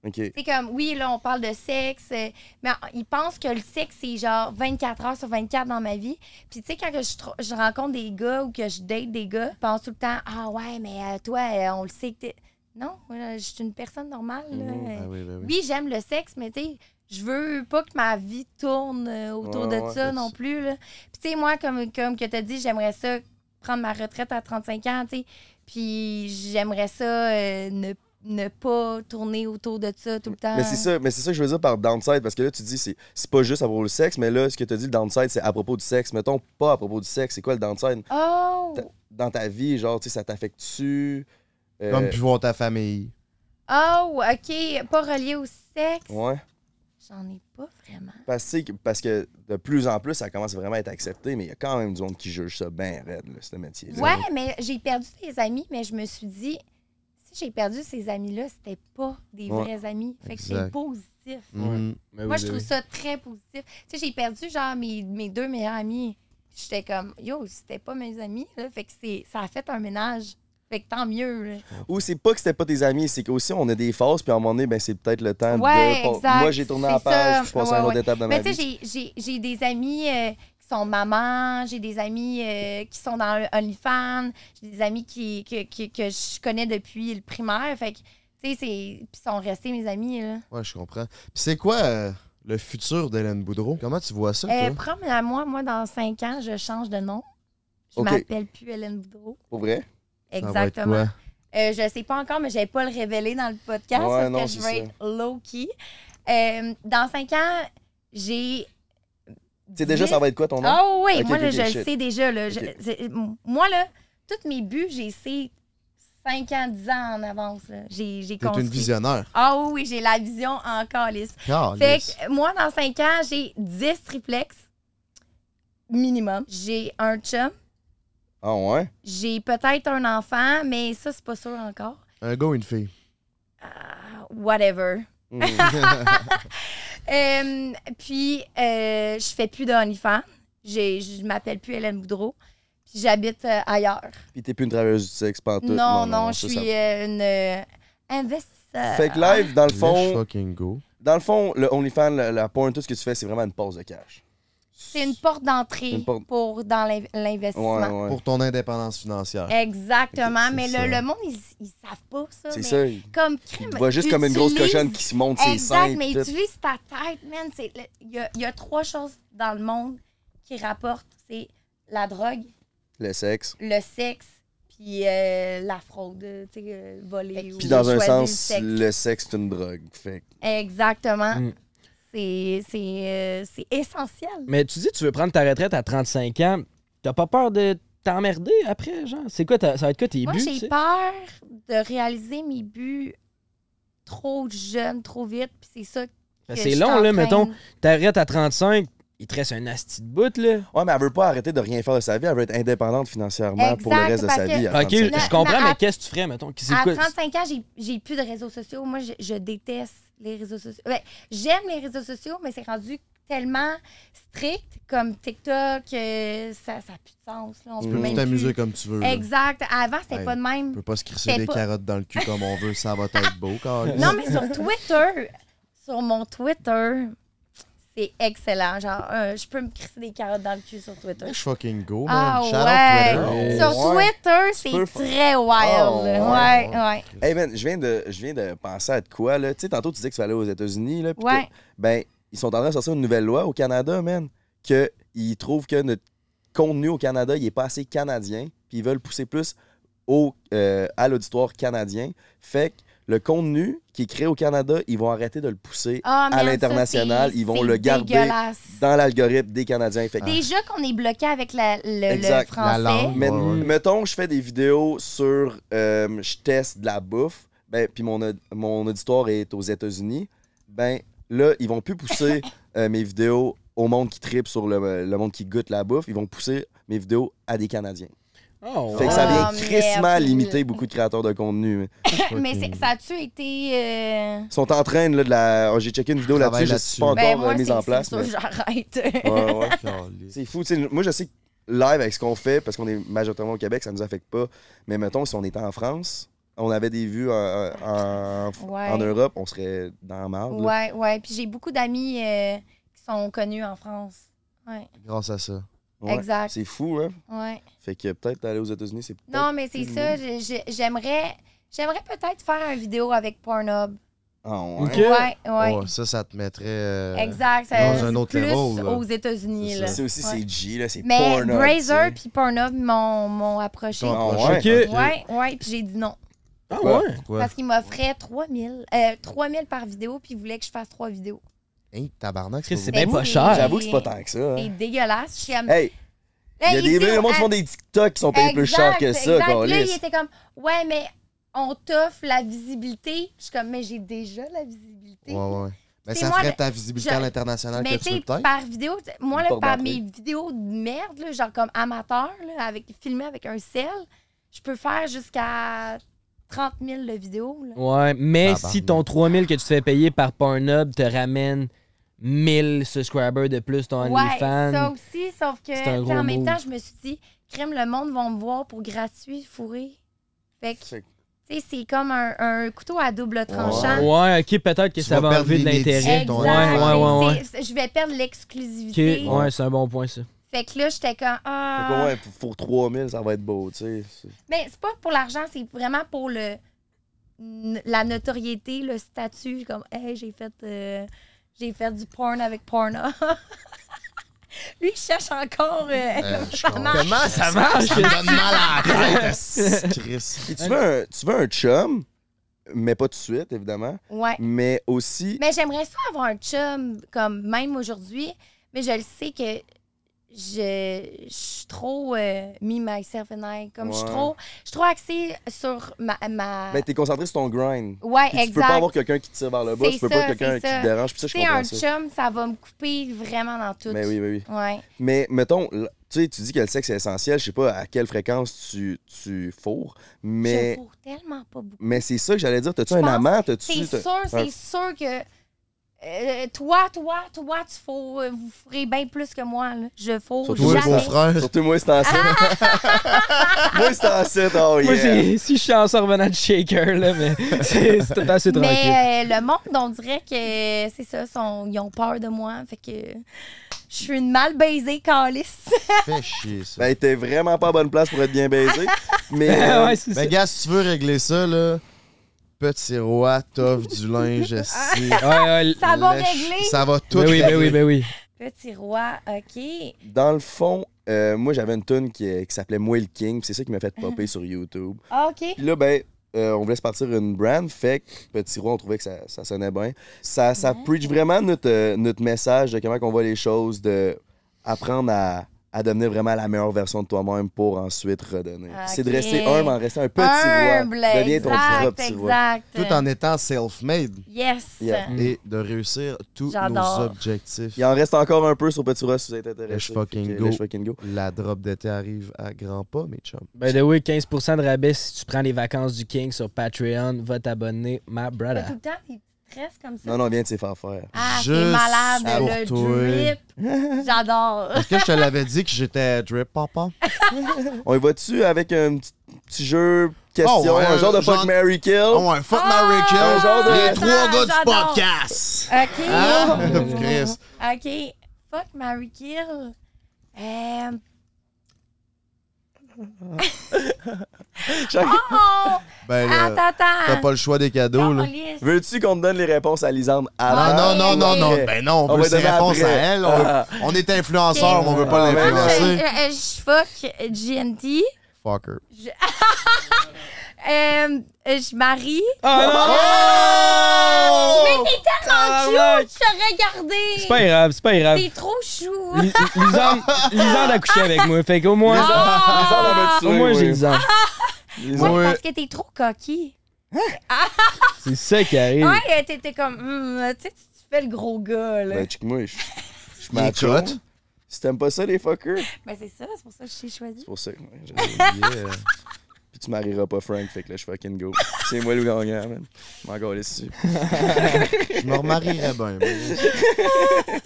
[SPEAKER 3] OK.
[SPEAKER 1] C'est comme, oui, là, on parle de sexe, euh, mais ils pensent que le sexe, c'est genre 24 heures sur 24 dans ma vie. Puis, tu sais, quand que je, tro- je rencontre des gars ou que je date des gars, ils pensent tout le temps, ah ouais, mais euh, toi, euh, on le sait que t'es. Non, euh, je suis une personne normale. là. Euh,
[SPEAKER 2] oui, ben oui.
[SPEAKER 1] oui, j'aime le sexe, mais tu sais, je veux pas que ma vie tourne euh, autour
[SPEAKER 3] Ouais,
[SPEAKER 1] de
[SPEAKER 3] ouais,
[SPEAKER 1] ça
[SPEAKER 3] c'est
[SPEAKER 1] non
[SPEAKER 3] ça.
[SPEAKER 1] plus. là. Puis, tu sais, moi, comme, comme que t'as dit, j'aimerais ça prendre ma retraite à 35 ans, tu sais. Puis, j'aimerais ça euh, ne, ne pas tourner autour de ça tout le temps.
[SPEAKER 3] Mais c'est ça, mais c'est ça que je veux dire par downside, parce que là, tu dis, c'est, c'est pas juste à propos du sexe, mais là, ce que tu dit, le downside, c'est à propos du sexe. Mettons, pas à propos du sexe. C'est quoi le downside?
[SPEAKER 1] Oh!
[SPEAKER 3] Ta- Dans ta vie, genre, tu sais, ça t'affecte-tu? Euh,
[SPEAKER 2] Comme puis voir ta famille.
[SPEAKER 1] Oh, OK. Pas relié au sexe.
[SPEAKER 3] Ouais.
[SPEAKER 1] J'en ai pas vraiment.
[SPEAKER 3] Parce, que, tu sais que- parce que de plus en plus, ça commence vraiment à être accepté, mais il y a quand même du monde qui juge ça bien raide, là, ce métier-là.
[SPEAKER 1] Ouais, mais j'ai perdu des amis, mais je me suis dit, si j'ai perdu ces amis-là, c'était pas des
[SPEAKER 3] Ouais.
[SPEAKER 1] vrais amis. Fait que c'est
[SPEAKER 2] Exact.
[SPEAKER 1] positif.
[SPEAKER 2] Mhm.
[SPEAKER 4] Ah
[SPEAKER 1] Moi, je trouve ça très positif. Tu sais, j'ai perdu, genre, mes, mes deux meilleurs amis. J'étais comme, yo, c'était pas mes amis, là. Fait que c'est, ça a fait un ménage. Fait que tant mieux, là.
[SPEAKER 3] Ou c'est pas que c'était pas tes amis, c'est qu'aussi on a des phases, puis à un moment donné, ben, c'est peut-être le temps
[SPEAKER 1] Ouais,
[SPEAKER 3] de.
[SPEAKER 1] exact,
[SPEAKER 3] Moi, j'ai tourné la
[SPEAKER 1] c'est ça.
[SPEAKER 3] page, puis je passe à
[SPEAKER 1] Ouais,
[SPEAKER 3] une autre
[SPEAKER 1] ouais.
[SPEAKER 3] étape dans
[SPEAKER 1] Mais
[SPEAKER 3] ma
[SPEAKER 1] tu
[SPEAKER 3] vie.
[SPEAKER 1] sais, j'ai- j'ai- j'ai des amis euh, qui sont mamans, j'ai des amis euh, qui sont dans le OnlyFans, j'ai des amis qui, que, que- que je connais depuis le primaire. Fait que, tu sais, c'est- puis ils sont restés mes amis. Là.
[SPEAKER 2] Ouais, je comprends. Puis c'est quoi euh, le futur d'Hélène Boudreau? Comment tu vois ça,
[SPEAKER 1] Euh,
[SPEAKER 2] toi?
[SPEAKER 1] promets à moi, moi, dans cinq ans, je change de nom. Je
[SPEAKER 3] Ok.
[SPEAKER 1] m'appelle plus Hélène Boudreau.
[SPEAKER 3] Pour vrai?
[SPEAKER 2] Ça va être
[SPEAKER 1] Exactement.
[SPEAKER 2] quoi?
[SPEAKER 1] Euh, je sais pas encore, mais je vais pas le révéler dans le podcast
[SPEAKER 3] Ouais,
[SPEAKER 1] parce
[SPEAKER 3] non,
[SPEAKER 1] que
[SPEAKER 3] c'est
[SPEAKER 1] je vais
[SPEAKER 3] ça.
[SPEAKER 1] être low-key. Euh, dans cinq ans, j'ai.
[SPEAKER 3] Tu sais, déjà,
[SPEAKER 1] dix-
[SPEAKER 3] ça va être quoi ton nom?
[SPEAKER 1] Oh oui,
[SPEAKER 3] Ok,
[SPEAKER 1] moi,
[SPEAKER 3] ok,
[SPEAKER 1] là,
[SPEAKER 3] ok,
[SPEAKER 1] je le
[SPEAKER 3] shit.
[SPEAKER 1] sais déjà. Là, Je-
[SPEAKER 3] Ok.
[SPEAKER 1] c'est- m- moi, là, tous mes buts, j'ai ces 5 ans, 10 ans en avance. là. J'ai j'ai
[SPEAKER 2] T'es
[SPEAKER 1] construit.
[SPEAKER 2] une visionnaire.
[SPEAKER 1] Ah oui, oui, j'ai la vision en calice. Fait
[SPEAKER 2] Calisse.
[SPEAKER 1] que moi, dans 5 ans, j'ai 10 triplex minimum. J'ai un chum.
[SPEAKER 3] Ah ouais?
[SPEAKER 1] J'ai peut-être un enfant, mais ça, c'est pas sûr encore.
[SPEAKER 2] Un gars ou une fille?
[SPEAKER 1] Whatever. [LAUGHS]
[SPEAKER 3] [LAUGHS] Hmm.
[SPEAKER 1] Euh, puis, euh, je fais plus d'OnlyFans. J'ai- Je m'appelle plus Hélène Boudreau. Puis, j'habite euh, ailleurs.
[SPEAKER 3] Puis t'es plus une travailleuse du sexe, pantoute.
[SPEAKER 1] Non, non, je
[SPEAKER 3] ça,
[SPEAKER 1] suis
[SPEAKER 3] ça-
[SPEAKER 1] euh, une euh, investisseur.
[SPEAKER 3] Fait que live, dans le
[SPEAKER 2] Let's
[SPEAKER 3] fond,
[SPEAKER 2] fucking go.
[SPEAKER 3] dans le fond, le OnlyFans, la, la porn, tout ce que tu fais, c'est vraiment une pause de cash.
[SPEAKER 1] C'est une porte d'entrée
[SPEAKER 3] Une porte-
[SPEAKER 1] pour dans l'in- l'investissement.
[SPEAKER 3] Ouais, ouais.
[SPEAKER 2] Pour ton indépendance financière.
[SPEAKER 1] Eh, Exactement,
[SPEAKER 2] Ok,
[SPEAKER 1] mais
[SPEAKER 2] c'est ça.
[SPEAKER 1] le, le monde, ils, ils savent pas ça.
[SPEAKER 3] C'est
[SPEAKER 1] mais
[SPEAKER 3] ça. Il
[SPEAKER 1] Comme
[SPEAKER 3] il
[SPEAKER 1] crime.
[SPEAKER 3] te voit juste comme une grosse
[SPEAKER 1] utilise-
[SPEAKER 3] cochonne qui se monte ses seins.
[SPEAKER 1] Exact, mais
[SPEAKER 3] pis tout.
[SPEAKER 1] utilise ta tête, man. C'est le- Il y a, il y a trois choses dans le monde qui rapportent. C'est la drogue,
[SPEAKER 3] Le sexe.
[SPEAKER 1] le sexe, puis euh, la fraude, euh, tu sais, euh, voler.
[SPEAKER 3] Puis
[SPEAKER 1] ou
[SPEAKER 3] dans un
[SPEAKER 1] choisir le
[SPEAKER 3] sens,
[SPEAKER 1] sexe.
[SPEAKER 3] le sexe, c'est une drogue. Fait que-
[SPEAKER 1] Exactement.
[SPEAKER 4] Mm.
[SPEAKER 1] C'est c'est, euh, c'est essentiel.
[SPEAKER 4] Mais tu dis que tu veux prendre ta retraite à 35 ans. T'as pas peur de t'emmerder après, genre? C'est quoi, ta- ça va être quoi tes
[SPEAKER 1] Moi,
[SPEAKER 4] buts? tu
[SPEAKER 1] j'ai
[SPEAKER 4] sais?
[SPEAKER 1] peur de réaliser mes buts trop jeune, trop vite, puis c'est ça que
[SPEAKER 4] Ben,
[SPEAKER 1] je
[SPEAKER 4] c'est
[SPEAKER 1] suis
[SPEAKER 4] long,
[SPEAKER 1] en train-
[SPEAKER 4] là, mettons. T'arrêtes à 35, il te reste un asti de bout, là.
[SPEAKER 3] Ouais, mais elle veut pas arrêter de rien faire de sa vie. Elle veut être indépendante financièrement pour le
[SPEAKER 1] Exact,
[SPEAKER 3] reste de
[SPEAKER 1] parce
[SPEAKER 3] sa
[SPEAKER 1] que-
[SPEAKER 3] vie. à
[SPEAKER 4] Ok,
[SPEAKER 3] 35.
[SPEAKER 4] je comprends,
[SPEAKER 1] mais à-
[SPEAKER 4] mais qu'est-ce que tu ferais, mettons? C'est
[SPEAKER 1] À
[SPEAKER 4] quoi?
[SPEAKER 1] 35 ans, j'ai- j'ai plus de réseaux sociaux. Moi, je, je déteste les réseaux sociaux. Ben, J'aime les réseaux sociaux, mais c'est rendu tellement strict comme TikTok, euh, ça n'a plus de sens. là. On
[SPEAKER 2] Tu
[SPEAKER 1] peut
[SPEAKER 2] peux
[SPEAKER 1] même
[SPEAKER 2] plus
[SPEAKER 1] plus.
[SPEAKER 2] t'amuser comme tu veux. là.
[SPEAKER 1] Exact. Avant, c'était
[SPEAKER 2] Ouais.
[SPEAKER 1] pas de
[SPEAKER 2] Tu
[SPEAKER 1] même.
[SPEAKER 2] peux pas se crisser
[SPEAKER 1] Fais
[SPEAKER 2] des
[SPEAKER 1] pas-
[SPEAKER 2] carottes dans le cul comme on
[SPEAKER 1] [LAUGHS]
[SPEAKER 2] veut, ça va être beau, calisse.
[SPEAKER 1] Non, mais sur Twitter, sur mon Twitter, C'est excellent. Genre, euh, je peux me crisser des carottes dans le cul sur Twitter.
[SPEAKER 3] Oh,
[SPEAKER 2] Je fucking go, man.
[SPEAKER 1] Ah
[SPEAKER 2] Shout
[SPEAKER 1] ouais.
[SPEAKER 2] out Twitter.
[SPEAKER 1] Sur
[SPEAKER 3] Ouais.
[SPEAKER 1] Twitter,
[SPEAKER 3] peux
[SPEAKER 1] c'est
[SPEAKER 3] faire-
[SPEAKER 1] très wild.
[SPEAKER 3] Ah,
[SPEAKER 1] ouais,
[SPEAKER 2] ouais.
[SPEAKER 1] ouais.
[SPEAKER 3] Hey man, je viens de, je viens de penser à de quoi là. Tu sais, tantôt tu disais que tu allais aux États-Unis là. pis
[SPEAKER 1] Ouais.
[SPEAKER 3] que- ben, ils sont en train de sortir une nouvelle loi au Canada, man, que ils trouvent que notre contenu au Canada, il est pas assez canadien, puis ils veulent pousser plus au, euh, à l'auditoire canadien. Fait que le contenu qui est créé au Canada, ils vont arrêter de le pousser
[SPEAKER 1] Ah,
[SPEAKER 3] à
[SPEAKER 1] merde, ça,
[SPEAKER 3] l'international.
[SPEAKER 1] c'est-
[SPEAKER 3] Ils vont
[SPEAKER 1] c'est
[SPEAKER 3] le garder
[SPEAKER 1] dégueulasse.
[SPEAKER 3] dans l'algorithme des Canadiens. Fait que
[SPEAKER 1] Déjà qu'on est bloqué avec la- le, le
[SPEAKER 3] Exact.
[SPEAKER 1] français.
[SPEAKER 2] La langue.
[SPEAKER 3] Mais
[SPEAKER 2] Ouais, ouais.
[SPEAKER 3] mettons, je fais des vidéos sur euh, je teste de la bouffe, ben, puis mon, aud- mon auditoire est aux États-Unis, ben là, ils vont
[SPEAKER 2] [LAUGHS]
[SPEAKER 3] plus pousser euh, mes vidéos au monde qui tripe sur le, le monde qui goûte la bouffe, ils vont pousser mes vidéos à des Canadiens.
[SPEAKER 4] Oh,
[SPEAKER 3] Fait que ça vient
[SPEAKER 1] Ah, merde.
[SPEAKER 3] crissement limiter beaucoup de créateurs de contenu.
[SPEAKER 1] Mais c'est- ça a-tu été. euh,
[SPEAKER 3] Ils sont en train là, de la. oh, J'ai checké une vidéo
[SPEAKER 2] Travaille
[SPEAKER 3] là-dessus, je suis pas
[SPEAKER 2] là-dessus.
[SPEAKER 3] encore
[SPEAKER 1] Ben, moi,
[SPEAKER 3] euh, mise
[SPEAKER 1] c'est-
[SPEAKER 3] en place.
[SPEAKER 1] c'est sûr,
[SPEAKER 3] mais-
[SPEAKER 1] J'arrête.
[SPEAKER 3] Ouais, ouais.
[SPEAKER 2] Oh, Caliste.
[SPEAKER 3] C'est fou. tu sais, Moi, je sais que live avec ce qu'on fait, parce qu'on est majoritairement au Québec, ça nous affecte pas. Mais mettons, si on était en France, on avait des vues en, en- en-
[SPEAKER 1] Ouais.
[SPEAKER 3] en Europe, on serait dans la marde. là.
[SPEAKER 1] Ouais, ouais. Puis j'ai beaucoup d'amis euh, qui sont connus en France. Ouais,
[SPEAKER 2] Grâce à ça.
[SPEAKER 3] Ouais.
[SPEAKER 1] exact.
[SPEAKER 3] C'est fou, hein?
[SPEAKER 1] Ouais.
[SPEAKER 3] Fait que peut-être aller aux États-Unis, c'est peut-être.
[SPEAKER 1] Non, mais c'est
[SPEAKER 3] plus
[SPEAKER 1] ça. j'ai- j'ai- J'aimerais, j'aimerais peut-être faire une vidéo avec Pornhub.
[SPEAKER 3] Ah, ouais.
[SPEAKER 4] Ok.
[SPEAKER 1] Ouais, ouais.
[SPEAKER 2] Ouais, ça, ça te mettrait. Oh, euh,
[SPEAKER 1] exact.
[SPEAKER 2] dans
[SPEAKER 1] ça-
[SPEAKER 2] un autre
[SPEAKER 1] plus
[SPEAKER 2] level, là.
[SPEAKER 1] aux États-Unis.
[SPEAKER 2] C'est
[SPEAKER 1] là.
[SPEAKER 3] C'est aussi,
[SPEAKER 1] Ouais.
[SPEAKER 3] c'est G, là, c'est
[SPEAKER 1] Mais
[SPEAKER 3] porn. up,
[SPEAKER 1] Brazer
[SPEAKER 3] tu sais.
[SPEAKER 1] puis Pornhub m'ont m'ont approché.
[SPEAKER 2] ton
[SPEAKER 3] Ah,
[SPEAKER 2] prochain
[SPEAKER 3] ouais.
[SPEAKER 2] projet.
[SPEAKER 4] Ok.
[SPEAKER 1] Ouais, ouais, puis j'ai dit non.
[SPEAKER 4] Ah
[SPEAKER 3] Ouais.
[SPEAKER 4] ouais?
[SPEAKER 2] Pourquoi?
[SPEAKER 1] Parce qu'ils m'offraient 3000 euh, 3000 par vidéo, puis ils voulaient que je fasse trois vidéos.
[SPEAKER 2] Hein, tabarnak,
[SPEAKER 4] Chris,
[SPEAKER 2] c'est
[SPEAKER 4] c'est
[SPEAKER 2] pas
[SPEAKER 4] bien
[SPEAKER 1] Ben,
[SPEAKER 4] pas
[SPEAKER 1] c'est-
[SPEAKER 4] cher.
[SPEAKER 3] J'avoue que c'est pas tant que ça.
[SPEAKER 1] C'est
[SPEAKER 3] hein.
[SPEAKER 1] dégueulasse. Je suis comme,
[SPEAKER 3] Hey, il y a
[SPEAKER 1] Hey,
[SPEAKER 3] des
[SPEAKER 1] il dit-
[SPEAKER 3] millions de monde qui font des TikTok qui sont payés plus cher que
[SPEAKER 1] Exact,
[SPEAKER 3] ça,
[SPEAKER 1] exact. Là, il
[SPEAKER 3] câlisse.
[SPEAKER 1] était comme, ouais, mais on t'offre la visibilité. Je suis comme, mais j'ai déjà la visibilité.
[SPEAKER 2] beau. Ouais, ouais. Mais
[SPEAKER 1] C'est
[SPEAKER 2] ça
[SPEAKER 1] moi,
[SPEAKER 2] ferait
[SPEAKER 1] le-
[SPEAKER 2] ta visibilité
[SPEAKER 1] je-
[SPEAKER 2] à l'international que
[SPEAKER 1] Mais
[SPEAKER 2] tu
[SPEAKER 1] tu
[SPEAKER 2] veux
[SPEAKER 1] sais,
[SPEAKER 2] peut-être.
[SPEAKER 1] par vidéo, t- moi, là,
[SPEAKER 3] Porte
[SPEAKER 1] par
[SPEAKER 3] d'entrée.
[SPEAKER 1] mes vidéos de merde, là, genre comme amateur, là, avec, filmé avec un sel, je peux faire jusqu'à 30 000 de vidéos. là.
[SPEAKER 4] Ouais, mais
[SPEAKER 2] Ah, pardon.
[SPEAKER 4] si ton 3000 que tu te fais payer par Pornhub te ramène 1000 subscribers de plus ton
[SPEAKER 1] Ouais, ça
[SPEAKER 4] OnlyFans,
[SPEAKER 1] aussi, sauf que
[SPEAKER 4] C'est
[SPEAKER 1] tu sais,
[SPEAKER 4] un gros
[SPEAKER 1] en même
[SPEAKER 4] move.
[SPEAKER 1] temps, je me suis dit, crème, le monde va me voir pour gratuit, fourré. Fait que,
[SPEAKER 3] C'est-
[SPEAKER 1] tu sais, c'est comme un, un couteau à double tranchant.
[SPEAKER 4] ouais, ok, peut-être que
[SPEAKER 2] Tu
[SPEAKER 4] ça
[SPEAKER 2] vas
[SPEAKER 4] va
[SPEAKER 2] perdre
[SPEAKER 4] enlever de
[SPEAKER 2] l'inédit,
[SPEAKER 4] l'intérêt.
[SPEAKER 2] ton
[SPEAKER 4] Ouais, ouais, ouais, ouais.
[SPEAKER 1] C'est- Je vais perdre l'exclusivité.
[SPEAKER 4] Ok, ouais, c'est un bon point ça.
[SPEAKER 1] Fait que là, j'étais comme
[SPEAKER 3] Fait
[SPEAKER 1] ah.
[SPEAKER 3] qu'au moins, pour- pour 3000, ça va être beau, tu sais. C'est-
[SPEAKER 1] Mais c'est pas pour l'argent, c'est vraiment pour le n- la notoriété, le statut. Comme hey, j'ai fait euh, j'ai fait du porn avec Porna. [LAUGHS] Lui, il cherche encore. euh,
[SPEAKER 2] Euh, je
[SPEAKER 1] ça
[SPEAKER 2] comprends.
[SPEAKER 1] marche.
[SPEAKER 4] Comment ça marche?
[SPEAKER 2] Ça me donne mal à la tête, Chris.
[SPEAKER 3] Puis Tu veux, un, tu veux un chum, mais pas tout de suite, évidemment.
[SPEAKER 1] Ouais.
[SPEAKER 3] Mais aussi,
[SPEAKER 1] Mais j'aimerais ça avoir un chum, comme même aujourd'hui, mais je le sais que je, je suis trop euh, me, myself and I. Comme je suis
[SPEAKER 3] Ouais.
[SPEAKER 1] trop, je suis trop axée sur ma. ma...
[SPEAKER 3] ben, t'es concentré sur ton grind.
[SPEAKER 1] euh, ouais,
[SPEAKER 3] Puis Tu peux pas
[SPEAKER 1] exact.
[SPEAKER 3] avoir quelqu'un qui te tire vers le bas,
[SPEAKER 1] C'est
[SPEAKER 3] tu peux
[SPEAKER 1] ça,
[SPEAKER 3] pas avoir quelqu'un
[SPEAKER 1] c'est
[SPEAKER 3] qui
[SPEAKER 1] ça.
[SPEAKER 3] te dérange, puis ça,
[SPEAKER 1] Tu
[SPEAKER 3] je
[SPEAKER 1] sais, un
[SPEAKER 3] comprends ça.
[SPEAKER 1] chum, ça va me couper vraiment dans tout.
[SPEAKER 3] Mais oui, ben oui, oui.
[SPEAKER 1] Ouais.
[SPEAKER 3] Mais mettons, l- tu sais, tu dis que le sexe est essentiel, je sais pas à quelle fréquence tu, tu fourres,
[SPEAKER 1] Je
[SPEAKER 3] mais,
[SPEAKER 1] fourre tellement pas beaucoup.
[SPEAKER 3] mais c'est ça que j'allais dire. T'as-tu
[SPEAKER 1] Je
[SPEAKER 3] un
[SPEAKER 1] pense
[SPEAKER 3] amant? T'as-tu.
[SPEAKER 1] C'est
[SPEAKER 3] t'as-
[SPEAKER 1] sûr,
[SPEAKER 3] un-
[SPEAKER 1] c'est sûr que. euh, toi, toi, toi, tu faut, vous ferez bien plus que moi. Là. Je faut
[SPEAKER 2] Toi,
[SPEAKER 1] jamais.
[SPEAKER 2] beau frère.
[SPEAKER 3] Surtout moi, c'est en set.
[SPEAKER 1] Ah!
[SPEAKER 3] [LAUGHS] moi, c'est en set, oh
[SPEAKER 4] Moi,
[SPEAKER 3] yeah.
[SPEAKER 4] c'est- si je suis en sort revenant de shaker, là, mais [LAUGHS] c'est c'est tout assez tranquille.
[SPEAKER 1] Mais euh, le monde, on dirait que c'est ça, sont- ils ont peur de moi. Fait que je suis une mal baisée, calice. [LAUGHS]
[SPEAKER 2] Fais chier, ça.
[SPEAKER 3] Ben, t'es vraiment pas à bonne place pour être
[SPEAKER 1] [LAUGHS]
[SPEAKER 3] bien baisé. mais.
[SPEAKER 4] [LAUGHS] Ah
[SPEAKER 3] euh,
[SPEAKER 4] ouais, c'est ça.
[SPEAKER 2] Ben, gars, si tu veux régler ça, là, petit roi, t'offre du
[SPEAKER 1] [LAUGHS]
[SPEAKER 2] linge, esti.
[SPEAKER 4] Ouais, ouais,
[SPEAKER 1] Ça va
[SPEAKER 2] Lèche-
[SPEAKER 1] régler.
[SPEAKER 2] Ça va tout
[SPEAKER 4] ben oui, ben
[SPEAKER 2] régler.
[SPEAKER 4] oui, ben oui.
[SPEAKER 1] Petit roi, OK.
[SPEAKER 3] Dans le fond, euh, moi, j'avais une tune qui, qui s'appelait Moi le King, puis c'est ça qui m'a fait popper sur YouTube.
[SPEAKER 1] OK.
[SPEAKER 3] Puis là, ben, euh, on voulait se partir une brand, fait que Petit Roi, on trouvait que ça, ça sonnait bien. Ça, ça preach vraiment notre, euh, notre message de comment on voit les choses, de apprendre à, à devenir vraiment la meilleure version de toi-même pour ensuite redonner.
[SPEAKER 1] Ok.
[SPEAKER 3] C'est de rester humble en restant un petit
[SPEAKER 1] Humble,
[SPEAKER 3] roi. Deviens ton
[SPEAKER 1] exact,
[SPEAKER 3] propre petit roi.
[SPEAKER 1] exact.
[SPEAKER 2] Tout en étant self-made
[SPEAKER 1] Yes.
[SPEAKER 3] Yeah.
[SPEAKER 4] Mm.
[SPEAKER 2] et de réussir tous nos
[SPEAKER 1] J'adore.
[SPEAKER 2] objectifs.
[SPEAKER 3] Il en reste encore un peu sur Petit Roi si vous êtes intéressé.
[SPEAKER 2] Let's fucking
[SPEAKER 3] Fait que,
[SPEAKER 2] go.
[SPEAKER 3] let's fucking go.
[SPEAKER 2] La drop d'été arrive à grands pas, mes chums.
[SPEAKER 4] Ben oui, 15% de rabais si tu prends les vacances du King sur Patreon. Va t'abonner, ma
[SPEAKER 1] T'as
[SPEAKER 4] brother.
[SPEAKER 1] tout le temps des petites stress comme ça?
[SPEAKER 3] Non, non, viens de
[SPEAKER 1] [LAUGHS]
[SPEAKER 3] s'y faire faire.
[SPEAKER 1] Ah, c'est
[SPEAKER 2] Juste
[SPEAKER 1] malade,
[SPEAKER 2] pour
[SPEAKER 1] le
[SPEAKER 2] toi.
[SPEAKER 1] drip. J'adore.
[SPEAKER 2] Est-ce que je te l'avais dit que j'étais drip papa?
[SPEAKER 3] On y va-tu avec un petit, petit jeu question,
[SPEAKER 2] Oh, ouais,
[SPEAKER 3] un genre de
[SPEAKER 2] genre-
[SPEAKER 3] fuck, Mary kill?
[SPEAKER 2] Oh, un fuck Mary Kill.
[SPEAKER 3] Un genre de-
[SPEAKER 2] Les trois gars du
[SPEAKER 1] Ah, J'adore. Oh.
[SPEAKER 2] podcast.
[SPEAKER 1] OK.
[SPEAKER 2] Hein? Chris.
[SPEAKER 1] OK. Fuck Mary Kill. Euh...
[SPEAKER 3] Chaque-
[SPEAKER 1] Oh!
[SPEAKER 2] Ben, là,
[SPEAKER 1] Attends, attends.
[SPEAKER 2] t'as pas le choix des cadeaux, là.
[SPEAKER 1] Calisse.
[SPEAKER 3] Veux-tu qu'on te donne les réponses à Lisande
[SPEAKER 2] Ah,
[SPEAKER 3] avant?
[SPEAKER 2] non, non, non, non.
[SPEAKER 3] Ok.
[SPEAKER 2] Ben non,
[SPEAKER 3] On
[SPEAKER 2] on veut
[SPEAKER 3] va
[SPEAKER 2] ses
[SPEAKER 3] donner
[SPEAKER 2] réponses
[SPEAKER 3] après.
[SPEAKER 2] à elle. On, veut-
[SPEAKER 3] Ah.
[SPEAKER 2] on est influenceur,
[SPEAKER 1] Ok.
[SPEAKER 2] mais on veut pas
[SPEAKER 3] Ah, ben
[SPEAKER 1] Moi, je,
[SPEAKER 2] l'influencer.
[SPEAKER 1] je- je fuck GNT.
[SPEAKER 2] Fucker.
[SPEAKER 1] Euh, je marie.
[SPEAKER 4] Ah,
[SPEAKER 2] Oh!
[SPEAKER 3] Ah! Oh,
[SPEAKER 1] Mais t'es tellement
[SPEAKER 4] Tabarnak.
[SPEAKER 1] cute, je te regardais.
[SPEAKER 4] C'est pas grave, c'est pas grave.
[SPEAKER 1] T'es trop chou.
[SPEAKER 4] Li- Lisande Lisande a couché avec moi, fait qu'au moins,
[SPEAKER 3] Lisande, elle
[SPEAKER 1] Ah!
[SPEAKER 3] va te
[SPEAKER 4] au
[SPEAKER 3] tuer,
[SPEAKER 4] moins j'ai
[SPEAKER 3] oui.
[SPEAKER 4] Lisande.
[SPEAKER 1] Ouais,
[SPEAKER 3] Lisande.
[SPEAKER 2] Ouais.
[SPEAKER 1] parce que t'es trop coquille.
[SPEAKER 4] C'est ça qui arrive.
[SPEAKER 1] Ouais, t'es t'es comme, hum, tu sais, tu tu fais le gros gars, là.
[SPEAKER 3] Ben, check moi, je je suis
[SPEAKER 2] Il est
[SPEAKER 3] macho.
[SPEAKER 2] cut.
[SPEAKER 3] Si t'aimes pas ça, les fuckers,
[SPEAKER 1] Ben, c'est ça, c'est pour ça que je t'ai choisi.
[SPEAKER 3] c'est pour ça. que moi, j'ai- yeah. Puis tu marieras pas Frank, fait que là, je fucking go. C'est moi le gagnant, man. Je m'en gâle dessus.
[SPEAKER 2] Je me remarierais bien. moi.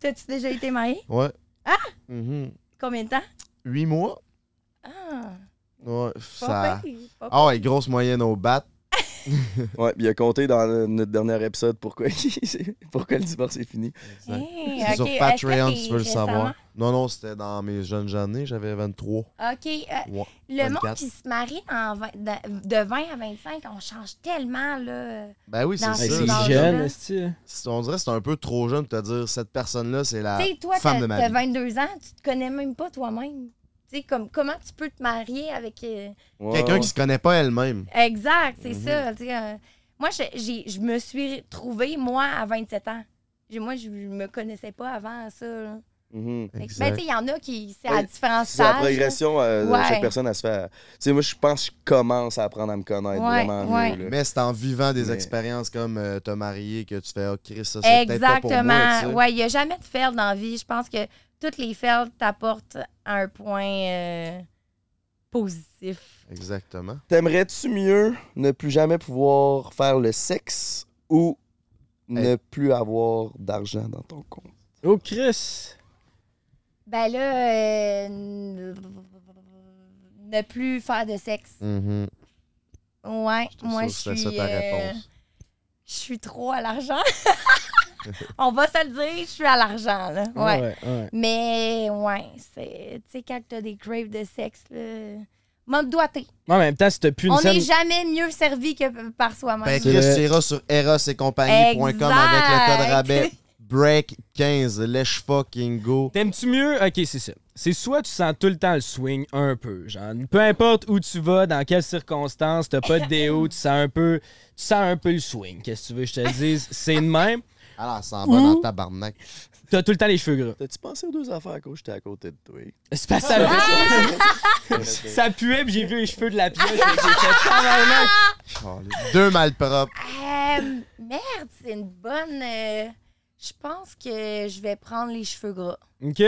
[SPEAKER 1] T'as-tu déjà été mariée?
[SPEAKER 2] Ouais.
[SPEAKER 1] Ah!
[SPEAKER 2] Mhm.
[SPEAKER 1] Combien de temps?
[SPEAKER 2] Huit mois.
[SPEAKER 1] Ah,
[SPEAKER 2] Ouais,
[SPEAKER 1] pas
[SPEAKER 2] ça.
[SPEAKER 1] pire, pas pire.
[SPEAKER 2] Ah ouais, grosse moyenne au bat.
[SPEAKER 3] Ouais, puis il a compté dans le- notre dernier épisode pourquoi, [LAUGHS] il- pourquoi le divorce est fini.
[SPEAKER 1] Hey,
[SPEAKER 2] C'est
[SPEAKER 1] ok,
[SPEAKER 2] sur
[SPEAKER 1] est-ce que
[SPEAKER 2] Patreon,
[SPEAKER 1] t'es
[SPEAKER 2] si tu veux le
[SPEAKER 1] récemment?
[SPEAKER 2] savoir. Non, non, c'était dans mes jeunes années, j'avais 23.
[SPEAKER 1] OK. euh,
[SPEAKER 2] Ouais.
[SPEAKER 1] le
[SPEAKER 2] 24.
[SPEAKER 1] monde qui se marie en vingt- de, de 20 à 25, on change tellement, là.
[SPEAKER 2] Ben oui, c'est
[SPEAKER 1] Dans
[SPEAKER 2] ça.
[SPEAKER 1] ces
[SPEAKER 4] Hey,
[SPEAKER 1] Lisande.
[SPEAKER 4] C'est
[SPEAKER 2] jeune.
[SPEAKER 4] jeune, est
[SPEAKER 2] C'est- On dirait que c'est un peu trop jeune pour te dire cette personne-là, c'est la
[SPEAKER 1] tu sais, toi,
[SPEAKER 2] Ah, femme
[SPEAKER 1] t'as
[SPEAKER 2] de ma
[SPEAKER 1] t'as
[SPEAKER 2] vie.
[SPEAKER 1] 22 ans, tu te connais même pas toi-même. Tu sais, comme, comment tu peux te marier avec... euh,
[SPEAKER 3] Ouais,
[SPEAKER 2] Quelqu'un
[SPEAKER 3] ouais.
[SPEAKER 2] qui se connaît pas elle-même.
[SPEAKER 1] Exact, c'est
[SPEAKER 2] Mhm.
[SPEAKER 1] ça. tu sais, euh, moi, je, j'ai- je me suis trouvée, moi, à 27 ans. J'ai- Moi, je me connaissais pas avant ça. là.
[SPEAKER 3] Mhm.
[SPEAKER 1] Fait que-
[SPEAKER 2] Exact.
[SPEAKER 1] Ben, tu sais, il y en a qui, c'est à
[SPEAKER 3] Ouais,
[SPEAKER 1] différents
[SPEAKER 3] C'est la
[SPEAKER 1] stades.
[SPEAKER 3] progression euh, de
[SPEAKER 1] Ouais.
[SPEAKER 3] chaque personne à se faire. Tu sais, moi, je pense que je commence à apprendre à me connaître
[SPEAKER 1] Ouais,
[SPEAKER 3] vraiment
[SPEAKER 1] ouais.
[SPEAKER 3] mieux. là.
[SPEAKER 2] Mais c'est en vivant des
[SPEAKER 3] Mais-
[SPEAKER 2] expériences comme euh, te marier que tu fais Ah, Chris, ça c'est peut-être pas pour moi. tu
[SPEAKER 1] Exactement.
[SPEAKER 2] sais.
[SPEAKER 1] Ouais, il n'y a jamais de fail dans la vie. Je pense que toutes les fails t'apportent à un point euh, positif.
[SPEAKER 2] Exactement.
[SPEAKER 3] T'aimerais-tu mieux ne plus jamais pouvoir faire le sexe ou ne plus avoir d'argent dans ton compte?
[SPEAKER 4] Oh, Chris!
[SPEAKER 1] Ben là, euh, ne plus faire de sexe.
[SPEAKER 2] Mhm.
[SPEAKER 1] Ouais,
[SPEAKER 2] J'étais
[SPEAKER 1] moi,
[SPEAKER 2] sûr
[SPEAKER 1] je suis.
[SPEAKER 2] que c'était Mm. ça ta
[SPEAKER 1] euh,
[SPEAKER 2] réponse.
[SPEAKER 1] je suis trop à l'argent. [LAUGHS] On va se le dire, je suis à l'argent, là. Ouais.
[SPEAKER 4] Ah ouais, ouais.
[SPEAKER 1] Mais, ouais, c'est. Tu sais, quand t'as des craves de sexe, là. M'en doigté.
[SPEAKER 4] Mais En même temps, si t'as plus une
[SPEAKER 1] On
[SPEAKER 4] scène.
[SPEAKER 1] n'est jamais mieux servi que p- par soi-même.
[SPEAKER 2] Ben,
[SPEAKER 4] C'est
[SPEAKER 2] Chris,
[SPEAKER 4] vrai.
[SPEAKER 2] tu iras sur erosetcompagnie.com avec le code
[SPEAKER 1] Exact.
[SPEAKER 2] rabais break 15 lèche fucking go.
[SPEAKER 4] T'aimes-tu mieux? Ok, c'est ça. C'est soit tu sens tout le temps le swing un peu, genre peu importe où tu vas, dans quelles circonstances, t'as pas de déo, tu sens un peu, tu sens un peu le swing. Qu'est-ce que tu veux que je te dise? C'est de même.
[SPEAKER 2] Alors, Ah, elle s'en
[SPEAKER 4] Ou-
[SPEAKER 2] va dans le tabarnak.
[SPEAKER 4] T'as tout le temps les cheveux gras.
[SPEAKER 3] T'as-tu pensé aux deux affaires quand j'étais à côté de
[SPEAKER 1] [LAUGHS]
[SPEAKER 3] toi?
[SPEAKER 4] C'est pas ça.
[SPEAKER 1] Ah!
[SPEAKER 4] ça puait, puis j'ai vu les cheveux de la pioche. fait que j'ai fait tabarnak.
[SPEAKER 2] Deux malpropres.
[SPEAKER 1] Euh, merde, c'est une bonne. euh, je pense que je vais prendre les cheveux gras.
[SPEAKER 4] Ok.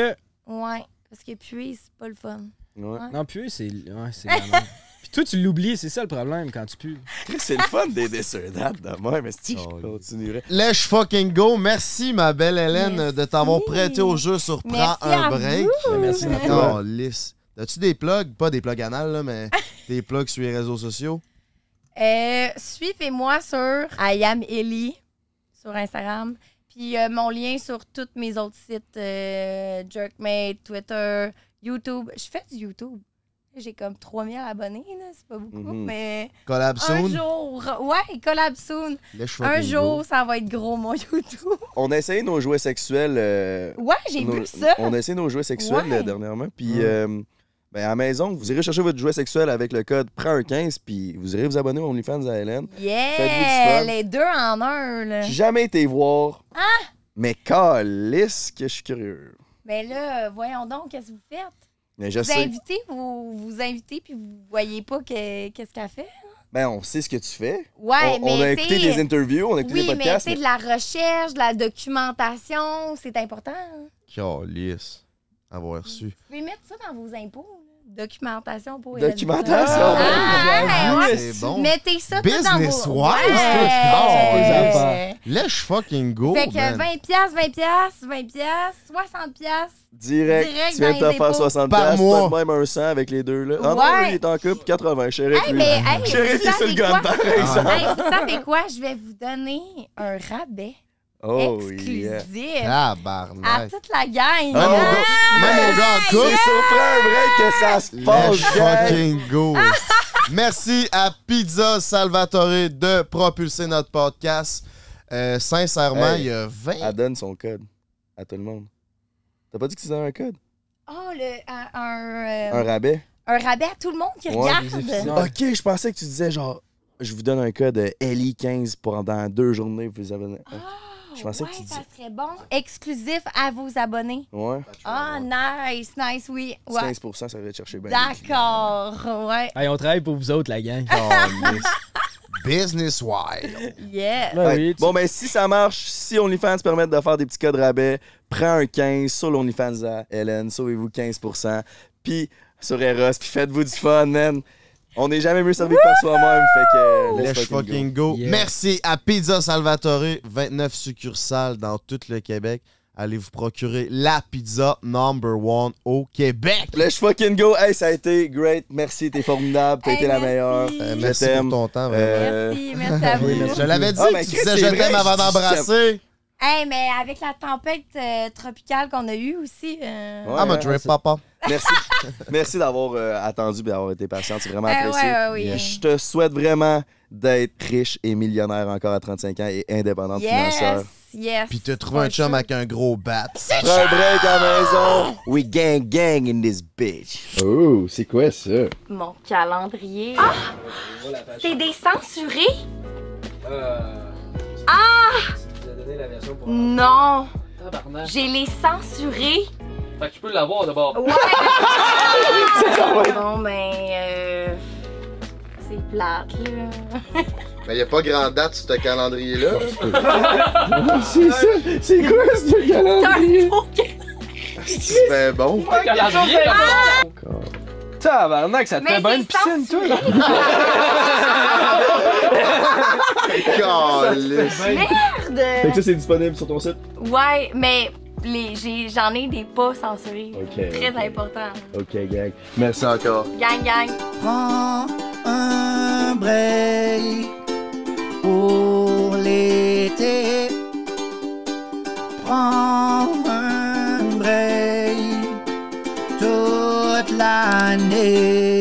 [SPEAKER 1] Ouais. Parce que puis, c'est pas le fun.
[SPEAKER 3] Ouais.
[SPEAKER 4] Non, puer, c'est. Ouais,
[SPEAKER 8] [LAUGHS]
[SPEAKER 4] c'est la merde. Puis toi, tu l'oublies, c'est ça le problème quand tu pues.
[SPEAKER 3] Chris, C'est le fun des dessinates de moi, mais si je continuerais.
[SPEAKER 2] Lèche fucking go. Merci, ma belle Hélène,
[SPEAKER 1] Merci.
[SPEAKER 2] de t'avoir prêté au jeu sur Prends
[SPEAKER 1] Merci à
[SPEAKER 2] un break.
[SPEAKER 1] vous.
[SPEAKER 4] Merci à
[SPEAKER 2] Non, lisse. As-tu des plugs? Pas des plugs anales,
[SPEAKER 1] [LAUGHS]
[SPEAKER 2] là, mais des plugs sur les réseaux sociaux.
[SPEAKER 1] Euh, Suivez-moi sur I am Ellie sur Instagram. Puis euh, mon lien sur tous mes autres sites euh, Jerkmate, Twitter, YouTube. Je fais du YouTube. J'ai comme 3000 abonnés, là, c'est pas beaucoup,
[SPEAKER 3] Mhm.
[SPEAKER 1] mais
[SPEAKER 2] Collab
[SPEAKER 1] un
[SPEAKER 2] soon.
[SPEAKER 1] jour, ouais, collab soon.
[SPEAKER 2] Lèche
[SPEAKER 1] Un
[SPEAKER 2] fucking
[SPEAKER 1] jour,
[SPEAKER 2] go.
[SPEAKER 1] ça va être gros, mon [LAUGHS] YouTube.
[SPEAKER 3] On a essayé nos jouets sexuels. euh,
[SPEAKER 1] Ouais, j'ai
[SPEAKER 3] nos-
[SPEAKER 1] vu ça.
[SPEAKER 3] On a essayé nos jouets sexuels
[SPEAKER 1] Ouais.
[SPEAKER 3] euh, dernièrement. Puis euh, ben, à la maison, vous irez chercher votre jouet sexuel avec le code PRENS15, puis vous irez vous abonner au OnlyFans à Hélène. Faites-vous
[SPEAKER 1] Yeah!
[SPEAKER 3] du fun.
[SPEAKER 1] Les deux en un, là.
[SPEAKER 3] J'ai jamais été voir.
[SPEAKER 1] Hein?
[SPEAKER 3] Mais calisse que je suis curieux.
[SPEAKER 1] Mais là, voyons donc, qu'est-ce que vous faites?
[SPEAKER 3] Mais je
[SPEAKER 1] Vous
[SPEAKER 3] sais.
[SPEAKER 1] invitez, vous vous invitez, puis vous voyez pas que- qu'est-ce qu'elle fait?
[SPEAKER 3] Ben, on sait ce que tu fais.
[SPEAKER 1] Ouais,
[SPEAKER 3] on,
[SPEAKER 1] mais
[SPEAKER 3] on a écouté
[SPEAKER 1] tu sais-
[SPEAKER 3] des interviews, on a écouté
[SPEAKER 1] Oui,
[SPEAKER 3] des
[SPEAKER 1] mais
[SPEAKER 3] podcasts.
[SPEAKER 1] tu sais, de la recherche, de la documentation, c'est important. hein.
[SPEAKER 2] Calisse. Avoir reçu.
[SPEAKER 1] Vous pouvez mettre ça dans vos impôts, là. documentation pour
[SPEAKER 3] Documentation.
[SPEAKER 1] Ah, ouais, ouais,
[SPEAKER 2] c'est bon.
[SPEAKER 1] Mettez ça tout dans vos...
[SPEAKER 2] Business-wise,
[SPEAKER 4] c'est bon,
[SPEAKER 1] Ouais.
[SPEAKER 2] Lèche fucking
[SPEAKER 3] Oh,
[SPEAKER 2] go,
[SPEAKER 1] Fait que
[SPEAKER 2] man.
[SPEAKER 1] 20 piastres, 20 piastres, 20 piastres, 60 piastres.
[SPEAKER 3] Direct,
[SPEAKER 1] Direct
[SPEAKER 3] tu viens de
[SPEAKER 1] dans
[SPEAKER 3] t'en
[SPEAKER 1] les
[SPEAKER 3] faire
[SPEAKER 1] dépôts.
[SPEAKER 3] 60
[SPEAKER 2] Par
[SPEAKER 3] piastres,
[SPEAKER 2] mois.
[SPEAKER 3] peut-être même un 100 avec les deux là. Ah non,
[SPEAKER 1] Ouais.
[SPEAKER 3] lui, il est en couple 80, chérie.
[SPEAKER 1] Hey, mais hey,
[SPEAKER 3] Chérie,
[SPEAKER 1] vous
[SPEAKER 3] il est sur
[SPEAKER 1] savez
[SPEAKER 3] le gun,
[SPEAKER 1] quoi?
[SPEAKER 3] par exemple.
[SPEAKER 1] Hey, vous savez quoi? Je vais vous donner un rabais
[SPEAKER 3] Oh, yeah.
[SPEAKER 1] exclusif à
[SPEAKER 2] Tabarnak.
[SPEAKER 1] toute la gang.
[SPEAKER 2] Oh,
[SPEAKER 3] Ah, mon
[SPEAKER 1] Ah!
[SPEAKER 3] gars,
[SPEAKER 2] Même au gars en
[SPEAKER 3] C'est
[SPEAKER 2] couple,
[SPEAKER 3] sur un vrai que ça se passe,
[SPEAKER 2] Lèche
[SPEAKER 3] gang.
[SPEAKER 2] fucking
[SPEAKER 1] [LAUGHS]
[SPEAKER 2] go. Merci à Pizza Salvatore de propulser notre podcast. Euh, sincèrement,
[SPEAKER 3] Hey.
[SPEAKER 2] il y a 20
[SPEAKER 3] Elle donne son code à tout le monde. T'as pas dit que tu donnais un code?
[SPEAKER 1] Oh, le, un, un,
[SPEAKER 3] Un
[SPEAKER 1] euh,
[SPEAKER 3] rabais?
[SPEAKER 1] un rabais à tout le monde qui
[SPEAKER 3] Ouais,
[SPEAKER 1] regarde.
[SPEAKER 4] des efficients. Ouais.
[SPEAKER 3] Ok, je pensais que tu disais genre, je vous donne un code euh, LI15 pendant deux journées, vous avez.
[SPEAKER 1] Ah,
[SPEAKER 3] Je pensais
[SPEAKER 1] ouais,
[SPEAKER 3] que tu dis-
[SPEAKER 1] ça serait bon. Exclusif à vos abonnés.
[SPEAKER 3] Ouais.
[SPEAKER 1] Ah, nice, nice, oui. Ouais.
[SPEAKER 3] 15%, ça va te chercher bien.
[SPEAKER 1] D'accord, ouais.
[SPEAKER 4] Hey, on travaille pour vous autres, la [LAUGHS] gang.
[SPEAKER 2] business wild.
[SPEAKER 1] Yeah.
[SPEAKER 4] Ben
[SPEAKER 3] Ouais.
[SPEAKER 4] oui, tu-
[SPEAKER 3] Bon, ben si ça marche, si OnlyFans permet de faire des petits codes rabais, prends un 15 sur l'OnlyFans à Hélène, sauvez-vous 15%, puis sur Eros, puis faites-vous du fun, man. On n'est jamais mieux servi que par soi-même, fait que let's
[SPEAKER 2] Lèche
[SPEAKER 3] fucking go.
[SPEAKER 2] fucking go.
[SPEAKER 4] Yeah.
[SPEAKER 2] Merci à Pizza Salvatore, 29 succursales dans tout le Québec. Allez vous procurer la pizza number one au Québec.
[SPEAKER 3] Let's fucking go. Hey, ça a été great. Merci, t'es formidable. T'as
[SPEAKER 1] Hey,
[SPEAKER 3] été la
[SPEAKER 1] merci.
[SPEAKER 3] meilleure.
[SPEAKER 2] Euh,
[SPEAKER 1] Je
[SPEAKER 2] merci
[SPEAKER 3] t'aime.
[SPEAKER 2] pour ton temps. vraiment.
[SPEAKER 3] Euh,
[SPEAKER 1] Merci, merci
[SPEAKER 3] [LAUGHS]
[SPEAKER 1] à vous.
[SPEAKER 2] Je l'avais dit,
[SPEAKER 3] Ah, ben,
[SPEAKER 2] tu
[SPEAKER 3] Chris,
[SPEAKER 2] disais
[SPEAKER 3] c'est
[SPEAKER 2] je
[SPEAKER 3] vrai,
[SPEAKER 2] t'aime avant
[SPEAKER 3] je dis
[SPEAKER 2] d'embrasser.
[SPEAKER 1] Hey, mais avec la tempête euh, tropicale qu'on a eue aussi. euh,
[SPEAKER 3] Ouais,
[SPEAKER 2] I'm a
[SPEAKER 3] hein,
[SPEAKER 2] drip
[SPEAKER 3] c'est-
[SPEAKER 2] papa.
[SPEAKER 3] Merci, merci d'avoir euh, attendu et d'avoir été patient. C'est vraiment
[SPEAKER 1] Eh
[SPEAKER 3] apprécié.
[SPEAKER 1] ouais, ouais, oui.
[SPEAKER 3] Je te souhaite vraiment d'être riche et millionnaire encore à 35 ans et indépendante financière.
[SPEAKER 1] Yes, yes.
[SPEAKER 2] Puis t'as trouvé un chum avec un gros bat.
[SPEAKER 3] Prends un break à la maison. We gang gang in this bitch.
[SPEAKER 7] Oh, c'est quoi ça?
[SPEAKER 8] Mon calendrier. Ah! C'est des censurés?
[SPEAKER 4] Euh,
[SPEAKER 8] Ah! Non!
[SPEAKER 5] Tabarnak.
[SPEAKER 8] J'ai les censurés.
[SPEAKER 5] Fait que je peux l'avoir d'abord. [LAUGHS]
[SPEAKER 8] Bon, ben. euh, c'est plate, là.
[SPEAKER 2] Mais y a pas grand date sur ce calendrier-là.
[SPEAKER 7] C'est ça? C'est quoi ce calendrier?
[SPEAKER 2] C'est bien bon.
[SPEAKER 5] Calendrier, d'abord.
[SPEAKER 4] Tabarnak, ça te
[SPEAKER 8] Mais
[SPEAKER 4] fait bien
[SPEAKER 8] c'est
[SPEAKER 4] une piscine, toi, là.
[SPEAKER 3] Fait que
[SPEAKER 8] Merde!
[SPEAKER 3] ça, c'est disponible sur ton site?
[SPEAKER 8] Ouais, mais les, j'ai, j'en ai des pas censurés.
[SPEAKER 3] Ok,
[SPEAKER 8] Très
[SPEAKER 3] ok.
[SPEAKER 8] important.
[SPEAKER 3] Ok, gang. Merci encore.
[SPEAKER 8] Gang, gang.
[SPEAKER 6] prends un break pour l'été. Prends un break toute l'année.